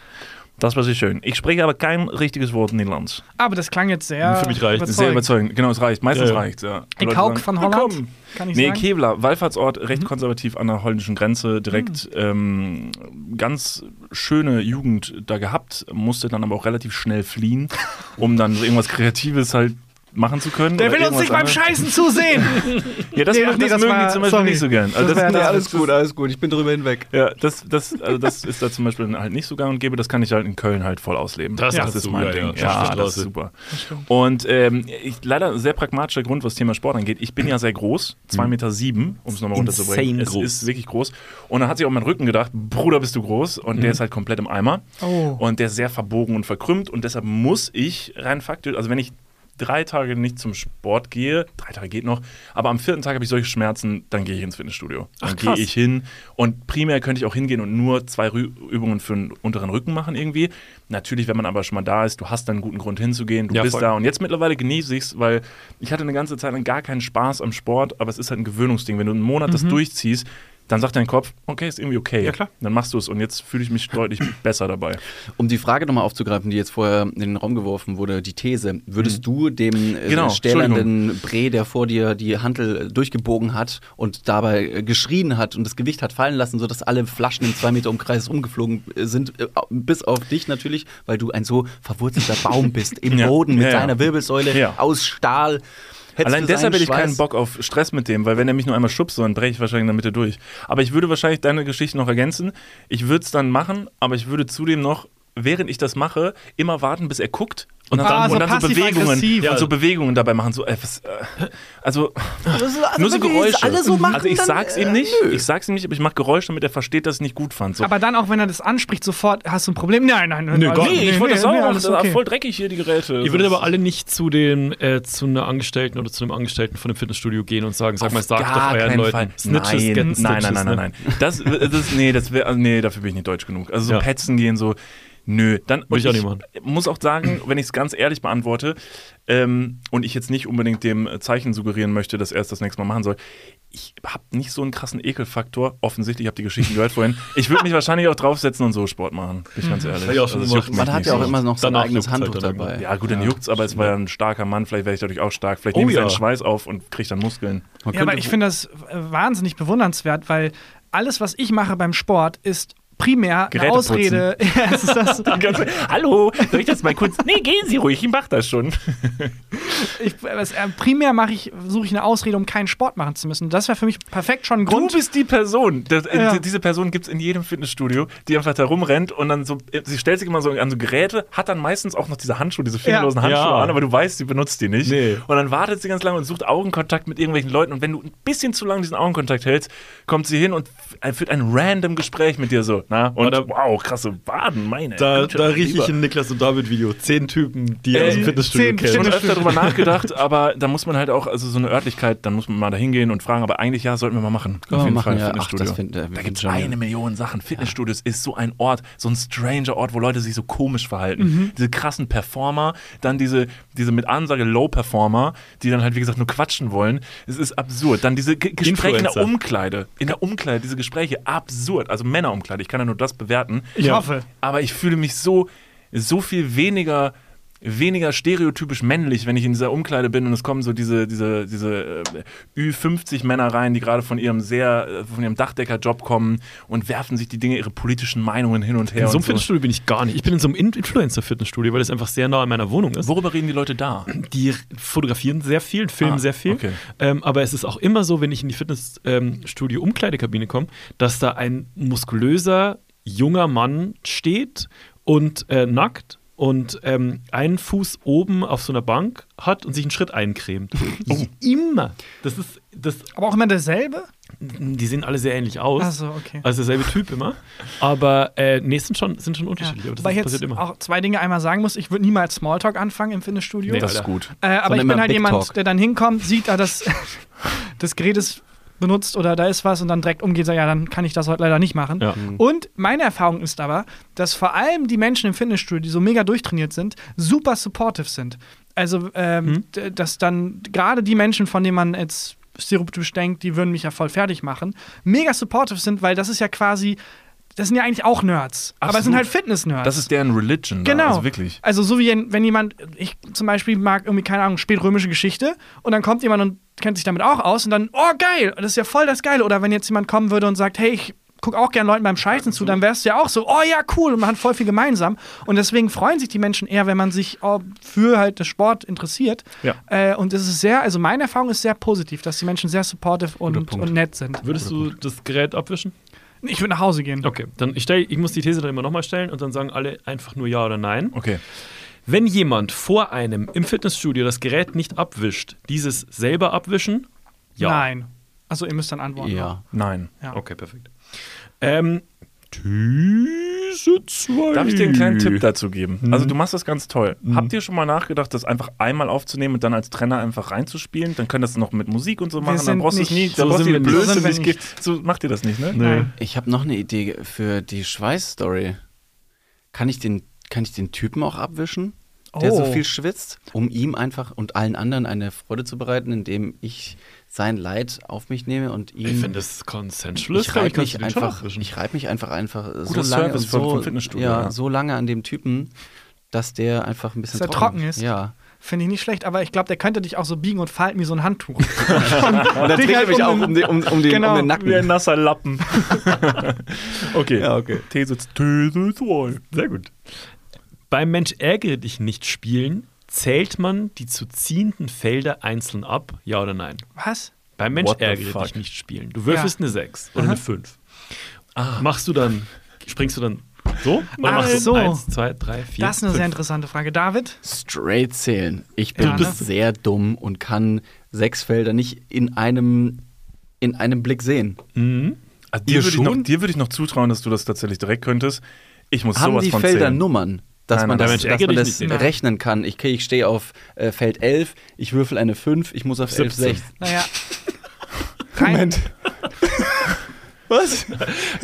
Speaker 3: Das war sehr schön. Ich spreche aber kein richtiges Wort Niederlands.
Speaker 2: Aber das klang jetzt sehr.
Speaker 5: Für mich reicht es
Speaker 3: Sehr überzeugend. Genau, es reicht. Meistens
Speaker 5: Ja, ja.
Speaker 3: reicht ja. Die
Speaker 2: Ich
Speaker 3: Leute
Speaker 2: Haug
Speaker 3: sagen,
Speaker 2: von Holland.
Speaker 3: "Willkommen."
Speaker 2: Kann ich
Speaker 3: Nee,
Speaker 2: sagen. Mhm.
Speaker 3: Kevlar, Wallfahrtsort, recht konservativ an der holländischen Grenze, direkt
Speaker 2: Mhm.
Speaker 3: ähm, ganz schöne Jugend da gehabt, musste dann aber auch relativ schnell fliehen, um dann so irgendwas Kreatives halt machen zu können.
Speaker 2: Der
Speaker 3: oder
Speaker 2: will uns nicht beim
Speaker 3: irgendwas anderes.
Speaker 2: Scheißen zusehen.
Speaker 3: Ja, das,
Speaker 2: Nee,
Speaker 3: macht-
Speaker 2: nee,
Speaker 3: das,
Speaker 2: das
Speaker 3: mögen
Speaker 2: war-
Speaker 3: die zum Beispiel
Speaker 2: sorry.
Speaker 3: nicht so gern. Also
Speaker 2: Das
Speaker 3: das,
Speaker 2: wär-
Speaker 4: Nee,
Speaker 3: das,
Speaker 4: alles gut, alles gut. Ich bin drüber hinweg.
Speaker 3: ja, das, das, also das ist da zum Beispiel halt nicht so gang und gäbe, das kann ich halt in Köln halt voll ausleben.
Speaker 5: Das
Speaker 3: ja,
Speaker 5: hast
Speaker 3: ist
Speaker 5: du,
Speaker 3: mein
Speaker 5: ja,
Speaker 3: Ding.
Speaker 5: ja.
Speaker 3: Ja,
Speaker 5: Stimmt,
Speaker 3: das ist
Speaker 5: Leute.
Speaker 3: super. Und ähm, ich, leider sehr pragmatischer Grund, was Thema Sport angeht. Ich bin ja sehr groß, 2,7 Meter, sieben, um es nochmal
Speaker 5: Mhm. Insane
Speaker 3: runterzubringen.
Speaker 5: groß.
Speaker 3: Es ist wirklich groß. Und dann hat sich auch mein Rücken gedacht, Bruder, bist du groß. Und
Speaker 5: Mhm.
Speaker 3: der ist halt komplett im Eimer.
Speaker 2: Oh.
Speaker 3: Und der ist sehr verbogen und verkrümmt. Und deshalb muss ich rein faktisch, also wenn ich drei Tage nicht zum Sport gehe, drei Tage geht noch, aber am vierten Tag habe ich solche Schmerzen, dann gehe ich ins Fitnessstudio. Dann gehe
Speaker 5: krass.
Speaker 3: ich hin und primär könnte ich auch hingehen und nur zwei Rü Übungen für den unteren Rücken machen irgendwie. Natürlich, wenn man aber schon mal da ist, du hast dann einen guten Grund hinzugehen, du
Speaker 5: Ja,
Speaker 3: bist
Speaker 5: voll.
Speaker 3: da und jetzt mittlerweile genieße ich es, weil ich hatte eine ganze Zeit lang gar keinen Spaß am Sport, aber es ist halt ein Gewöhnungsding. Wenn du einen Monat das durchziehst, dann sagt dein Kopf, okay, ist irgendwie okay.
Speaker 5: Mhm. Ja, klar.
Speaker 3: Dann machst du es und jetzt fühle ich mich deutlich besser dabei.
Speaker 4: Um die Frage nochmal aufzugreifen, die jetzt vorher in den Raum geworfen wurde, die These, würdest du dem äh,
Speaker 3: Mhm. Genau,
Speaker 4: stählernden Bre, der vor dir die Hantel äh, durchgebogen hat und dabei äh, geschrien hat und das Gewicht hat fallen lassen, sodass alle Flaschen im 2 Meter Umkreis rumgeflogen äh, sind, äh, bis auf dich natürlich, weil du ein so verwurzelter Baum bist, im
Speaker 3: Ja,
Speaker 4: Boden mit
Speaker 3: ja, ja.
Speaker 4: deiner Wirbelsäule
Speaker 3: Ja.
Speaker 4: aus Stahl. Hättest
Speaker 3: Allein
Speaker 4: du
Speaker 3: deshalb
Speaker 4: seinen
Speaker 3: hätte ich keinen
Speaker 4: Schweiß-
Speaker 3: Bock auf Stress mit dem, weil wenn er mich nur einmal schubst, dann drehe ich wahrscheinlich in der Mitte durch. Aber ich würde wahrscheinlich deine Geschichte noch ergänzen. Ich würde es dann machen, aber ich würde zudem noch, während ich das mache, immer warten, bis er guckt Und dann,
Speaker 2: Ah, so
Speaker 3: und dann so Bewegungen,
Speaker 2: passiv-aggressiv.
Speaker 3: und so Bewegungen dabei machen, so, äh, was, äh, also,
Speaker 4: Also, also
Speaker 3: nur so
Speaker 4: wenn wir das
Speaker 3: Geräusche.
Speaker 4: Alle so machen,
Speaker 3: also ich
Speaker 4: dann,
Speaker 3: sag's ihm
Speaker 4: äh,
Speaker 3: nicht,
Speaker 4: nö.
Speaker 3: ich sag's ihm nicht, aber ich mache Geräusche, damit er versteht, dass ich nicht gut fand. So.
Speaker 2: Aber dann auch, wenn er das anspricht, sofort hast du ein Problem. Nein, nein, Also, nein.
Speaker 5: Nee, Gott,
Speaker 3: nee, ich wollte das auch machen,
Speaker 2: alles
Speaker 3: das war
Speaker 2: okay.
Speaker 3: voll dreckig hier, die Geräte.
Speaker 5: Ihr würdet aber alle nicht zu den äh, zu einer Angestellten oder zu einem Angestellten von einem Fitnessstudio gehen und sagen, sag mal,
Speaker 3: Auf
Speaker 5: sagt
Speaker 3: gar
Speaker 5: doch euren
Speaker 3: keinen
Speaker 5: Leuten,
Speaker 3: Fall.
Speaker 5: Snitches
Speaker 3: nein,
Speaker 5: get
Speaker 3: nein,
Speaker 5: Stitches.
Speaker 3: nein, nein,
Speaker 5: ne?
Speaker 3: nein, nein. Das, das, nee, das wär, also nee, dafür bin ich nicht deutsch genug. Also so
Speaker 5: Ja.
Speaker 3: Petzen gehen, so, nö. Dann, und
Speaker 5: ich auch nicht machen.
Speaker 3: muss auch sagen, wenn ich es ganz ehrlich beantworte ähm, und ich jetzt nicht unbedingt dem äh, Zeichen suggerieren möchte, dass er es das nächste Mal machen soll, ich habe nicht so einen krassen Ekelfaktor. Offensichtlich, ich habe die Geschichten gehört vorhin. Ich würde mich wahrscheinlich auch draufsetzen und so Sport machen, bin ich ganz ehrlich.
Speaker 5: Mhm. Hab ich auch schon
Speaker 3: es
Speaker 5: gemacht.
Speaker 3: juckt mich
Speaker 4: Man hat
Speaker 3: nicht
Speaker 4: ja auch
Speaker 3: so.
Speaker 4: immer noch sein
Speaker 5: Danach
Speaker 4: eigenes
Speaker 5: juckt's halt
Speaker 4: Handtuch
Speaker 5: dann
Speaker 4: dabei.
Speaker 3: Ja, gut, dann juckt's, aber es war ja ein starker Mann. Vielleicht wäre ich dadurch auch stark. Vielleicht
Speaker 5: Oh
Speaker 3: nehme ich
Speaker 5: ja.
Speaker 3: seinen Schweiß auf und kriege dann Muskeln.
Speaker 4: Man
Speaker 2: Ja, aber
Speaker 4: könnte-
Speaker 2: ich finde das äh, wahnsinnig bewundernswert, weil alles, was ich mache beim Sport, ist primär eine
Speaker 3: Geräte putzen.
Speaker 2: Ausrede. Ja, es ist das,
Speaker 3: Ganz, Hallo, soll ich das mal kurz? Nee, gehen Sie ruhig, ich mach das schon.
Speaker 2: ich, es, äh, primär mache ich, suche ich eine Ausrede, um keinen Sport machen zu müssen. Das wäre für mich perfekt schon ein Grund.
Speaker 3: Du bist die Person. Das, äh,
Speaker 2: Ja.
Speaker 3: die- Diese Person gibt es in jedem Fitnessstudio, die einfach da rumrennt und dann so, äh, sie stellt sich immer so an so Geräte, hat dann meistens auch noch diese Handschuhe, diese fingerlosen
Speaker 5: Ja.
Speaker 3: Handschuhe
Speaker 5: Ja.
Speaker 3: an, aber du weißt, sie benutzt die nicht.
Speaker 5: Nee.
Speaker 3: Und dann wartet sie ganz lange und sucht Augenkontakt mit irgendwelchen Leuten und wenn du ein bisschen zu lange diesen Augenkontakt hältst, kommt sie hin und f- äh, führt ein random Gespräch mit dir so. Na, und
Speaker 5: da-
Speaker 3: wow, krasse Waden, meine.
Speaker 5: Da,
Speaker 3: Güte,
Speaker 5: da rieche ich
Speaker 3: lieber.
Speaker 5: ein Niklas und David Video. Zehn Typen, die ihr aus
Speaker 3: Äh,
Speaker 5: dem Fitnessstudio
Speaker 2: zehn
Speaker 5: kennen.
Speaker 3: schon
Speaker 2: bestimmt.
Speaker 3: öfter drüber nachgedacht, aber da muss man halt auch, also so eine Örtlichkeit, dann muss man mal da hingehen und fragen, aber eigentlich ja, sollten wir mal machen.
Speaker 4: Können wir machen, ja. Ach,
Speaker 3: Fitnessstudio.
Speaker 4: das find-
Speaker 3: da
Speaker 4: äh, wir
Speaker 3: gibt es
Speaker 4: finden schon,
Speaker 3: eine
Speaker 4: ja.
Speaker 3: Million Sachen. Fitnessstudios ist so ein Ort, so ein stranger Ort, wo Leute sich so komisch verhalten.
Speaker 4: Mhm.
Speaker 3: Diese krassen Performer, dann diese, diese mit Ansage Low-Performer, die dann halt, wie gesagt, nur quatschen wollen. Es ist absurd. Dann diese Ge Gespräche in der
Speaker 5: Influencer.
Speaker 3: Umkleide. In der Umkleide, diese Gespräche, absurd. Also Männerumkleide, ich kann ja nur das bewerten
Speaker 2: Ich
Speaker 5: Ja.
Speaker 2: hoffe.
Speaker 3: aber ich fühle mich so, so viel weniger, weniger stereotypisch männlich, wenn ich in dieser Umkleide bin und es kommen so diese, diese, diese äh, Ü50-Männer rein, die gerade von ihrem sehr, äh, von ihrem Dachdeckerjob kommen und werfen sich die Dinge, ihre politischen Meinungen hin und her.
Speaker 5: In so einem
Speaker 3: und so.
Speaker 5: Fitnessstudio bin ich gar nicht. Ich bin in so einem In- Influencer-Fitnessstudio, weil das einfach sehr nah an meiner Wohnung ist.
Speaker 3: Worüber reden die Leute da?
Speaker 5: Die fotografieren sehr viel, filmen
Speaker 3: Ah,
Speaker 5: sehr viel.
Speaker 3: okay.
Speaker 5: Ähm, aber es ist auch immer so, wenn ich in die Fitnessstudio-Umkleidekabine komme, dass da ein muskulöser, junger Mann steht und äh, nackt und ähm, einen Fuß oben auf so einer Bank hat und sich einen Schritt eincremt. Immer. Das ist, das,
Speaker 2: Aber auch immer derselbe?
Speaker 5: die sehen alle sehr ähnlich aus.
Speaker 2: Ach so, okay.
Speaker 5: Also derselbe Typ immer. Aber äh, nee, es sind schon, sind schon
Speaker 2: Ja.
Speaker 5: unterschiedlich. Aber das
Speaker 2: Weil
Speaker 5: ist-
Speaker 2: ich jetzt
Speaker 5: passiert immer.
Speaker 2: auch zwei Dinge einmal sagen muss, ich würde niemals Smalltalk anfangen im Fitnessstudio.
Speaker 5: Nee.
Speaker 3: Das ist
Speaker 5: Alter.
Speaker 3: gut.
Speaker 2: Äh, aber ich
Speaker 4: immer
Speaker 2: bin halt
Speaker 4: Big
Speaker 2: jemand,
Speaker 4: Talk.
Speaker 2: der dann hinkommt, sieht, ah, das, das Gerät ist benutzt oder da ist was und dann direkt umgeht, sagt, ja, dann kann ich das heute leider nicht machen.
Speaker 5: Ja.
Speaker 3: Mhm.
Speaker 2: Und meine Erfahrung ist aber, dass vor allem die Menschen im Fitnessstudio, die so mega durchtrainiert sind, super supportive sind. Also, ähm,
Speaker 3: Mhm.
Speaker 2: d- dass dann gerade die Menschen, von denen man jetzt stereotypisch denkt, die würden mich ja voll fertig machen, mega supportive sind, weil das ist ja quasi, das sind ja eigentlich auch Nerds. Aber es sind
Speaker 3: Absolut.
Speaker 2: halt Fitness-Nerds.
Speaker 3: Das ist deren Religion. Da.
Speaker 2: Genau.
Speaker 3: Also wirklich.
Speaker 2: Also so wie wenn wenn jemand, ich zum Beispiel mag irgendwie, keine Ahnung, spätrömische Geschichte und dann kommt jemand und kennt sich damit auch aus und dann, oh geil, das ist ja voll das Geile. Oder wenn jetzt jemand kommen würde und sagt, hey, ich guck auch gern Leuten beim Scheißen zu, dann wärst du ja auch so, oh ja, cool, und man hat voll viel gemeinsam. Und deswegen freuen sich die Menschen eher, wenn man sich oh, für halt das Sport interessiert.
Speaker 3: Ja.
Speaker 2: Äh, und es ist sehr, also meine Erfahrung ist sehr positiv, dass die Menschen sehr supportive und,
Speaker 4: Punkt.
Speaker 2: und nett sind.
Speaker 5: Würdest du das Gerät abwischen?
Speaker 2: Ich würde nach Hause gehen.
Speaker 5: Okay, dann ich, stell, ich muss die These dann immer nochmal stellen und dann sagen alle einfach nur ja oder nein.
Speaker 3: Okay.
Speaker 5: Wenn jemand vor einem im Fitnessstudio das Gerät nicht abwischt, dieses selber abwischen? Ja.
Speaker 2: Nein. Also ihr müsst dann antworten.
Speaker 4: Ja.
Speaker 3: Nein.
Speaker 2: Ja.
Speaker 5: Okay, perfekt. Ähm, diese zwei.
Speaker 3: Darf ich dir einen kleinen
Speaker 5: Hm.
Speaker 3: Tipp dazu geben? Also du machst das ganz toll. Habt ihr schon mal nachgedacht, das einfach einmal aufzunehmen und dann als Trainer einfach reinzuspielen? Dann könnt ihr das noch mit Musik und so machen. Dann
Speaker 2: sind
Speaker 3: brauchst du es
Speaker 2: nicht-
Speaker 3: nie. Dann
Speaker 5: so
Speaker 3: brauchst du
Speaker 5: sind
Speaker 3: die
Speaker 5: wir nicht.
Speaker 2: So
Speaker 3: Blöße
Speaker 2: sind wir
Speaker 3: nicht. ge- So macht ihr das nicht, ne?
Speaker 5: Nee.
Speaker 4: Ich habe noch eine Idee für die Schweißstory. Kann ich den, kann ich den Typen auch abwischen, der so
Speaker 2: Oh.
Speaker 4: viel schwitzt, um ihm einfach und allen anderen eine Freude zu bereiten, indem ich sein Leid auf mich nehme und ihm.
Speaker 5: Ich finde das consensual.
Speaker 4: ich
Speaker 5: glaub
Speaker 4: reibe
Speaker 5: kannst du
Speaker 4: mich,
Speaker 5: den schon
Speaker 4: einfach,
Speaker 5: abwischen.
Speaker 4: ich reib mich einfach einfach äh, so
Speaker 3: Guter
Speaker 4: lange
Speaker 3: Service
Speaker 4: und
Speaker 3: vom-
Speaker 4: so,
Speaker 3: vom Fitnessstudio,
Speaker 4: ja,
Speaker 3: ja.
Speaker 4: so lange an dem Typen, dass der einfach ein bisschen
Speaker 2: Dass er trocken ist.
Speaker 4: Ja.
Speaker 2: Finde ich nicht schlecht, aber ich glaube, der könnte dich auch so biegen und falten wie so ein Handtuch.
Speaker 4: Und dann
Speaker 2: Dich
Speaker 4: dreht er
Speaker 2: halt
Speaker 4: mich
Speaker 2: um
Speaker 4: auch
Speaker 2: den-
Speaker 4: um den, um, um den,
Speaker 2: Genau,
Speaker 4: um den Nacken.
Speaker 3: Wie ein nasser Lappen. okay.
Speaker 4: Ja, okay.
Speaker 3: These, These 2.
Speaker 5: Sehr gut. Beim Mensch ärgere dich nicht spielen, zählt man die zu ziehenden Felder einzeln ab, ja oder nein?
Speaker 2: Was?
Speaker 5: Beim Mensch
Speaker 3: What the
Speaker 5: ärgere
Speaker 3: fuck?
Speaker 5: dich nicht spielen. Du würfelst
Speaker 2: Ja.
Speaker 5: eine 6 oder eine 5. Machst du dann, springst du dann So? Man
Speaker 2: Ach
Speaker 5: macht
Speaker 2: so.
Speaker 5: Eins, zwei, drei,
Speaker 2: Also.
Speaker 5: vier.
Speaker 2: Das ist eine sehr
Speaker 5: fünf.
Speaker 2: interessante Frage. David?
Speaker 4: Straight zählen. Ich bin
Speaker 2: Ja, ne?
Speaker 4: sehr dumm und kann sechs Felder nicht in einem, in einem Blick sehen.
Speaker 3: Also,
Speaker 4: Ihr
Speaker 3: dir würde ich, noch-
Speaker 4: schon?
Speaker 3: dir würd ich noch zutrauen, dass du das tatsächlich direkt könntest. Ich muss
Speaker 4: Haben
Speaker 3: sowas
Speaker 4: die
Speaker 3: von
Speaker 4: Felder
Speaker 3: zählen.
Speaker 4: Nummern? Dass
Speaker 3: Nein,
Speaker 4: man
Speaker 3: nein,
Speaker 4: das,
Speaker 5: Mensch, ärgere
Speaker 4: dass man
Speaker 5: dich
Speaker 4: das
Speaker 5: nicht.
Speaker 2: Nein.
Speaker 4: rechnen kann. Ich, okay, ich stehe auf äh, Feld 11, ich würfel eine 5, ich muss auf 11,
Speaker 5: 17.
Speaker 4: 16.
Speaker 2: Naja. Rein,
Speaker 4: Was?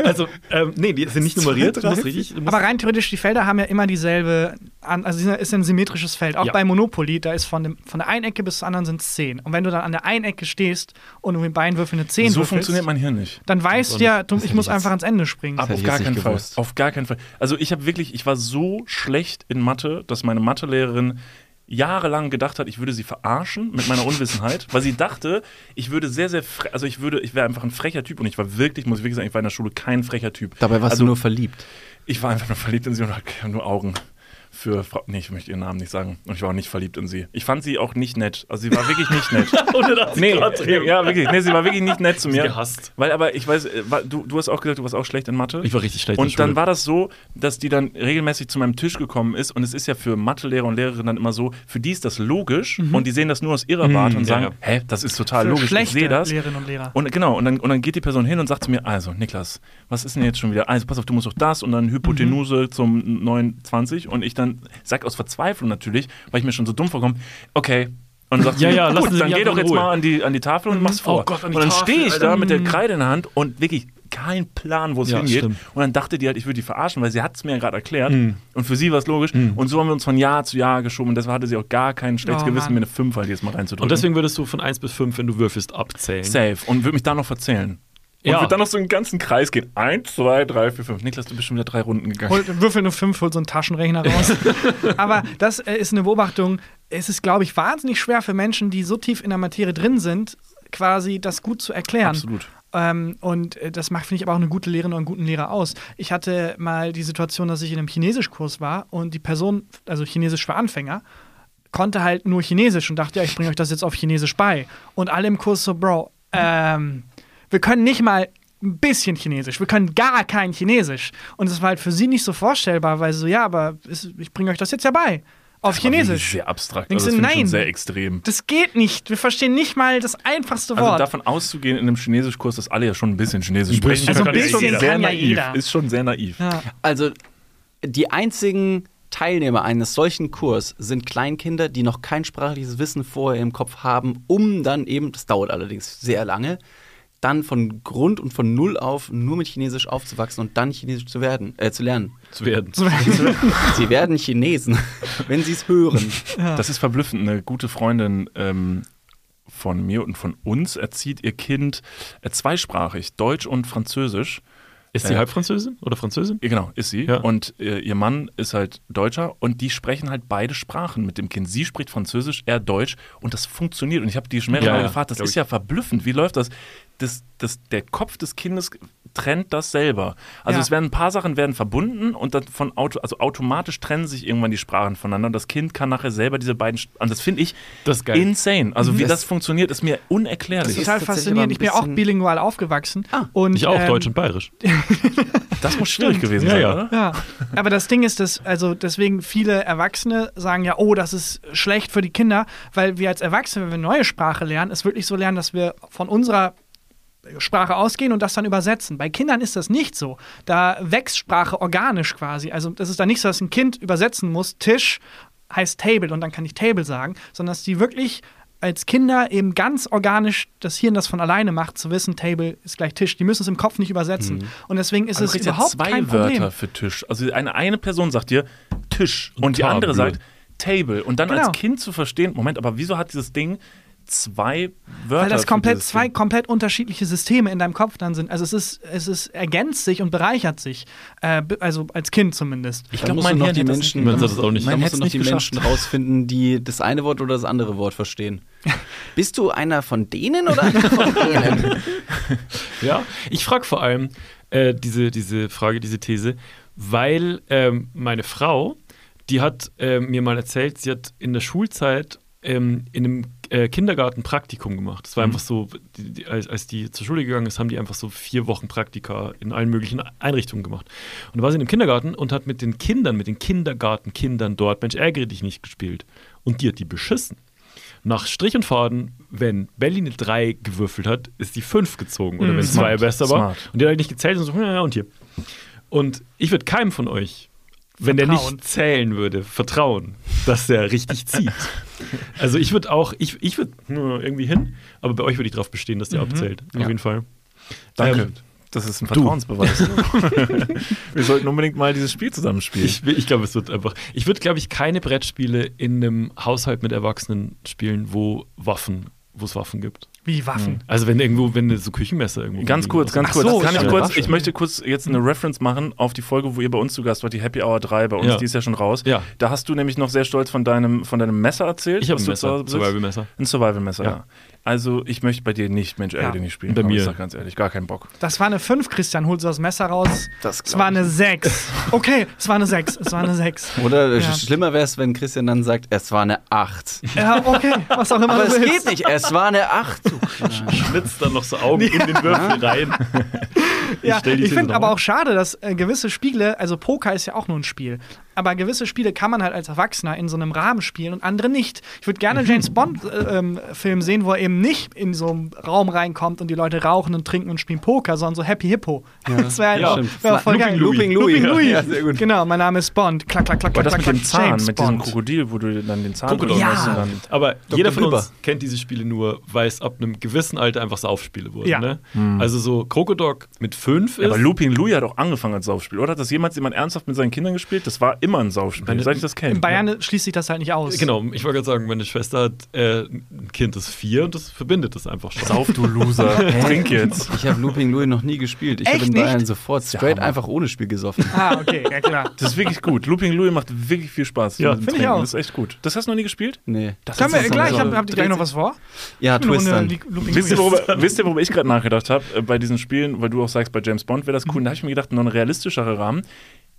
Speaker 5: Also, ähm, nee, die sind nicht nummeriert. Du musst richtig. Du musst
Speaker 2: aber rein theoretisch, die Felder haben ja immer dieselbe, an- also es ist ein symmetrisches Feld. Auch
Speaker 5: Ja.
Speaker 2: bei Monopoly, da ist von, dem, von der einen Ecke bis zur anderen sind es 10. Und wenn du dann an der einen Ecke stehst und du mit beiden Würfeln eine 10
Speaker 3: So
Speaker 2: würfelst,
Speaker 3: funktioniert mein Hirn nicht.
Speaker 2: dann weißt du ja, du, ich
Speaker 4: hätte
Speaker 2: muss
Speaker 4: ich jetzt-
Speaker 2: einfach ans Ende springen.
Speaker 3: Aber
Speaker 4: hätte
Speaker 3: auf
Speaker 4: ich
Speaker 3: gar
Speaker 4: jetzt
Speaker 3: keinen
Speaker 4: nicht
Speaker 3: Fall.
Speaker 4: gewusst.
Speaker 3: Auf gar keinen Fall. Also ich habe wirklich, ich war so schlecht in Mathe, dass meine Mathelehrerin jahrelang gedacht hat, ich würde sie verarschen mit meiner Unwissenheit, weil sie dachte, ich würde sehr, sehr, fre also ich würde, ich wäre einfach ein frecher Typ und ich war wirklich, muss ich wirklich sagen, ich war in der Schule kein frecher Typ.
Speaker 4: Dabei warst
Speaker 3: also,
Speaker 4: du nur verliebt.
Speaker 3: Ich war einfach nur verliebt in sie und hatte nur Augen für Frau. Nee, ich möchte ihren Namen nicht sagen. Und ich war auch nicht verliebt in sie. Ich fand sie auch nicht nett. Also sie war wirklich nicht nett.
Speaker 5: ohne dass
Speaker 3: Nee, ja, wirklich. Nee, sie war wirklich nicht nett zu mir.
Speaker 5: gehasst.
Speaker 3: Weil aber, ich weiß, äh, war- du, du hast auch gesagt, du warst auch schlecht in Mathe.
Speaker 5: Ich war richtig schlecht in
Speaker 3: Und dann
Speaker 5: Schule.
Speaker 3: war das so, dass die dann regelmäßig zu meinem Tisch gekommen ist. Und es ist ja für Mathelehrer und Lehrerinnen dann immer so, für die ist das logisch. Und die sehen das nur aus ihrer Warte und
Speaker 5: Mhm. ja,
Speaker 3: sagen,
Speaker 5: ja.
Speaker 3: hä, das ist total
Speaker 2: Für
Speaker 3: logisch, ich
Speaker 2: schlechte
Speaker 3: sehe das.
Speaker 2: Lehrerinnen und Lehrer.
Speaker 3: Und genau, und dann, und dann geht die Person hin und sagt zu mir, also Niklas, was ist denn jetzt schon wieder? Also pass auf, du musst doch das und dann Hypotenuse
Speaker 5: Mhm.
Speaker 3: zum 29 und ich dann sag aus Verzweiflung natürlich, weil ich mir schon so dumm vorkomme, okay. Und dann sagt
Speaker 5: Ja,
Speaker 3: sie,
Speaker 5: ja, lassen
Speaker 3: gut,
Speaker 5: Sie
Speaker 3: dann
Speaker 5: mich
Speaker 3: geh
Speaker 5: einfach
Speaker 3: doch
Speaker 5: in
Speaker 3: jetzt
Speaker 5: Ruhe. Mhm. Oh
Speaker 3: mal an die, an die Tafel und mach's vor.
Speaker 5: Gott, an die
Speaker 3: und dann
Speaker 5: Tafel,
Speaker 3: stehe ich da
Speaker 5: Alter. Mhm.
Speaker 3: mit der Kreide in der Hand und wirklich kein Plan, wo es
Speaker 5: Ja,
Speaker 3: hingeht.
Speaker 5: stimmt. Mhm.
Speaker 3: Und dann dachte die halt, ich würde die verarschen, weil sie hat es mir ja gerade erklärt. Und für sie war es logisch. Und so haben wir uns von Jahr zu Jahr geschoben. Und deshalb hatte sie auch gar kein schlechtes
Speaker 2: Oh,
Speaker 3: Gewissen,
Speaker 2: Mann.
Speaker 3: mir eine 5 halt jetzt mal reinzudrücken.
Speaker 5: Und deswegen würdest du von 1 bis 5, wenn du würfelst, abzählen.
Speaker 3: Safe. Und würde mich da noch verzählen. Und
Speaker 5: Ja.
Speaker 3: würde dann noch so einen ganzen Kreis gehen. Eins, zwei, drei, vier, fünf. Niklas, du bist schon wieder drei Runden gegangen.
Speaker 2: Hol, würfel eine 5, hol so einen Taschenrechner raus. Aber das äh, ist eine Beobachtung. Es ist, glaube ich, wahnsinnig schwer für Menschen, die so tief in der Materie drin sind, quasi das gut zu erklären.
Speaker 3: Absolut.
Speaker 2: Ähm, und äh, das macht, finde ich, aber auch eine gute Lehrerin und einen guten Lehrer aus. Ich hatte mal die Situation, dass ich in einem Chinesischkurs war und die Person, also Chinesisch für Anfänger, konnte halt nur Chinesisch und dachte, ja, ich bringe euch das jetzt auf Chinesisch bei. Und alle im Kurs so, Bro, ähm, wir können nicht mal ein bisschen Chinesisch, wir können gar kein Chinesisch. Und es war halt für sie nicht so vorstellbar, weil sie so, ja, aber es- ich bringe euch das jetzt ja bei. Auf
Speaker 3: Wirklich
Speaker 2: Chinesisch.
Speaker 3: Sehr abstrakt.
Speaker 2: Denkst
Speaker 3: Also, das
Speaker 2: du,
Speaker 3: finde ich schon
Speaker 2: nein.
Speaker 3: sehr extrem.
Speaker 2: Das geht nicht. Wir verstehen nicht mal das einfachste
Speaker 3: Also
Speaker 2: Wort.
Speaker 3: davon auszugehen in einem Chinesischkurs, dass alle ja schon ein bisschen Chinesisch sprechen.
Speaker 5: bisschen kann ja
Speaker 3: ist schon
Speaker 5: jeder.
Speaker 3: sehr
Speaker 2: kann ja
Speaker 3: naiv.
Speaker 2: jeder.
Speaker 3: Ist schon sehr naiv.
Speaker 2: ja.
Speaker 4: Also die einzigen Teilnehmer eines solchen Kurs sind Kleinkinder, die noch kein sprachliches Wissen vorher im Kopf haben, um dann eben, das dauert allerdings sehr lange, dann von Grund und von Null auf nur mit Chinesisch aufzuwachsen und dann Chinesisch zu werden, äh, zu lernen.
Speaker 5: zu werden.
Speaker 4: Sie werden Chinesen, wenn sie es hören.
Speaker 3: Das ist verblüffend. Eine gute Freundin ähm, von mir und von uns erzieht ihr Kind äh, zweisprachig, Deutsch und Französisch.
Speaker 5: Ist sie
Speaker 3: Äh,
Speaker 5: halb Französin oder Französin?
Speaker 3: Ja, Genau, ist sie.
Speaker 5: Ja.
Speaker 3: Und äh, ihr Mann ist halt Deutscher und die sprechen halt beide Sprachen mit dem Kind. Sie spricht Französisch, er Deutsch und das funktioniert. Und ich habe die schon mehrere
Speaker 5: Ja,
Speaker 3: Mal
Speaker 5: ja,
Speaker 3: gefragt, das
Speaker 5: glaub
Speaker 3: ist
Speaker 5: ich.
Speaker 3: ja verblüffend. Wie läuft das? Das, das? Der Kopf des Kindes trennt das selber. Also
Speaker 2: Ja.
Speaker 3: es werden ein paar Sachen werden verbunden und dann von Auto, also automatisch trennen sich irgendwann die Sprachen voneinander. Und das Kind kann nachher selber diese beiden. Sp- Und das finde ich
Speaker 5: Das ist geil.
Speaker 3: insane. Also wie
Speaker 4: Das-
Speaker 3: das, funktioniert, ist mir unerklärlich.
Speaker 2: Das ist
Speaker 4: ist
Speaker 2: total
Speaker 4: tatsächlich
Speaker 2: faszinierend.
Speaker 4: aber ein
Speaker 2: Ich bin ja auch
Speaker 4: bisschen-
Speaker 2: bilingual aufgewachsen.
Speaker 4: Ah,
Speaker 2: und,
Speaker 5: Ich auch,
Speaker 2: ähm,
Speaker 5: Deutsch und Bayerisch.
Speaker 3: das muss schwierig gewesen
Speaker 5: Ja,
Speaker 3: sein,
Speaker 5: ja.
Speaker 3: oder?
Speaker 2: Ja, aber das Ding ist, dass also deswegen viele Erwachsene sagen ja, oh, das ist schlecht für die Kinder, weil wir als Erwachsene, wenn wir eine neue Sprache lernen, es wirklich so lernen, dass wir von unserer Sprache ausgehen und das dann übersetzen. Bei Kindern ist das nicht so. Da wächst Sprache organisch quasi. Also das ist dann nicht so, dass ein Kind übersetzen muss, Tisch heißt Table und dann kann ich Table sagen, sondern dass die wirklich als Kinder eben ganz organisch das Hirn das von alleine macht, zu wissen, Table ist gleich Tisch. Die müssen es im Kopf nicht übersetzen. Und deswegen ist
Speaker 3: Also
Speaker 2: es
Speaker 3: kriegst
Speaker 2: überhaupt
Speaker 3: ja zwei
Speaker 2: kein
Speaker 3: Wörter
Speaker 2: Problem.
Speaker 3: für Tisch. Also eine, eine Person sagt dir Tisch und, die
Speaker 5: Table.
Speaker 3: andere sagt Table. Und dann
Speaker 2: Genau.
Speaker 3: als Kind zu verstehen, Moment, aber wieso hat dieses Ding zwei Wörter?
Speaker 2: Weil das
Speaker 3: für
Speaker 2: komplett
Speaker 3: dieses
Speaker 2: zwei
Speaker 3: Ding?
Speaker 2: komplett unterschiedliche Systeme in deinem Kopf dann sind. Also es ist, es ist ergänzt sich und bereichert sich. Äh, b- also als Kind zumindest.
Speaker 3: Ich
Speaker 4: Da
Speaker 3: glaube,
Speaker 4: musst
Speaker 3: mein
Speaker 4: du noch
Speaker 3: Hirn
Speaker 4: die
Speaker 3: hätte das
Speaker 4: Menschen,
Speaker 3: nicht
Speaker 5: Man sagt das auch nicht.
Speaker 4: Da
Speaker 3: Man
Speaker 4: musst du
Speaker 3: hätt's
Speaker 4: noch
Speaker 3: nicht
Speaker 4: die
Speaker 3: geschafft.
Speaker 4: Menschen rausfinden, die das eine Wort oder das andere Wort verstehen. Bist du einer von denen oder einer von denen?
Speaker 5: Ja, ich frage vor allem äh, diese, diese Frage, diese These, weil ähm, meine Frau, die hat ähm, mir mal erzählt, sie hat in der Schulzeit ähm, in einem äh, Kindergartenpraktikum gemacht. Das war einfach so, die, die, als, als die zur Schule gegangen ist, haben die einfach so vier Wochen Praktika in allen möglichen Einrichtungen gemacht. Und da war sie in einem Kindergarten und hat mit den Kindern, mit den Kindergartenkindern dort, Mensch, ärgere dich nicht gespielt. Und die hat die beschissen. Nach Strich und Faden, wenn Berlin eine 3 gewürfelt hat, ist die 5 gezogen. Oder wenn es 2 besser war.
Speaker 3: Mhm. Smart.
Speaker 5: Und die hat halt nicht gezählt und so, ja, ja, und hier. Und ich würde keinem von euch, wenn der
Speaker 2: Vertrauen.
Speaker 5: nicht zählen würde, vertrauen, dass der richtig zieht. Also ich würde auch, ich, ich würde irgendwie hin, aber bei euch würde ich darauf bestehen, dass der
Speaker 3: Mhm.
Speaker 5: abzählt. Auf jeden Fall.
Speaker 3: Danke.
Speaker 5: Ähm,
Speaker 3: das ist ein Vertrauensbeweis. Wir sollten unbedingt mal dieses Spiel zusammenspielen.
Speaker 5: Ich, will- ich glaube, es wird einfach. Ich würde, glaube ich, keine Brettspiele in einem Haushalt mit Erwachsenen spielen, wo Waffen, wo es Waffen gibt.
Speaker 2: Wie Waffen.
Speaker 3: Hm.
Speaker 5: Also wenn irgendwo, wenn so Küchenmesser irgendwo.
Speaker 3: Ganz
Speaker 5: liegen
Speaker 3: kurz,
Speaker 5: oder
Speaker 3: ganz
Speaker 5: so.
Speaker 3: kurz.
Speaker 2: Ach so, ich
Speaker 3: kann ich,
Speaker 2: hab
Speaker 3: kurz
Speaker 2: gedacht.
Speaker 3: ich möchte kurz jetzt eine Reference machen auf die Folge, wo ihr bei uns zu Gast wart, die Happy Hour 3 bei uns,
Speaker 5: Ja.
Speaker 3: die ist ja schon raus.
Speaker 5: Ja.
Speaker 3: Da hast du nämlich noch sehr stolz von deinem, von deinem Messer erzählt.
Speaker 5: Ich habe
Speaker 3: was
Speaker 5: ein
Speaker 3: du zu Hause
Speaker 5: Messer,
Speaker 3: besitzt.
Speaker 5: Survival-Messer.
Speaker 3: Ein Survival-Messer, ja.
Speaker 5: Ja.
Speaker 3: Also ich möchte bei dir nicht Mensch ärgere
Speaker 2: Ja.
Speaker 3: dich nicht spielen.
Speaker 5: Bei
Speaker 3: komm,
Speaker 5: mir.
Speaker 3: Ich sag ganz ehrlich, gar keinen Bock.
Speaker 2: Das war eine 5, Christian, holst du das Messer raus.
Speaker 4: Das
Speaker 2: es war eine 6. Okay, es war eine 6. Es war eine 6.
Speaker 4: Oder
Speaker 2: Ja.
Speaker 4: sch- schlimmer wäre es, wenn Christian dann sagt, es war eine 8.
Speaker 2: Ja, okay, was auch immer
Speaker 4: Aber
Speaker 2: du
Speaker 4: es
Speaker 2: willst.
Speaker 4: geht nicht, es war eine 8.
Speaker 5: Schlitzt dann noch so Augen in den Würfel rein.
Speaker 2: Ja,
Speaker 5: stell die
Speaker 2: ich
Speaker 5: These
Speaker 2: finde
Speaker 5: noch
Speaker 2: aber
Speaker 5: auf.
Speaker 2: auch schade, dass äh, gewisse Spiele, also Poker ist ja auch nur ein Spiel, aber gewisse Spiele kann man halt als Erwachsener in so einem Rahmen spielen und andere nicht. Ich würde gerne einen James Bond-Film sehen, wo er eben nicht in so einen Raum reinkommt und die Leute rauchen und trinken und spielen Poker, sondern so Happy Hippo. Das wäre halt
Speaker 5: Ja,
Speaker 2: auch
Speaker 5: stimmt.
Speaker 2: wär voll geil.
Speaker 4: Looping Louis.
Speaker 2: Looping Louis.
Speaker 4: Ja, sehr gut.
Speaker 2: Genau, mein Name ist Bond. Klack, klack, klack,
Speaker 3: Aber
Speaker 2: klack,
Speaker 3: das
Speaker 2: klack,
Speaker 3: mit dem
Speaker 2: klack,
Speaker 3: Zahn,
Speaker 2: James
Speaker 3: mit diesem
Speaker 2: Bond.
Speaker 3: Krokodil, wo du dann den Zahn
Speaker 5: Krokodil.
Speaker 3: genommen hast und
Speaker 2: Ja.
Speaker 3: dann
Speaker 5: Aber jeder von
Speaker 4: Bieber.
Speaker 5: uns kennt diese Spiele nur, weil es ab einem gewissen Alter einfach so Aufspiele wurden.
Speaker 2: Ja.
Speaker 5: Ne? Also so Krokodok mit fünf
Speaker 3: Ja, aber
Speaker 5: ist.
Speaker 3: Looping Louie hat auch angefangen als Saufspiel, oder? Hat das jemals jemand ernsthaft mit seinen Kindern gespielt? Das war immer ein Saufspiel,
Speaker 5: Meine-
Speaker 3: seit ich das kenne.
Speaker 2: In Bayern schließt sich das halt nicht aus.
Speaker 5: Genau, ich wollte gerade sagen, meine Schwester hat äh, ein Kind, das vier und das verbindet das einfach schon.
Speaker 3: Sauf, du Loser. Trink jetzt.
Speaker 4: Ich habe Looping Louis noch nie gespielt. Ich habe
Speaker 2: Echt
Speaker 4: in Bayern
Speaker 2: nicht?
Speaker 4: sofort straight
Speaker 3: Hammer.
Speaker 4: einfach ohne Spiel gesoffen.
Speaker 2: Ah, okay, ja klar.
Speaker 3: Das ist wirklich gut. Looping Louie macht wirklich viel Spaß.
Speaker 5: Ja,
Speaker 3: mit dem
Speaker 2: find ich
Speaker 3: Trinken.
Speaker 2: auch.
Speaker 3: Das ist echt gut. Das hast du noch nie gespielt?
Speaker 4: Nee.
Speaker 3: Das
Speaker 2: Können
Speaker 3: ist
Speaker 2: wir
Speaker 3: das
Speaker 2: gleich,
Speaker 3: so.
Speaker 2: habt, habt ihr gleich noch was vor?
Speaker 4: Ja,
Speaker 2: Eine Runde
Speaker 4: Twistern.
Speaker 2: Li- Looping
Speaker 3: Wisst ihr,
Speaker 2: Louis.
Speaker 3: worüber, wisst ihr, worüber ich gerade nachgedacht habe? Äh, bei diesen Spielen, weil du auch sagst, bei James Bond wäre das cool. Da habe ich mir gedacht, noch ein realistischerer Rahmen.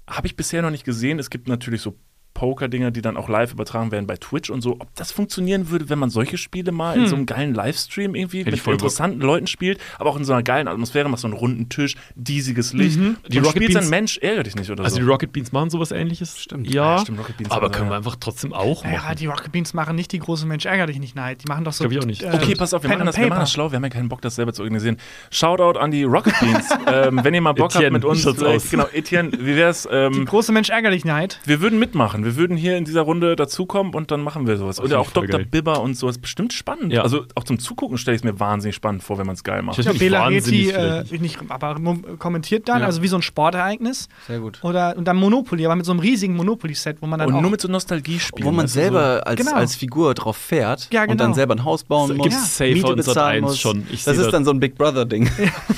Speaker 3: Habe ich bisher noch nicht gesehen. Es gibt natürlich so Poker-Dinger, die dann auch live übertragen werden bei Twitch und so. Ob das funktionieren würde, wenn man solche Spiele mal in so einem geilen Livestream irgendwie
Speaker 5: Hm. ich
Speaker 3: mit
Speaker 5: voll Bock.
Speaker 3: interessanten Leuten spielt, aber auch in so einer geilen Atmosphäre, machst so einen runden Tisch, diesiges Licht.
Speaker 5: Die
Speaker 3: Die und
Speaker 5: Rocket
Speaker 3: spielst dann
Speaker 5: Beans-
Speaker 3: Mensch, ärgere dich nicht oder
Speaker 5: Mhm. Also
Speaker 3: so.
Speaker 5: die Rocket Beans machen sowas ähnliches.
Speaker 4: Stimmt.
Speaker 5: Ja,
Speaker 3: Ja, stimmt, Rocket Beans
Speaker 5: aber
Speaker 3: haben wir,
Speaker 5: können wir
Speaker 3: ja.
Speaker 5: einfach trotzdem auch machen.
Speaker 2: Ja, die Rocket Beans machen nicht die große Mensch ärger dich nicht Neid. Die machen doch so. Äh,
Speaker 5: Glaub ich auch nicht.
Speaker 3: Okay, pass auf, wir
Speaker 2: Pen and
Speaker 3: machen, das, wir machen
Speaker 2: Paper.
Speaker 3: das schlau, wir haben ja keinen Bock, das selber zu organisieren. Shoutout an die Rocket Beans. ähm, wenn ihr mal Bock habt
Speaker 5: Etienne,
Speaker 3: mit uns,
Speaker 5: schaut's
Speaker 3: vielleicht-
Speaker 5: aus.
Speaker 3: genau, Etienne, wie wär's?
Speaker 2: Die
Speaker 3: Ähm,
Speaker 2: große Mensch ärger dich Neid.
Speaker 3: wir würden mitmachen, wir würden hier in dieser Runde dazukommen und dann machen wir sowas.
Speaker 5: Das
Speaker 3: Oder
Speaker 5: find
Speaker 3: auch
Speaker 5: ich voll
Speaker 3: Dr.
Speaker 5: geil.
Speaker 3: Bibber und sowas. Bestimmt spannend.
Speaker 5: Ja.
Speaker 3: Also auch zum Zugucken stelle ich es mir wahnsinnig spannend vor, wenn man es geil macht.
Speaker 5: Ich weiß
Speaker 2: Ja,
Speaker 5: Finde ich
Speaker 2: Bela
Speaker 5: wahnsinnig
Speaker 2: Reti, äh, nicht, aber mom- kommentiert dann,
Speaker 4: Ja.
Speaker 2: also wie so ein Sportereignis.
Speaker 4: Sehr gut.
Speaker 2: Oder, und dann Monopoly, aber mit so einem riesigen Monopoly-Set, wo man dann
Speaker 3: Und
Speaker 2: auch.
Speaker 3: nur mit so Nostalgie spielen.
Speaker 4: Wo man
Speaker 3: weißt du,
Speaker 4: selber als,
Speaker 2: Genau.
Speaker 4: als Figur drauf fährt
Speaker 2: Ja,
Speaker 4: und
Speaker 2: genau.
Speaker 4: dann selber ein Haus bauen muss,
Speaker 5: gibt's safe
Speaker 4: Miete
Speaker 5: von Sat.
Speaker 4: bezahlen
Speaker 5: 1
Speaker 4: muss.
Speaker 5: schon. Ich
Speaker 4: das ist
Speaker 5: seh das.
Speaker 4: dann so ein Big Brother-Ding.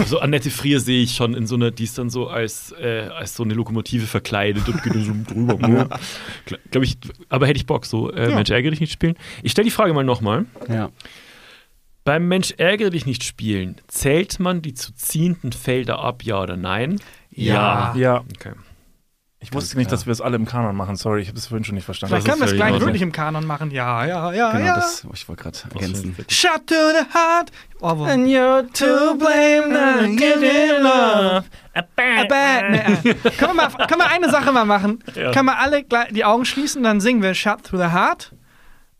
Speaker 5: So Annette Frier sehe ich schon in so einer, die ist dann so als, äh, als so eine Lokomotive verkleidet und geht dann so drüber. Gla- Glaub ich, aber hätte ich Bock, so äh, Mensch ärgere dich nicht spielen. Ich stelle die Frage mal nochmal.
Speaker 4: Ja.
Speaker 5: Beim Mensch ärgere dich nicht spielen, zählt man die zu ziehenden Felder ab, ja oder nein?
Speaker 2: Ja.
Speaker 3: so. Ja,
Speaker 5: Okay.
Speaker 3: ich wusste nicht, dass wir es alle im Kanon machen. Sorry, ich habe es vorhin schon nicht verstanden. Also,
Speaker 2: Vielleicht
Speaker 5: Das
Speaker 2: können wir
Speaker 5: ist
Speaker 2: es
Speaker 5: ja
Speaker 2: gleich
Speaker 5: genauso.
Speaker 2: wirklich im Kanon machen. Ja, ja, ja,
Speaker 4: Genau,
Speaker 2: Ah, ja.
Speaker 4: das, ich wollte gerade ergänzen.
Speaker 2: Shut to the heart. Oh, wo-
Speaker 4: you're to blame,
Speaker 2: not giving up. Bad, nee, äh. Können wir mal- können wir eine Sache mal machen?
Speaker 5: Ja.
Speaker 2: Können wir alle gleich die Augen schließen, dann singen wir Shut Through the Heart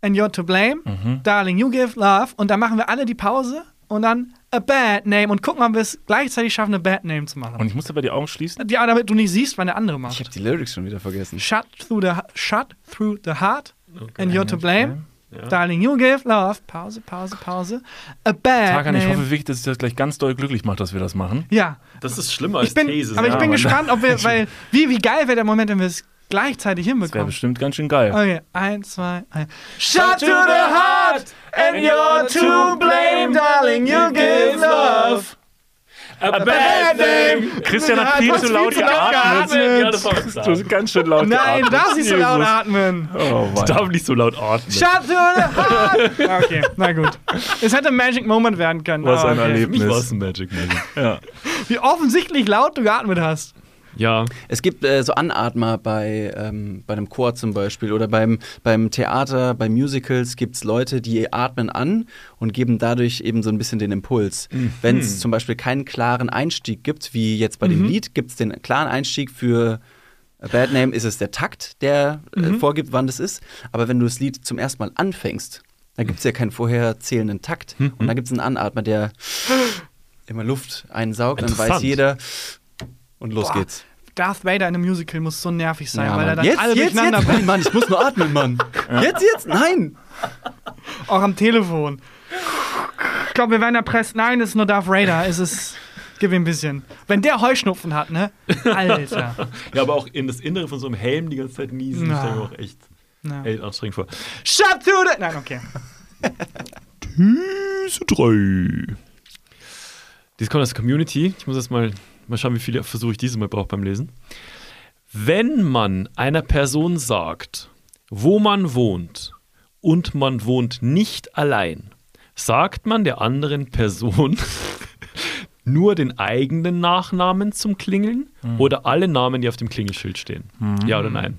Speaker 2: and You're to Blame, Darling, You Give Love und dann machen wir alle die Pause und dann A Bad Name und gucken, ob wir es gleichzeitig schaffen, eine Bad Name zu machen.
Speaker 3: Und ich musste bei die Augen schließen.
Speaker 2: Ja, damit du nicht siehst, wann der andere
Speaker 4: Ich
Speaker 2: macht.
Speaker 4: habe die Lyrics schon wieder vergessen.
Speaker 2: Shut Through the, shut through the Heart and You're to Blame, Darling, You Give Love, Pause, Pause, Pause, A Bad
Speaker 3: Hakan,
Speaker 2: Name.
Speaker 3: ich hoffe wirklich, dass ich das gleich ganz doll glücklich macht, dass wir das machen.
Speaker 2: ja,
Speaker 5: Das ist schlimmer als
Speaker 2: ich bin,
Speaker 5: These.
Speaker 2: aber ich
Speaker 5: ja,
Speaker 2: bin
Speaker 5: Mann.
Speaker 2: gespannt, ob wir, weil, wie, wie geil wäre der Moment, wenn wir es gleichzeitig
Speaker 3: Das wäre
Speaker 2: hinbekommen.
Speaker 3: bestimmt ganz schön geil.
Speaker 2: Okay, eins, zwei, eins. Shut to the heart and you're to blame, darling, you give love.
Speaker 5: A bad name!
Speaker 3: Christian hat viel zu laut geatmet.
Speaker 5: Ja, das war was
Speaker 3: Du hast ganz schön laut
Speaker 2: Nein,
Speaker 3: geatmet.
Speaker 2: darf nicht so laut
Speaker 3: Jesus.
Speaker 2: atmen.
Speaker 3: Oh,
Speaker 5: Ich darf nicht so laut atmen.
Speaker 2: Shut to the heart. Okay, na gut. Es hätte ein Magic Moment werden können.
Speaker 3: Was
Speaker 2: aber
Speaker 3: ein
Speaker 2: okay.
Speaker 3: Erlebnis.
Speaker 5: Für mich war es ein Magic Moment.
Speaker 2: Wie offensichtlich laut du geatmet hast.
Speaker 5: Ja.
Speaker 4: Es gibt äh, so Anatmer bei, ähm, bei einem Chor zum Beispiel oder beim, beim Theater, bei Musicals gibt es Leute, die atmen an und geben dadurch eben so ein bisschen den Impuls. Wenn es zum Beispiel keinen klaren Einstieg gibt, wie jetzt bei dem Lied, gibt es den klaren Einstieg für A Bad Name, ist es der Takt, der äh, vorgibt, wann das ist. Aber wenn du das Lied zum ersten Mal anfängst, dann gibt es ja keinen vorher zählenden Takt. Und dann gibt es einen Anatmer, der immer Luft einsaugt, dann weiß
Speaker 5: Interessant.
Speaker 4: jeder und los
Speaker 2: Boah.
Speaker 4: geht's.
Speaker 2: Darth Vader in einem Musical muss so nervig sein,
Speaker 4: Ja,
Speaker 2: weil er
Speaker 4: Mann.
Speaker 2: dann
Speaker 4: jetzt,
Speaker 2: alle
Speaker 4: jetzt,
Speaker 2: durcheinander
Speaker 4: jetzt,
Speaker 2: bringt.
Speaker 4: Nein, Mann, ich muss nur atmen, Mann. Jetzt, jetzt, nein.
Speaker 2: Auch am Telefon. Ich glaube, wir werden erpresst. Nein, es ist nur Darth Vader. Es ist. Gib ihm ein bisschen. Wenn der Heuschnupfen hat, ne? Alter.
Speaker 5: ja, aber auch in das Innere von so einem Helm die ganze Zeit niesen,
Speaker 2: Na.
Speaker 5: stelle ich mir auch echt,
Speaker 2: Na.
Speaker 5: echt anstrengend vor.
Speaker 2: Shut to the. Nein, okay.
Speaker 5: Diese drei. Dies kommt aus der Community. Ich muss erst mal, mal schauen, wie viele Versuche ich dieses Mal brauche beim Lesen. Wenn man einer Person sagt, wo man wohnt und man wohnt nicht allein, sagt man der anderen Person nur den eigenen Nachnamen zum Klingeln oder alle Namen, die auf dem Klingelschild stehen? Ja oder nein?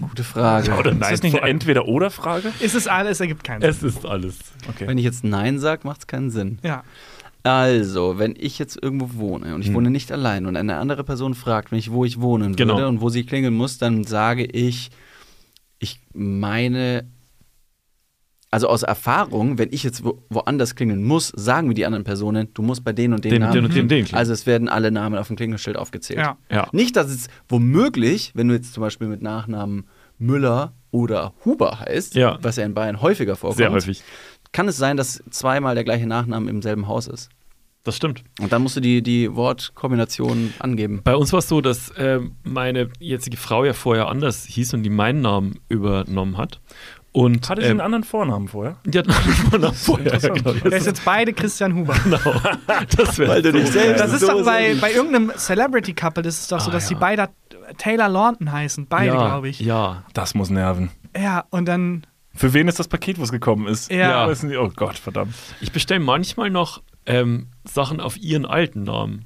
Speaker 4: Gute Frage.
Speaker 5: Oder nein?
Speaker 3: Ist das nicht
Speaker 5: vor
Speaker 3: eine
Speaker 5: allem.
Speaker 3: Entweder-Oder-Frage?
Speaker 2: Es ist alles, ergibt keinen Sinn.
Speaker 5: es ist alles.
Speaker 4: Wenn ich jetzt Nein sage, macht es keinen Sinn.
Speaker 2: Ja.
Speaker 4: Also, wenn ich jetzt irgendwo wohne und ich wohne nicht allein und eine andere Person fragt mich, wo ich wohnen
Speaker 5: Genau.
Speaker 4: würde und wo sie klingeln muss, dann sage ich, ich meine, also aus Erfahrung, wenn ich jetzt wo, woanders klingeln muss, sagen mir die anderen Personen, du musst bei denen und den,
Speaker 5: Den,
Speaker 4: Namen.
Speaker 5: den und den, den.
Speaker 4: Also es werden alle Namen auf dem Klingelschild aufgezählt.
Speaker 2: Ja.
Speaker 5: ja.
Speaker 4: Nicht, dass es womöglich, wenn du jetzt zum Beispiel mit Nachnamen Müller oder Huber heißt,
Speaker 5: Ja.
Speaker 4: was ja in Bayern häufiger vorkommt,
Speaker 5: Sehr häufig.
Speaker 4: kann es sein, dass zweimal der gleiche Nachname im selben Haus ist.
Speaker 5: Das stimmt.
Speaker 4: Und dann musst du die, die Wortkombination angeben.
Speaker 5: Bei uns war es so, dass ähm, meine jetzige Frau ja vorher anders hieß und die meinen Namen übernommen hat. Und
Speaker 3: Hatte sie
Speaker 5: ähm,
Speaker 3: einen anderen Vornamen vorher?
Speaker 5: die hat einen Namen vorher. Ja, genau.
Speaker 2: Der ist jetzt beide Christian Huber.
Speaker 5: Das wäre so.
Speaker 4: selbst.
Speaker 2: Das ist doch bei, bei irgendeinem Celebrity-Couple ist es doch so, dass die beide Taylor Launton heißen. Beide,
Speaker 5: ja,
Speaker 2: glaube ich. Ja.
Speaker 5: Ja.
Speaker 3: Das muss nerven.
Speaker 2: und dann.
Speaker 3: Für wen ist das Paket, wo es gekommen ist?
Speaker 2: Ja.
Speaker 3: Wissen Sie- Oh Gott, verdammt.
Speaker 5: Ich bestelle manchmal noch ähm, Sachen auf ihren alten Namen.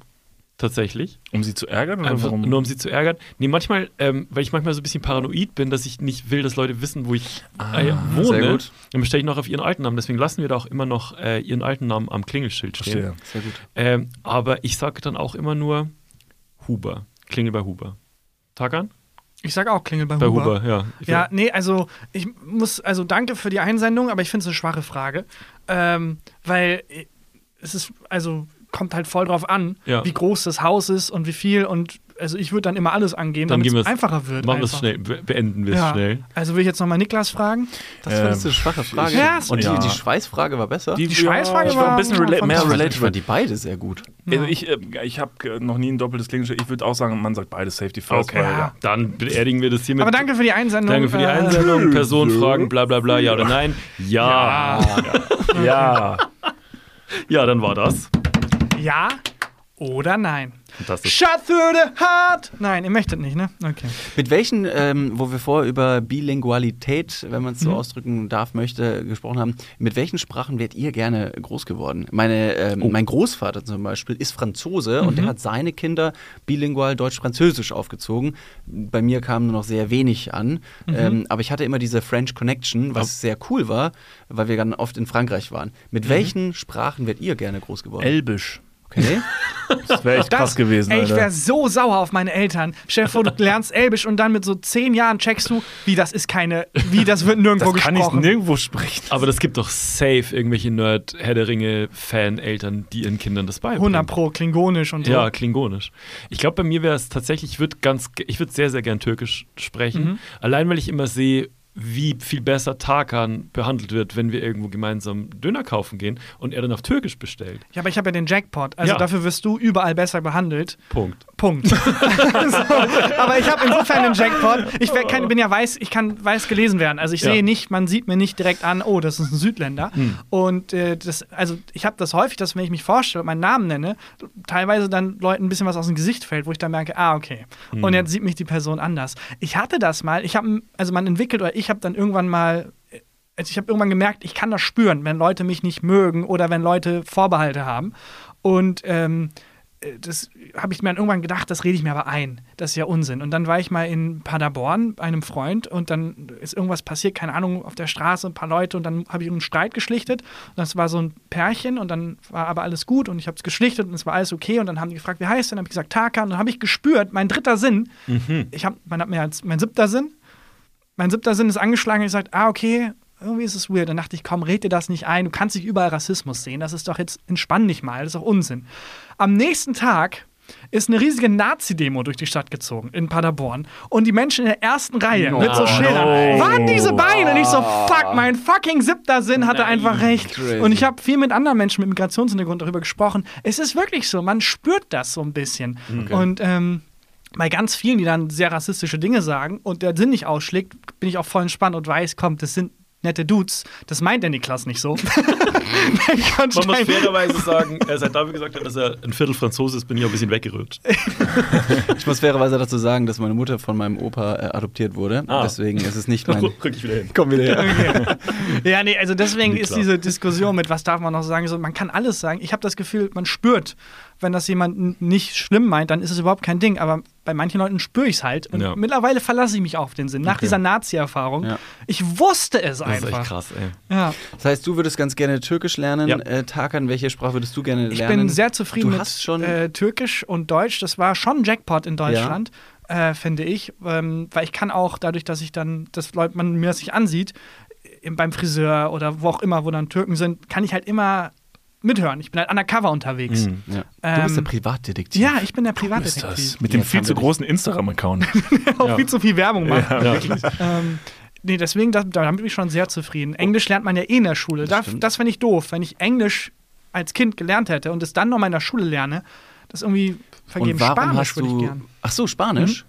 Speaker 5: Tatsächlich.
Speaker 3: Um sie zu ärgern oder
Speaker 5: Einfach
Speaker 3: warum?
Speaker 5: nur um sie zu ärgern. Nee, manchmal, ähm, weil ich manchmal so ein bisschen paranoid bin, dass ich nicht will, dass Leute wissen, wo ich äh, wohne.
Speaker 4: Ah, sehr gut.
Speaker 5: Dann bestelle ich noch auf ihren alten Namen. Deswegen lassen wir da auch immer noch äh, ihren alten Namen am Klingelschild stehen.
Speaker 3: Verstehe.
Speaker 4: Sehr gut.
Speaker 5: Ähm, aber ich sage dann auch immer nur Huber. Klingel bei Huber. Tagan?
Speaker 2: Ich sag auch Klingel bei,
Speaker 5: Bei
Speaker 2: Huber.
Speaker 5: Huber, ja. Ich
Speaker 2: Ja, nee, also ich muss, also danke für die Einsendung, aber ich finde es eine schwache Frage. Ähm, weil äh, es ist, also kommt halt voll drauf an,
Speaker 5: Ja.
Speaker 2: wie groß das Haus ist und wie viel und also ich würde dann immer alles angehen,
Speaker 5: Dann
Speaker 2: damit
Speaker 5: gehen
Speaker 2: es
Speaker 5: wir's-
Speaker 2: einfacher wird.
Speaker 5: Machen wir es
Speaker 2: einfach.
Speaker 5: schnell, be beenden wir es
Speaker 2: Ja.
Speaker 5: schnell.
Speaker 2: Also will ich jetzt nochmal Niklas fragen.
Speaker 4: Das fandest du eine schwache Frage.
Speaker 2: Ähm, Ja, es-
Speaker 4: Und die,
Speaker 3: ja.
Speaker 4: die Schweißfrage war besser.
Speaker 2: Die Schweißfrage
Speaker 3: ich war
Speaker 2: war-
Speaker 3: ein bisschen rela
Speaker 2: fand
Speaker 3: mehr
Speaker 2: ich-
Speaker 4: ich fand
Speaker 3: relatable.
Speaker 4: die beide sehr gut.
Speaker 3: Also ich äh, ich habe noch nie ein doppeltes Klingelschild. Ich würde auch sagen, man sagt beide Safety First.
Speaker 5: Okay,
Speaker 3: weil, ja.
Speaker 5: dann beerdigen wir das hiermit.
Speaker 2: Aber danke für die Einsendung.
Speaker 5: Danke für die
Speaker 2: äh,
Speaker 5: Einsendung. Person, Fragen, bla bla bla, ja oder nein? Ja. Ja,
Speaker 3: ja.
Speaker 5: dann war das.
Speaker 2: Ja oder nein?
Speaker 5: Das ist
Speaker 2: Shut through the heart! Nein, ihr möchtet nicht, ne? Okay.
Speaker 4: Mit welchen, ähm, wo wir vorher über Bilingualität, wenn man es so ausdrücken darf, möchte, gesprochen haben, mit welchen Sprachen wärt ihr gerne groß geworden? Meine, ähm, Mein Großvater zum Beispiel ist Franzose und der hat seine Kinder bilingual deutsch-französisch aufgezogen. Bei mir kam nur noch sehr wenig an, ähm, aber ich hatte immer diese French Connection, was sehr cool war, weil wir dann oft in Frankreich waren. Mit welchen Sprachen wärt ihr gerne groß geworden?
Speaker 3: Elbisch.
Speaker 4: okay.
Speaker 3: Das wäre echt krass gewesen,
Speaker 2: Ey, ich wäre
Speaker 3: Alter.
Speaker 2: so sauer auf meine Eltern. Stell dir vor, du lernst Elbisch und dann mit so zehn Jahren checkst du, wie das ist keine, wie das wird nirgendwo
Speaker 3: Das kann ich
Speaker 2: gesprochen.
Speaker 3: nirgendwo sprechen.
Speaker 5: aber das gibt doch safe irgendwelche Nerd-Herr der Ringe-Fan-Eltern, die ihren Kindern das beibringen.
Speaker 2: 100 pro Klingonisch und so.
Speaker 5: Ja, klingonisch. Ich glaube, bei mir wäre es tatsächlich, ich würde ganz, ge- ich würde sehr, sehr gern Türkisch sprechen.
Speaker 2: Mhm.
Speaker 5: Allein, weil ich immer sehe, wie viel besser Tarkan behandelt wird, wenn wir irgendwo gemeinsam Döner kaufen gehen und er dann auf Türkisch bestellt.
Speaker 2: Ja, aber ich habe ja den Jackpot. Also
Speaker 5: Ja.
Speaker 2: dafür wirst du überall besser behandelt.
Speaker 5: Punkt.
Speaker 2: Punkt. so, aber ich habe insofern den Jackpot. Ich wär, kein- bin ja weiß, ich kann weiß gelesen werden. Also ich
Speaker 5: Ja.
Speaker 2: sehe nicht, man sieht mir nicht direkt an, oh, das ist ein Südländer. Und äh, das, also ich habe das häufig, dass wenn ich mich vorstelle und meinen Namen nenne, teilweise dann Leuten ein bisschen was aus dem Gesicht fällt, wo ich dann merke, ah, okay. Und jetzt sieht mich die Person anders. Ich hatte das mal, ich habe, also man entwickelt oder ich habe dann irgendwann mal also ich habe irgendwann gemerkt, ich kann das spüren, wenn Leute mich nicht mögen oder wenn Leute Vorbehalte haben. Und ähm, äh, das habe ich mir dann irgendwann gedacht, das rede ich mir aber ein. Das ist ja Unsinn. Und dann war ich mal in Paderborn bei einem Freund und dann ist irgendwas passiert, keine Ahnung, auf der Straße ein paar Leute und dann habe ich um einen Streit geschlichtet. Und das war so ein Pärchen und dann war aber alles gut und ich habe es geschlichtet und es war alles okay. Und dann haben die gefragt, wie heißt denn? Dann habe ich gesagt, Taka. Und dann habe ich gespürt, mein dritter Sinn, ich habe, man hat mehr als mein siebter Sinn, mein siebter Sinn ist angeschlagen und ich sage, ah, okay, irgendwie ist es weird. Dann dachte ich, komm, red dir das nicht ein. Du kannst nicht überall Rassismus sehen. Das ist doch jetzt, entspann dich mal, das ist doch Unsinn. Am nächsten Tag ist eine riesige Nazi-Demo durch die Stadt gezogen in Paderborn und die Menschen in der ersten Reihe mit so Schildern waren diese Beine und ich so fuck mein fucking siebter Sinn hatte einfach recht
Speaker 4: crazy.
Speaker 2: und ich habe viel mit anderen Menschen mit Migrationshintergrund darüber gesprochen es ist wirklich so man spürt das so ein bisschen und ähm, bei ganz vielen, die dann sehr rassistische Dinge sagen und der Sinn nicht ausschlägt, bin ich auch voll entspannt und weiß, komm, das sind nette Dudes. Das meint der Niklas nicht so. Ich kann
Speaker 5: Man muss
Speaker 2: schneiden.
Speaker 5: fairerweise sagen, äh, seit David gesagt hat, dass er ein Viertel Franzose ist, bin ich auch ein bisschen weggerührt.
Speaker 4: Ich muss fairerweise dazu sagen, dass meine Mutter von meinem Opa äh, adoptiert wurde.
Speaker 5: Ah.
Speaker 4: Deswegen ist es nicht mein.
Speaker 5: Rück ich wieder hin.
Speaker 4: Komm wieder her.
Speaker 2: ja, nee, also deswegen ist
Speaker 5: Niklas.
Speaker 2: diese Diskussion mit, was darf man noch sagen, so, man kann alles sagen. Ich habe das Gefühl, man spürt, wenn das jemand n- nicht schlimm meint, dann ist es überhaupt kein Ding. Aber bei manchen Leuten spüre ich es halt. Und
Speaker 5: Ja.
Speaker 2: mittlerweile verlasse ich mich auf den Sinn. Nach dieser Nazi-Erfahrung.
Speaker 4: Ja.
Speaker 2: Ich wusste es
Speaker 5: Das ist echt
Speaker 2: einfach.
Speaker 5: krass, ey.
Speaker 2: Ja.
Speaker 4: Das heißt, du würdest ganz gerne Türkisch lernen.
Speaker 5: Ja.
Speaker 4: Äh, Tarkan, welche Sprache würdest du gerne
Speaker 2: Ich
Speaker 4: lernen?
Speaker 2: bin sehr zufrieden
Speaker 4: Du
Speaker 2: mit
Speaker 4: hast schon-
Speaker 2: äh, Türkisch und Deutsch. Das war schon ein Jackpot in Deutschland, äh, finde ich. Ähm, weil ich kann auch, dadurch, dass ich dann, dass Leute, man mir das nicht ansieht, äh, im, beim Friseur oder wo auch immer, wo dann Türken sind, kann ich halt immer mithören. Ich bin halt undercover unterwegs.
Speaker 4: Ja. Du
Speaker 2: Ähm,
Speaker 4: bist der Privatdetektiv.
Speaker 2: Ja, ich bin der
Speaker 3: ist
Speaker 2: Privatdetektiv.
Speaker 3: das? Mit dem
Speaker 4: Jetzt
Speaker 3: viel
Speaker 4: haben
Speaker 3: zu
Speaker 4: wir
Speaker 3: großen Instagram-Account.
Speaker 2: Auch viel zu viel Werbung machen.
Speaker 5: Ja.
Speaker 2: Ähm, nee, deswegen, das, damit bin ich schon sehr zufrieden. Englisch lernt man ja eh in der Schule. Das,
Speaker 4: stimmt.
Speaker 2: das fände ich doof, wenn ich Englisch als Kind gelernt hätte und es dann nochmal in der Schule lerne. Das irgendwie vergeben.
Speaker 4: Und warum
Speaker 2: Spanisch
Speaker 4: hast
Speaker 2: würde
Speaker 4: du?
Speaker 2: ich gern.
Speaker 4: Ach so, Spanisch.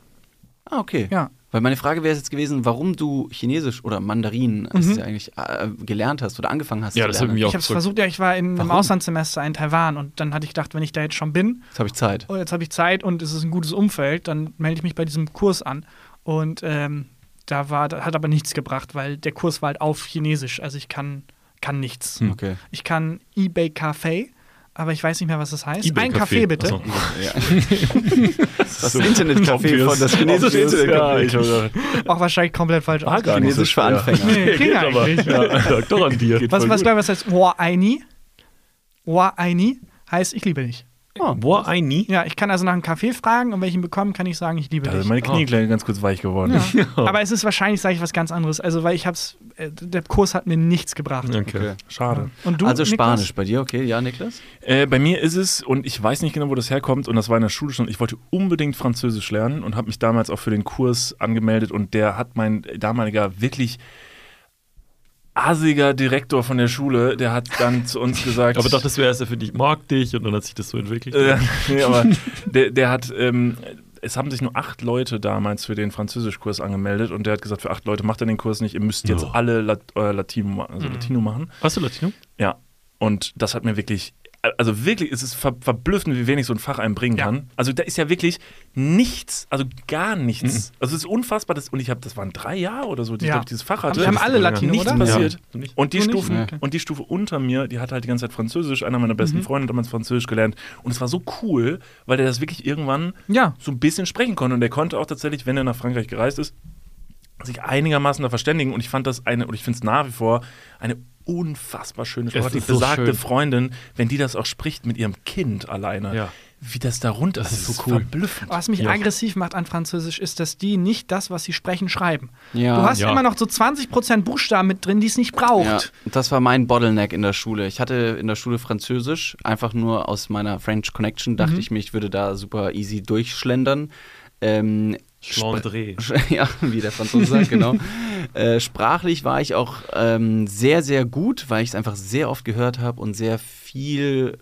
Speaker 4: Ah, okay.
Speaker 2: Ja.
Speaker 4: Weil meine Frage wäre jetzt gewesen, warum du Chinesisch oder Mandarin heißt es ja eigentlich äh, gelernt hast oder angefangen hast
Speaker 5: Ja,
Speaker 4: zu
Speaker 5: das hat
Speaker 4: lernen.
Speaker 5: mich auch
Speaker 2: Ich habe es
Speaker 5: gefragt.
Speaker 2: versucht, ja, ich war in einem
Speaker 4: Warum?
Speaker 2: Auslandssemester in Taiwan und dann hatte ich gedacht, wenn ich da jetzt schon bin
Speaker 4: Jetzt habe ich Zeit.
Speaker 2: und oh, jetzt habe ich Zeit und es ist ein gutes Umfeld, dann melde ich mich bei diesem Kurs an. Und ähm, da war, da hat aber nichts gebracht, weil der Kurs war halt auf Chinesisch. Also ich kann, kann nichts.
Speaker 5: Hm,
Speaker 4: Okay.
Speaker 2: Ich kann eBay Café, aber ich weiß nicht mehr, was das heißt.
Speaker 5: eBay
Speaker 2: Ein
Speaker 5: Café.
Speaker 2: Café bitte.
Speaker 5: Achso.
Speaker 4: Das Internetcafé von das chinesische
Speaker 5: Ja,
Speaker 4: Internetcafé.
Speaker 5: ich hab gedacht,
Speaker 2: Auch wahrscheinlich komplett falsch
Speaker 5: war gar
Speaker 2: ausgesprochen.
Speaker 5: nicht so
Speaker 4: Chinesisch für
Speaker 5: schwer.
Speaker 4: Anfänger.
Speaker 2: Nee, ging
Speaker 5: Ah, Geht aber.
Speaker 2: eigentlich.
Speaker 5: Ja, lag doch an dir.
Speaker 2: Was, was, was heißt Wa Aini? Wa Aini heißt ich liebe dich.
Speaker 5: War I nie?
Speaker 2: Ja, ich kann also nach einem Kaffee fragen und wenn ich ihn bekomme, kann ich sagen, ich liebe
Speaker 3: Da sind
Speaker 2: dich.
Speaker 3: meine Knie klein- ganz kurz weich geworden.
Speaker 2: Ja. Aber es ist wahrscheinlich, sage ich, was ganz anderes. Also, weil ich hab's, äh, der Kurs hat mir nichts gebracht.
Speaker 5: Okay.
Speaker 3: Schade.
Speaker 2: Und du,
Speaker 4: also
Speaker 2: Niklas?
Speaker 4: Spanisch bei dir, okay, ja, Niklas?
Speaker 3: Äh, bei mir ist es, und ich weiß nicht genau, wo das herkommt, und das war in der Schule schon, ich wollte unbedingt Französisch lernen und habe mich damals auch für den Kurs angemeldet und der hat mein damaliger wirklich asiger Direktor von der Schule, der hat dann zu uns gesagt,
Speaker 5: Aber dachtest du erst, er finde ich mag dich und dann hat sich das so entwickelt.
Speaker 3: äh, nee, aber der, der hat, ähm, es haben sich nur acht Leute damals für den Französischkurs angemeldet und der hat gesagt, für acht Leute macht er den Kurs nicht, ihr müsst jetzt
Speaker 5: Oh.
Speaker 3: alle Lat äh, Latino, also Latino machen.
Speaker 5: Hast du Latino?
Speaker 3: Ja, und das hat mir wirklich, also wirklich, es ist ver verblüffend, wie wenig so ein Fach einem bringen
Speaker 2: Ja.
Speaker 3: kann. Also da ist ja wirklich nichts, also gar nichts. Also es ist unfassbar, das, und ich habe, das waren drei Jahre oder so, die
Speaker 2: Mhm. Ja.
Speaker 3: ich, glaub, dieses Fach hatte.
Speaker 2: Wir haben alle Latino,
Speaker 3: nichts
Speaker 2: oder?
Speaker 3: passiert.
Speaker 5: Ja. Nicht.
Speaker 3: Und die
Speaker 2: Du nicht?
Speaker 3: Stufen,
Speaker 2: Ja, okay. Mhm.
Speaker 3: und die Stufe unter mir, die hat halt die ganze Zeit Französisch. Einer meiner besten Freunde hat damals Französisch gelernt. Und es war so cool, weil der das wirklich irgendwann
Speaker 2: Ja.
Speaker 3: so ein bisschen sprechen konnte. Und der konnte auch tatsächlich, wenn er nach Frankreich gereist ist, sich einigermaßen da verständigen. Und ich fand das eine, und ich finde es nach wie vor eine unfassbar schöne Sprache.
Speaker 5: Es
Speaker 3: Die
Speaker 5: ist so
Speaker 3: besagte
Speaker 5: schön.
Speaker 3: Freundin, wenn die das auch spricht mit ihrem Kind alleine,
Speaker 5: Ja.
Speaker 3: wie das da runter
Speaker 5: Das ist so
Speaker 3: ist
Speaker 5: cool.
Speaker 3: verblüffend.
Speaker 2: Was mich
Speaker 5: Ja.
Speaker 2: aggressiv macht an Französisch, ist, dass die nicht das, was sie sprechen, schreiben.
Speaker 4: Ja.
Speaker 2: du hast
Speaker 5: Ja.
Speaker 2: immer noch so 20% Buchstaben mit drin, die es nicht braucht.
Speaker 4: Ja, das war mein Bottleneck in der Schule. Ich hatte in der Schule Französisch, einfach nur aus meiner French Connection dachte ich mir, ich würde da super easy durchschlendern. Ähm,
Speaker 5: Schlendré.
Speaker 4: Sch- Ja, wie der Franzose sagt, genau. äh, sprachlich war ich auch ähm, sehr, sehr gut, weil ich es einfach sehr oft gehört habe und sehr viel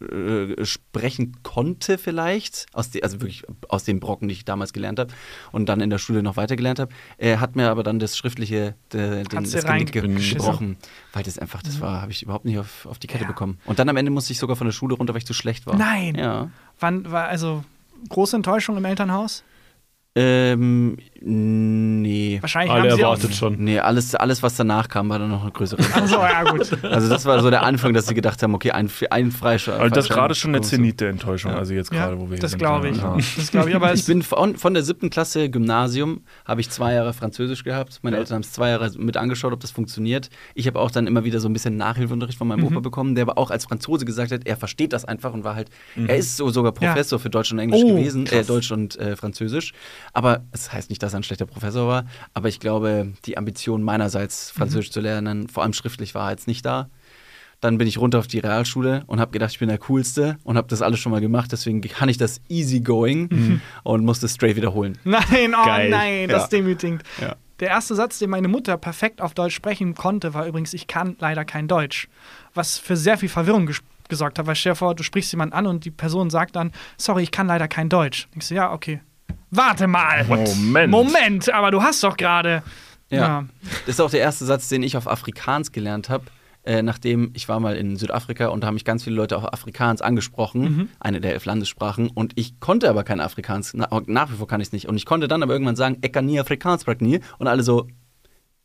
Speaker 4: äh, sprechen konnte vielleicht, aus de, also wirklich aus den Brocken, die ich damals gelernt habe und dann in der Schule noch weitergelernt habe, äh, hat mir aber dann das schriftliche de, den,
Speaker 2: Hat's dir
Speaker 4: das Genick ge-
Speaker 2: reingeschissen? Mhm.
Speaker 4: gebrochen, weil das einfach, das war, habe ich überhaupt nicht auf, auf die Kette bekommen. Und dann am Ende musste ich sogar von der Schule runter, weil ich zu schlecht war.
Speaker 2: Nein.
Speaker 4: Ja.
Speaker 2: Wann war also große Enttäuschung im Elternhaus?
Speaker 4: Ähm, nee.
Speaker 2: Wahrscheinlich
Speaker 5: Alle
Speaker 2: haben sie auch.
Speaker 5: erwartet schon.
Speaker 4: Mhm. Nee, alles, alles, was danach kam, war dann noch eine größere
Speaker 2: Achso, ja, gut.
Speaker 4: Also das war so der Anfang, dass sie gedacht haben, okay, ein, ein Freischalt.
Speaker 3: Also das ist gerade schon der Zenit der Enttäuschung, also jetzt
Speaker 2: Ja,
Speaker 3: gerade, wo wir hier
Speaker 2: das
Speaker 3: sind.
Speaker 2: glaube ich.
Speaker 3: Ja.
Speaker 2: Das glaube ich, aber
Speaker 4: Ich
Speaker 2: es,
Speaker 4: bin von, von der siebten Klasse Gymnasium, habe ich zwei Jahre Französisch gehabt. Meine Eltern haben es zwei Jahre mit angeschaut, ob das funktioniert. Ich habe auch dann immer wieder so ein bisschen Nachhilfeunterricht von
Speaker 3: Mhm.
Speaker 4: meinem Opa bekommen, der aber auch als Franzose gesagt hat, er versteht das einfach und war halt,
Speaker 3: Mhm.
Speaker 4: er ist so sogar Professor für Deutsch und Englisch
Speaker 2: Oh,
Speaker 4: gewesen, äh, Deutsch und äh, Französisch. Aber es heißt nicht, dass er ein schlechter Professor war, aber ich glaube, die Ambition meinerseits, Französisch zu lernen, vor allem schriftlich, war jetzt nicht da. Dann bin ich runter auf die Realschule und habe gedacht, ich bin der Coolste und habe das alles schon mal gemacht. Deswegen kann ich das easy going und musste straight wiederholen.
Speaker 2: nein, oh
Speaker 5: Geil.
Speaker 2: nein, das
Speaker 4: Ja.
Speaker 2: ist demütigend.
Speaker 4: Ja.
Speaker 2: Der erste Satz, den meine Mutter perfekt auf Deutsch sprechen konnte, war übrigens, ich kann leider kein Deutsch. Was für sehr viel Verwirrung ges gesorgt hat, weil stell dir vor, du sprichst jemanden an und die Person sagt dann, sorry, ich kann leider kein Deutsch. Denkst du, ja, okay. Warte mal.
Speaker 3: Moment.
Speaker 2: Moment, aber du hast doch gerade.
Speaker 4: Ja. Das ist auch der erste Satz, den ich auf Afrikaans gelernt habe. Äh, nachdem ich war mal in Südafrika und da haben mich ganz viele Leute auf Afrikaans angesprochen,
Speaker 2: Mhm.
Speaker 4: eine der elf Landessprachen, und ich konnte aber kein Afrikaans, na, oh, nach wie vor kann ich es nicht. Und ich konnte dann aber irgendwann sagen, ich kann nie Afrikaans sprechen, nie. und alle so,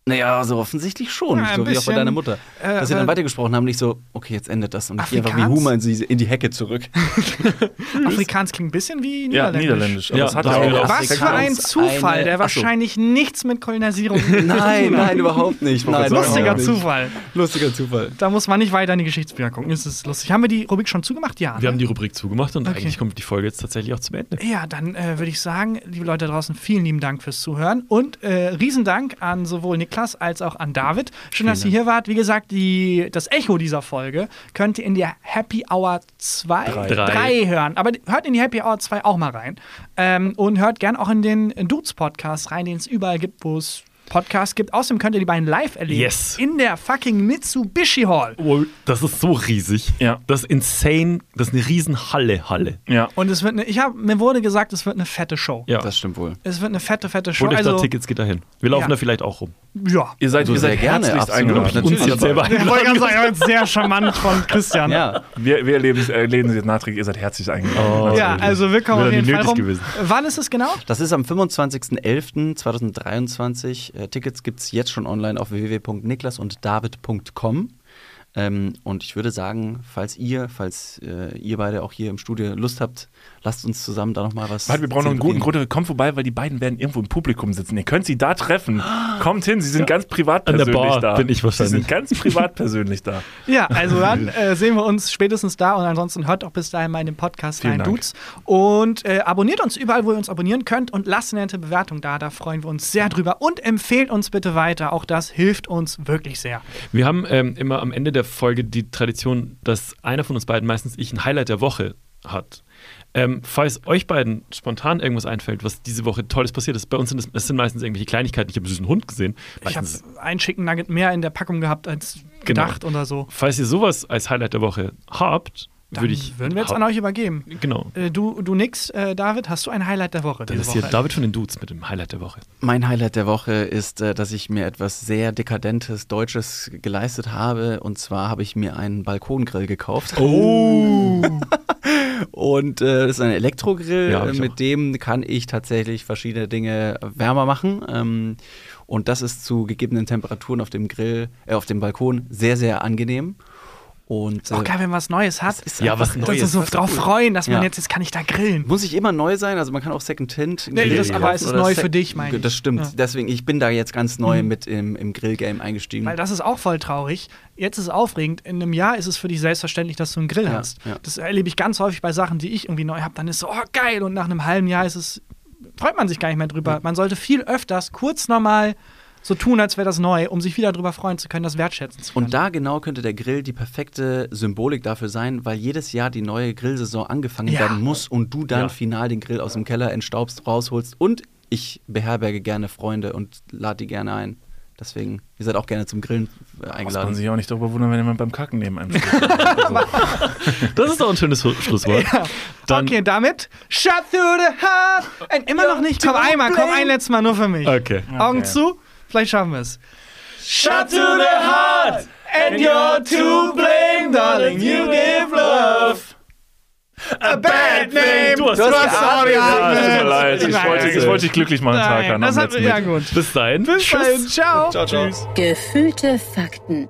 Speaker 4: naja, so offensichtlich schon,
Speaker 2: Ja, ein
Speaker 4: so wie auch bei
Speaker 2: bisschen,
Speaker 4: deiner Mutter.
Speaker 2: äh,
Speaker 4: Dass sie
Speaker 2: aber-
Speaker 4: dann weitergesprochen haben, nicht so, okay, jetzt endet das und ich gehe einfach wie
Speaker 2: Afrikaans?
Speaker 4: Huma in die, in die Hecke zurück.
Speaker 2: Afrikaans klingt ein bisschen wie
Speaker 3: Ja,
Speaker 2: Niederländisch.
Speaker 3: niederländisch. Aber
Speaker 5: Ja,
Speaker 3: das hat
Speaker 5: da-
Speaker 3: ja auch
Speaker 5: Was
Speaker 2: Was für ein
Speaker 4: Afrikaans
Speaker 2: Zufall,
Speaker 4: eine-
Speaker 2: der
Speaker 4: Ach so.
Speaker 2: wahrscheinlich nichts mit Kolonisierung
Speaker 4: Nein, nein, überhaupt nicht. Nein,
Speaker 2: Lustiger
Speaker 4: überhaupt nicht.
Speaker 2: Zufall.
Speaker 4: Lustiger Zufall.
Speaker 2: Da muss man nicht weiter in die Geschichtsbücher gucken. Es ist lustig. Haben wir die Rubrik schon zugemacht? Ja.
Speaker 5: Wir
Speaker 2: ne?
Speaker 5: haben die Rubrik zugemacht und
Speaker 2: Okay.
Speaker 5: eigentlich kommt die Folge jetzt tatsächlich auch zum Ende.
Speaker 2: ja, dann äh, würde ich sagen, liebe Leute da draußen, vielen lieben Dank fürs Zuhören und äh, Riesendank an sowohl Niklas als auch an David. Schön, dass ihr hier wart. Wie gesagt, die, das Echo dieser Folge könnt ihr in der Happy Hour 2
Speaker 3: Drei.
Speaker 5: Drei.
Speaker 2: drei hören. Aber hört in die Happy Hour 2 auch mal rein. Ähm, und hört gern auch in den Dudes-Podcast rein, den es überall gibt, wo es Podcasts gibt. Außerdem könnt ihr die beiden live erleben.
Speaker 5: Yes.
Speaker 2: In der fucking Mitsubishi Hall.
Speaker 5: Wow, das ist so riesig.
Speaker 3: Ja.
Speaker 5: Das ist insane. Das ist eine riesen Halle, Halle.
Speaker 3: Ja.
Speaker 2: Und es wird eine, ich habe mir wurde gesagt, es wird eine fette Show.
Speaker 5: Ja.
Speaker 4: Das stimmt wohl.
Speaker 2: Es wird eine fette, fette Show.
Speaker 5: Holt euch da
Speaker 2: Also,
Speaker 5: Tickets, geht dahin. Wir laufen
Speaker 2: Ja.
Speaker 5: da vielleicht auch rum.
Speaker 2: ja.
Speaker 3: Ihr
Speaker 5: Also
Speaker 3: seid,
Speaker 4: So
Speaker 3: ihr seid
Speaker 4: sehr gerne,
Speaker 3: herzlichst
Speaker 4: absolut.
Speaker 3: eingeladen.
Speaker 4: Natürlich.
Speaker 5: Uns jetzt selber
Speaker 2: Also, Ich wollte gerade sagen, das ist sehr charmant von Christian.
Speaker 4: Ja,
Speaker 3: Wir, wir erleben, es- erleben sie jetzt nachträglich, ihr seid herzlich eingeladen.
Speaker 5: Oh.
Speaker 2: Ja, also willkommen auf
Speaker 5: Wäre
Speaker 2: jeden
Speaker 5: nicht
Speaker 2: Fall rum.
Speaker 5: nötig
Speaker 2: Wann ist es genau?
Speaker 4: Das ist am 25.11.2023. Äh, Tickets gibt es jetzt schon online auf www.niklasunddavid.com. Ähm, und ich würde sagen, falls ihr, falls äh, ihr beide auch hier im Studio Lust habt, lasst uns zusammen da nochmal was.
Speaker 3: Warte, wir brauchen noch einen guten
Speaker 4: zelebrieren.
Speaker 3: Grund. Kommt vorbei, weil die beiden werden irgendwo im Publikum sitzen. Ihr könnt sie da treffen. Kommt hin, sie sind ganz privat
Speaker 5: An der
Speaker 3: persönlich
Speaker 5: Bar
Speaker 3: da.
Speaker 5: bin ich wahrscheinlich.
Speaker 3: Sie sind ganz privat persönlich da.
Speaker 2: Ja, also dann äh, sehen wir uns spätestens da und ansonsten hört auch bis dahin mal in den Podcast
Speaker 3: Vielen
Speaker 2: rein,
Speaker 3: Dank.
Speaker 2: Dudes. Und äh, abonniert uns überall, wo ihr uns abonnieren könnt und lasst eine nette Bewertung da, da freuen wir uns sehr drüber. Und empfehlt uns bitte weiter, auch das hilft uns wirklich sehr.
Speaker 5: Wir haben ähm, immer am Ende der Folge die Tradition, dass einer von uns beiden, meistens ich, ein Highlight der Woche hat. Ähm, falls euch beiden spontan irgendwas einfällt, was diese Woche Tolles passiert ist, bei uns sind es, es sind meistens irgendwelche Kleinigkeiten. Ich habe einen süßen Hund gesehen.
Speaker 2: Ich habe
Speaker 5: Meistens- genau.
Speaker 2: einen schicken Nugget mehr in der Packung gehabt als gedacht oder so.
Speaker 5: falls ihr sowas als Highlight der Woche habt,
Speaker 2: Dann
Speaker 5: würde ich.
Speaker 2: würden wir jetzt an euch übergeben.
Speaker 5: Genau.
Speaker 2: Äh, du, du nix, äh, David, hast du ein Highlight der Woche?
Speaker 5: Dann
Speaker 2: diese
Speaker 5: ist hier
Speaker 2: Woche?
Speaker 5: David von den Dudes mit dem Highlight der Woche.
Speaker 4: Mein Highlight der Woche ist, äh, dass ich mir etwas sehr dekadentes Deutsches geleistet habe. Und zwar habe ich mir einen Balkongrill gekauft.
Speaker 5: Oh!
Speaker 4: Und äh, das ist ein Elektrogrill,
Speaker 5: Ja, hab
Speaker 4: äh,
Speaker 5: ich
Speaker 4: mit
Speaker 5: auch.
Speaker 4: dem kann ich tatsächlich verschiedene Dinge wärmer machen. Ähm, und das ist zu gegebenen Temperaturen auf dem Grill, äh, auf dem Balkon sehr, sehr angenehm. Und
Speaker 2: Ist auch
Speaker 4: äh,
Speaker 2: geil, wenn man was Neues hat.
Speaker 4: ist
Speaker 5: Ja,
Speaker 4: einfach
Speaker 5: was
Speaker 2: Dass wir
Speaker 5: Neues.
Speaker 2: so drauf freuen, dass man
Speaker 4: Ja. Mhm.
Speaker 2: jetzt, jetzt kann ich da grillen.
Speaker 4: Muss ich immer neu sein? Also man kann auch Second Tint.
Speaker 2: Nee,
Speaker 4: Grill
Speaker 5: das-
Speaker 4: kaufen
Speaker 5: aber
Speaker 2: es ist
Speaker 4: oder
Speaker 2: neu
Speaker 4: Sec-
Speaker 2: für dich, meine ich.
Speaker 4: Das stimmt.
Speaker 2: Ja. Mhm.
Speaker 4: Deswegen, ich bin da jetzt ganz neu mit im, im Grill-Game eingestiegen.
Speaker 2: Weil das ist auch voll traurig. Jetzt ist es aufregend. In einem Jahr ist es für dich selbstverständlich, dass du einen Grill
Speaker 4: Ja,
Speaker 2: hast.
Speaker 4: ja.
Speaker 2: Das erlebe ich ganz häufig bei Sachen, die ich irgendwie neu habe. Dann ist so, oh geil. Und nach einem halben Jahr ist es, freut man sich gar nicht mehr drüber. Man sollte viel öfters kurz normal so tun, als wäre das neu, um sich wieder drüber freuen zu können, das wertschätzen zu können.
Speaker 4: Und da genau könnte der Grill die perfekte Symbolik dafür sein, weil jedes Jahr die neue Grillsaison angefangen
Speaker 2: Ja.
Speaker 4: werden muss und du dann
Speaker 5: Ja.
Speaker 4: final den Grill aus dem Keller entstaubst, rausholst und ich beherberge gerne Freunde und lade die gerne ein. Deswegen, ihr seid auch gerne zum Grillen äh,
Speaker 3: Muss man
Speaker 4: eingeladen.
Speaker 3: sich auch nicht darüber wundern, wenn jemand beim Kacken neben einem steht.
Speaker 5: Das ist doch ein schönes Hu- Schlusswort. Dann,
Speaker 2: okay, damit Shut through the heart and immer noch nicht. Komm einmal, komm ein letztes Mal nur für mich.
Speaker 5: okay.
Speaker 2: Augen
Speaker 3: Okay.
Speaker 2: zu, vielleicht schaffen wir es.
Speaker 1: Shot to the heart, and you're to blame, darling. You give love a bad name.
Speaker 5: Du hast
Speaker 4: Du hast
Speaker 5: recht.
Speaker 4: geatmet.
Speaker 3: Ah,
Speaker 5: Ja, tut mir leid.
Speaker 3: Niemals. Ich
Speaker 2: Nein.
Speaker 3: wollte, ich wollte dich glücklich machen, Taka.
Speaker 2: Nein,
Speaker 3: nach
Speaker 2: das
Speaker 3: dem
Speaker 2: hat,
Speaker 3: letzten
Speaker 2: ja
Speaker 3: Mal.
Speaker 2: gut.
Speaker 5: Bis dahin.
Speaker 2: Bis dahin, ciao.
Speaker 1: Ciao, ciao.
Speaker 6: Gefühlte Fakten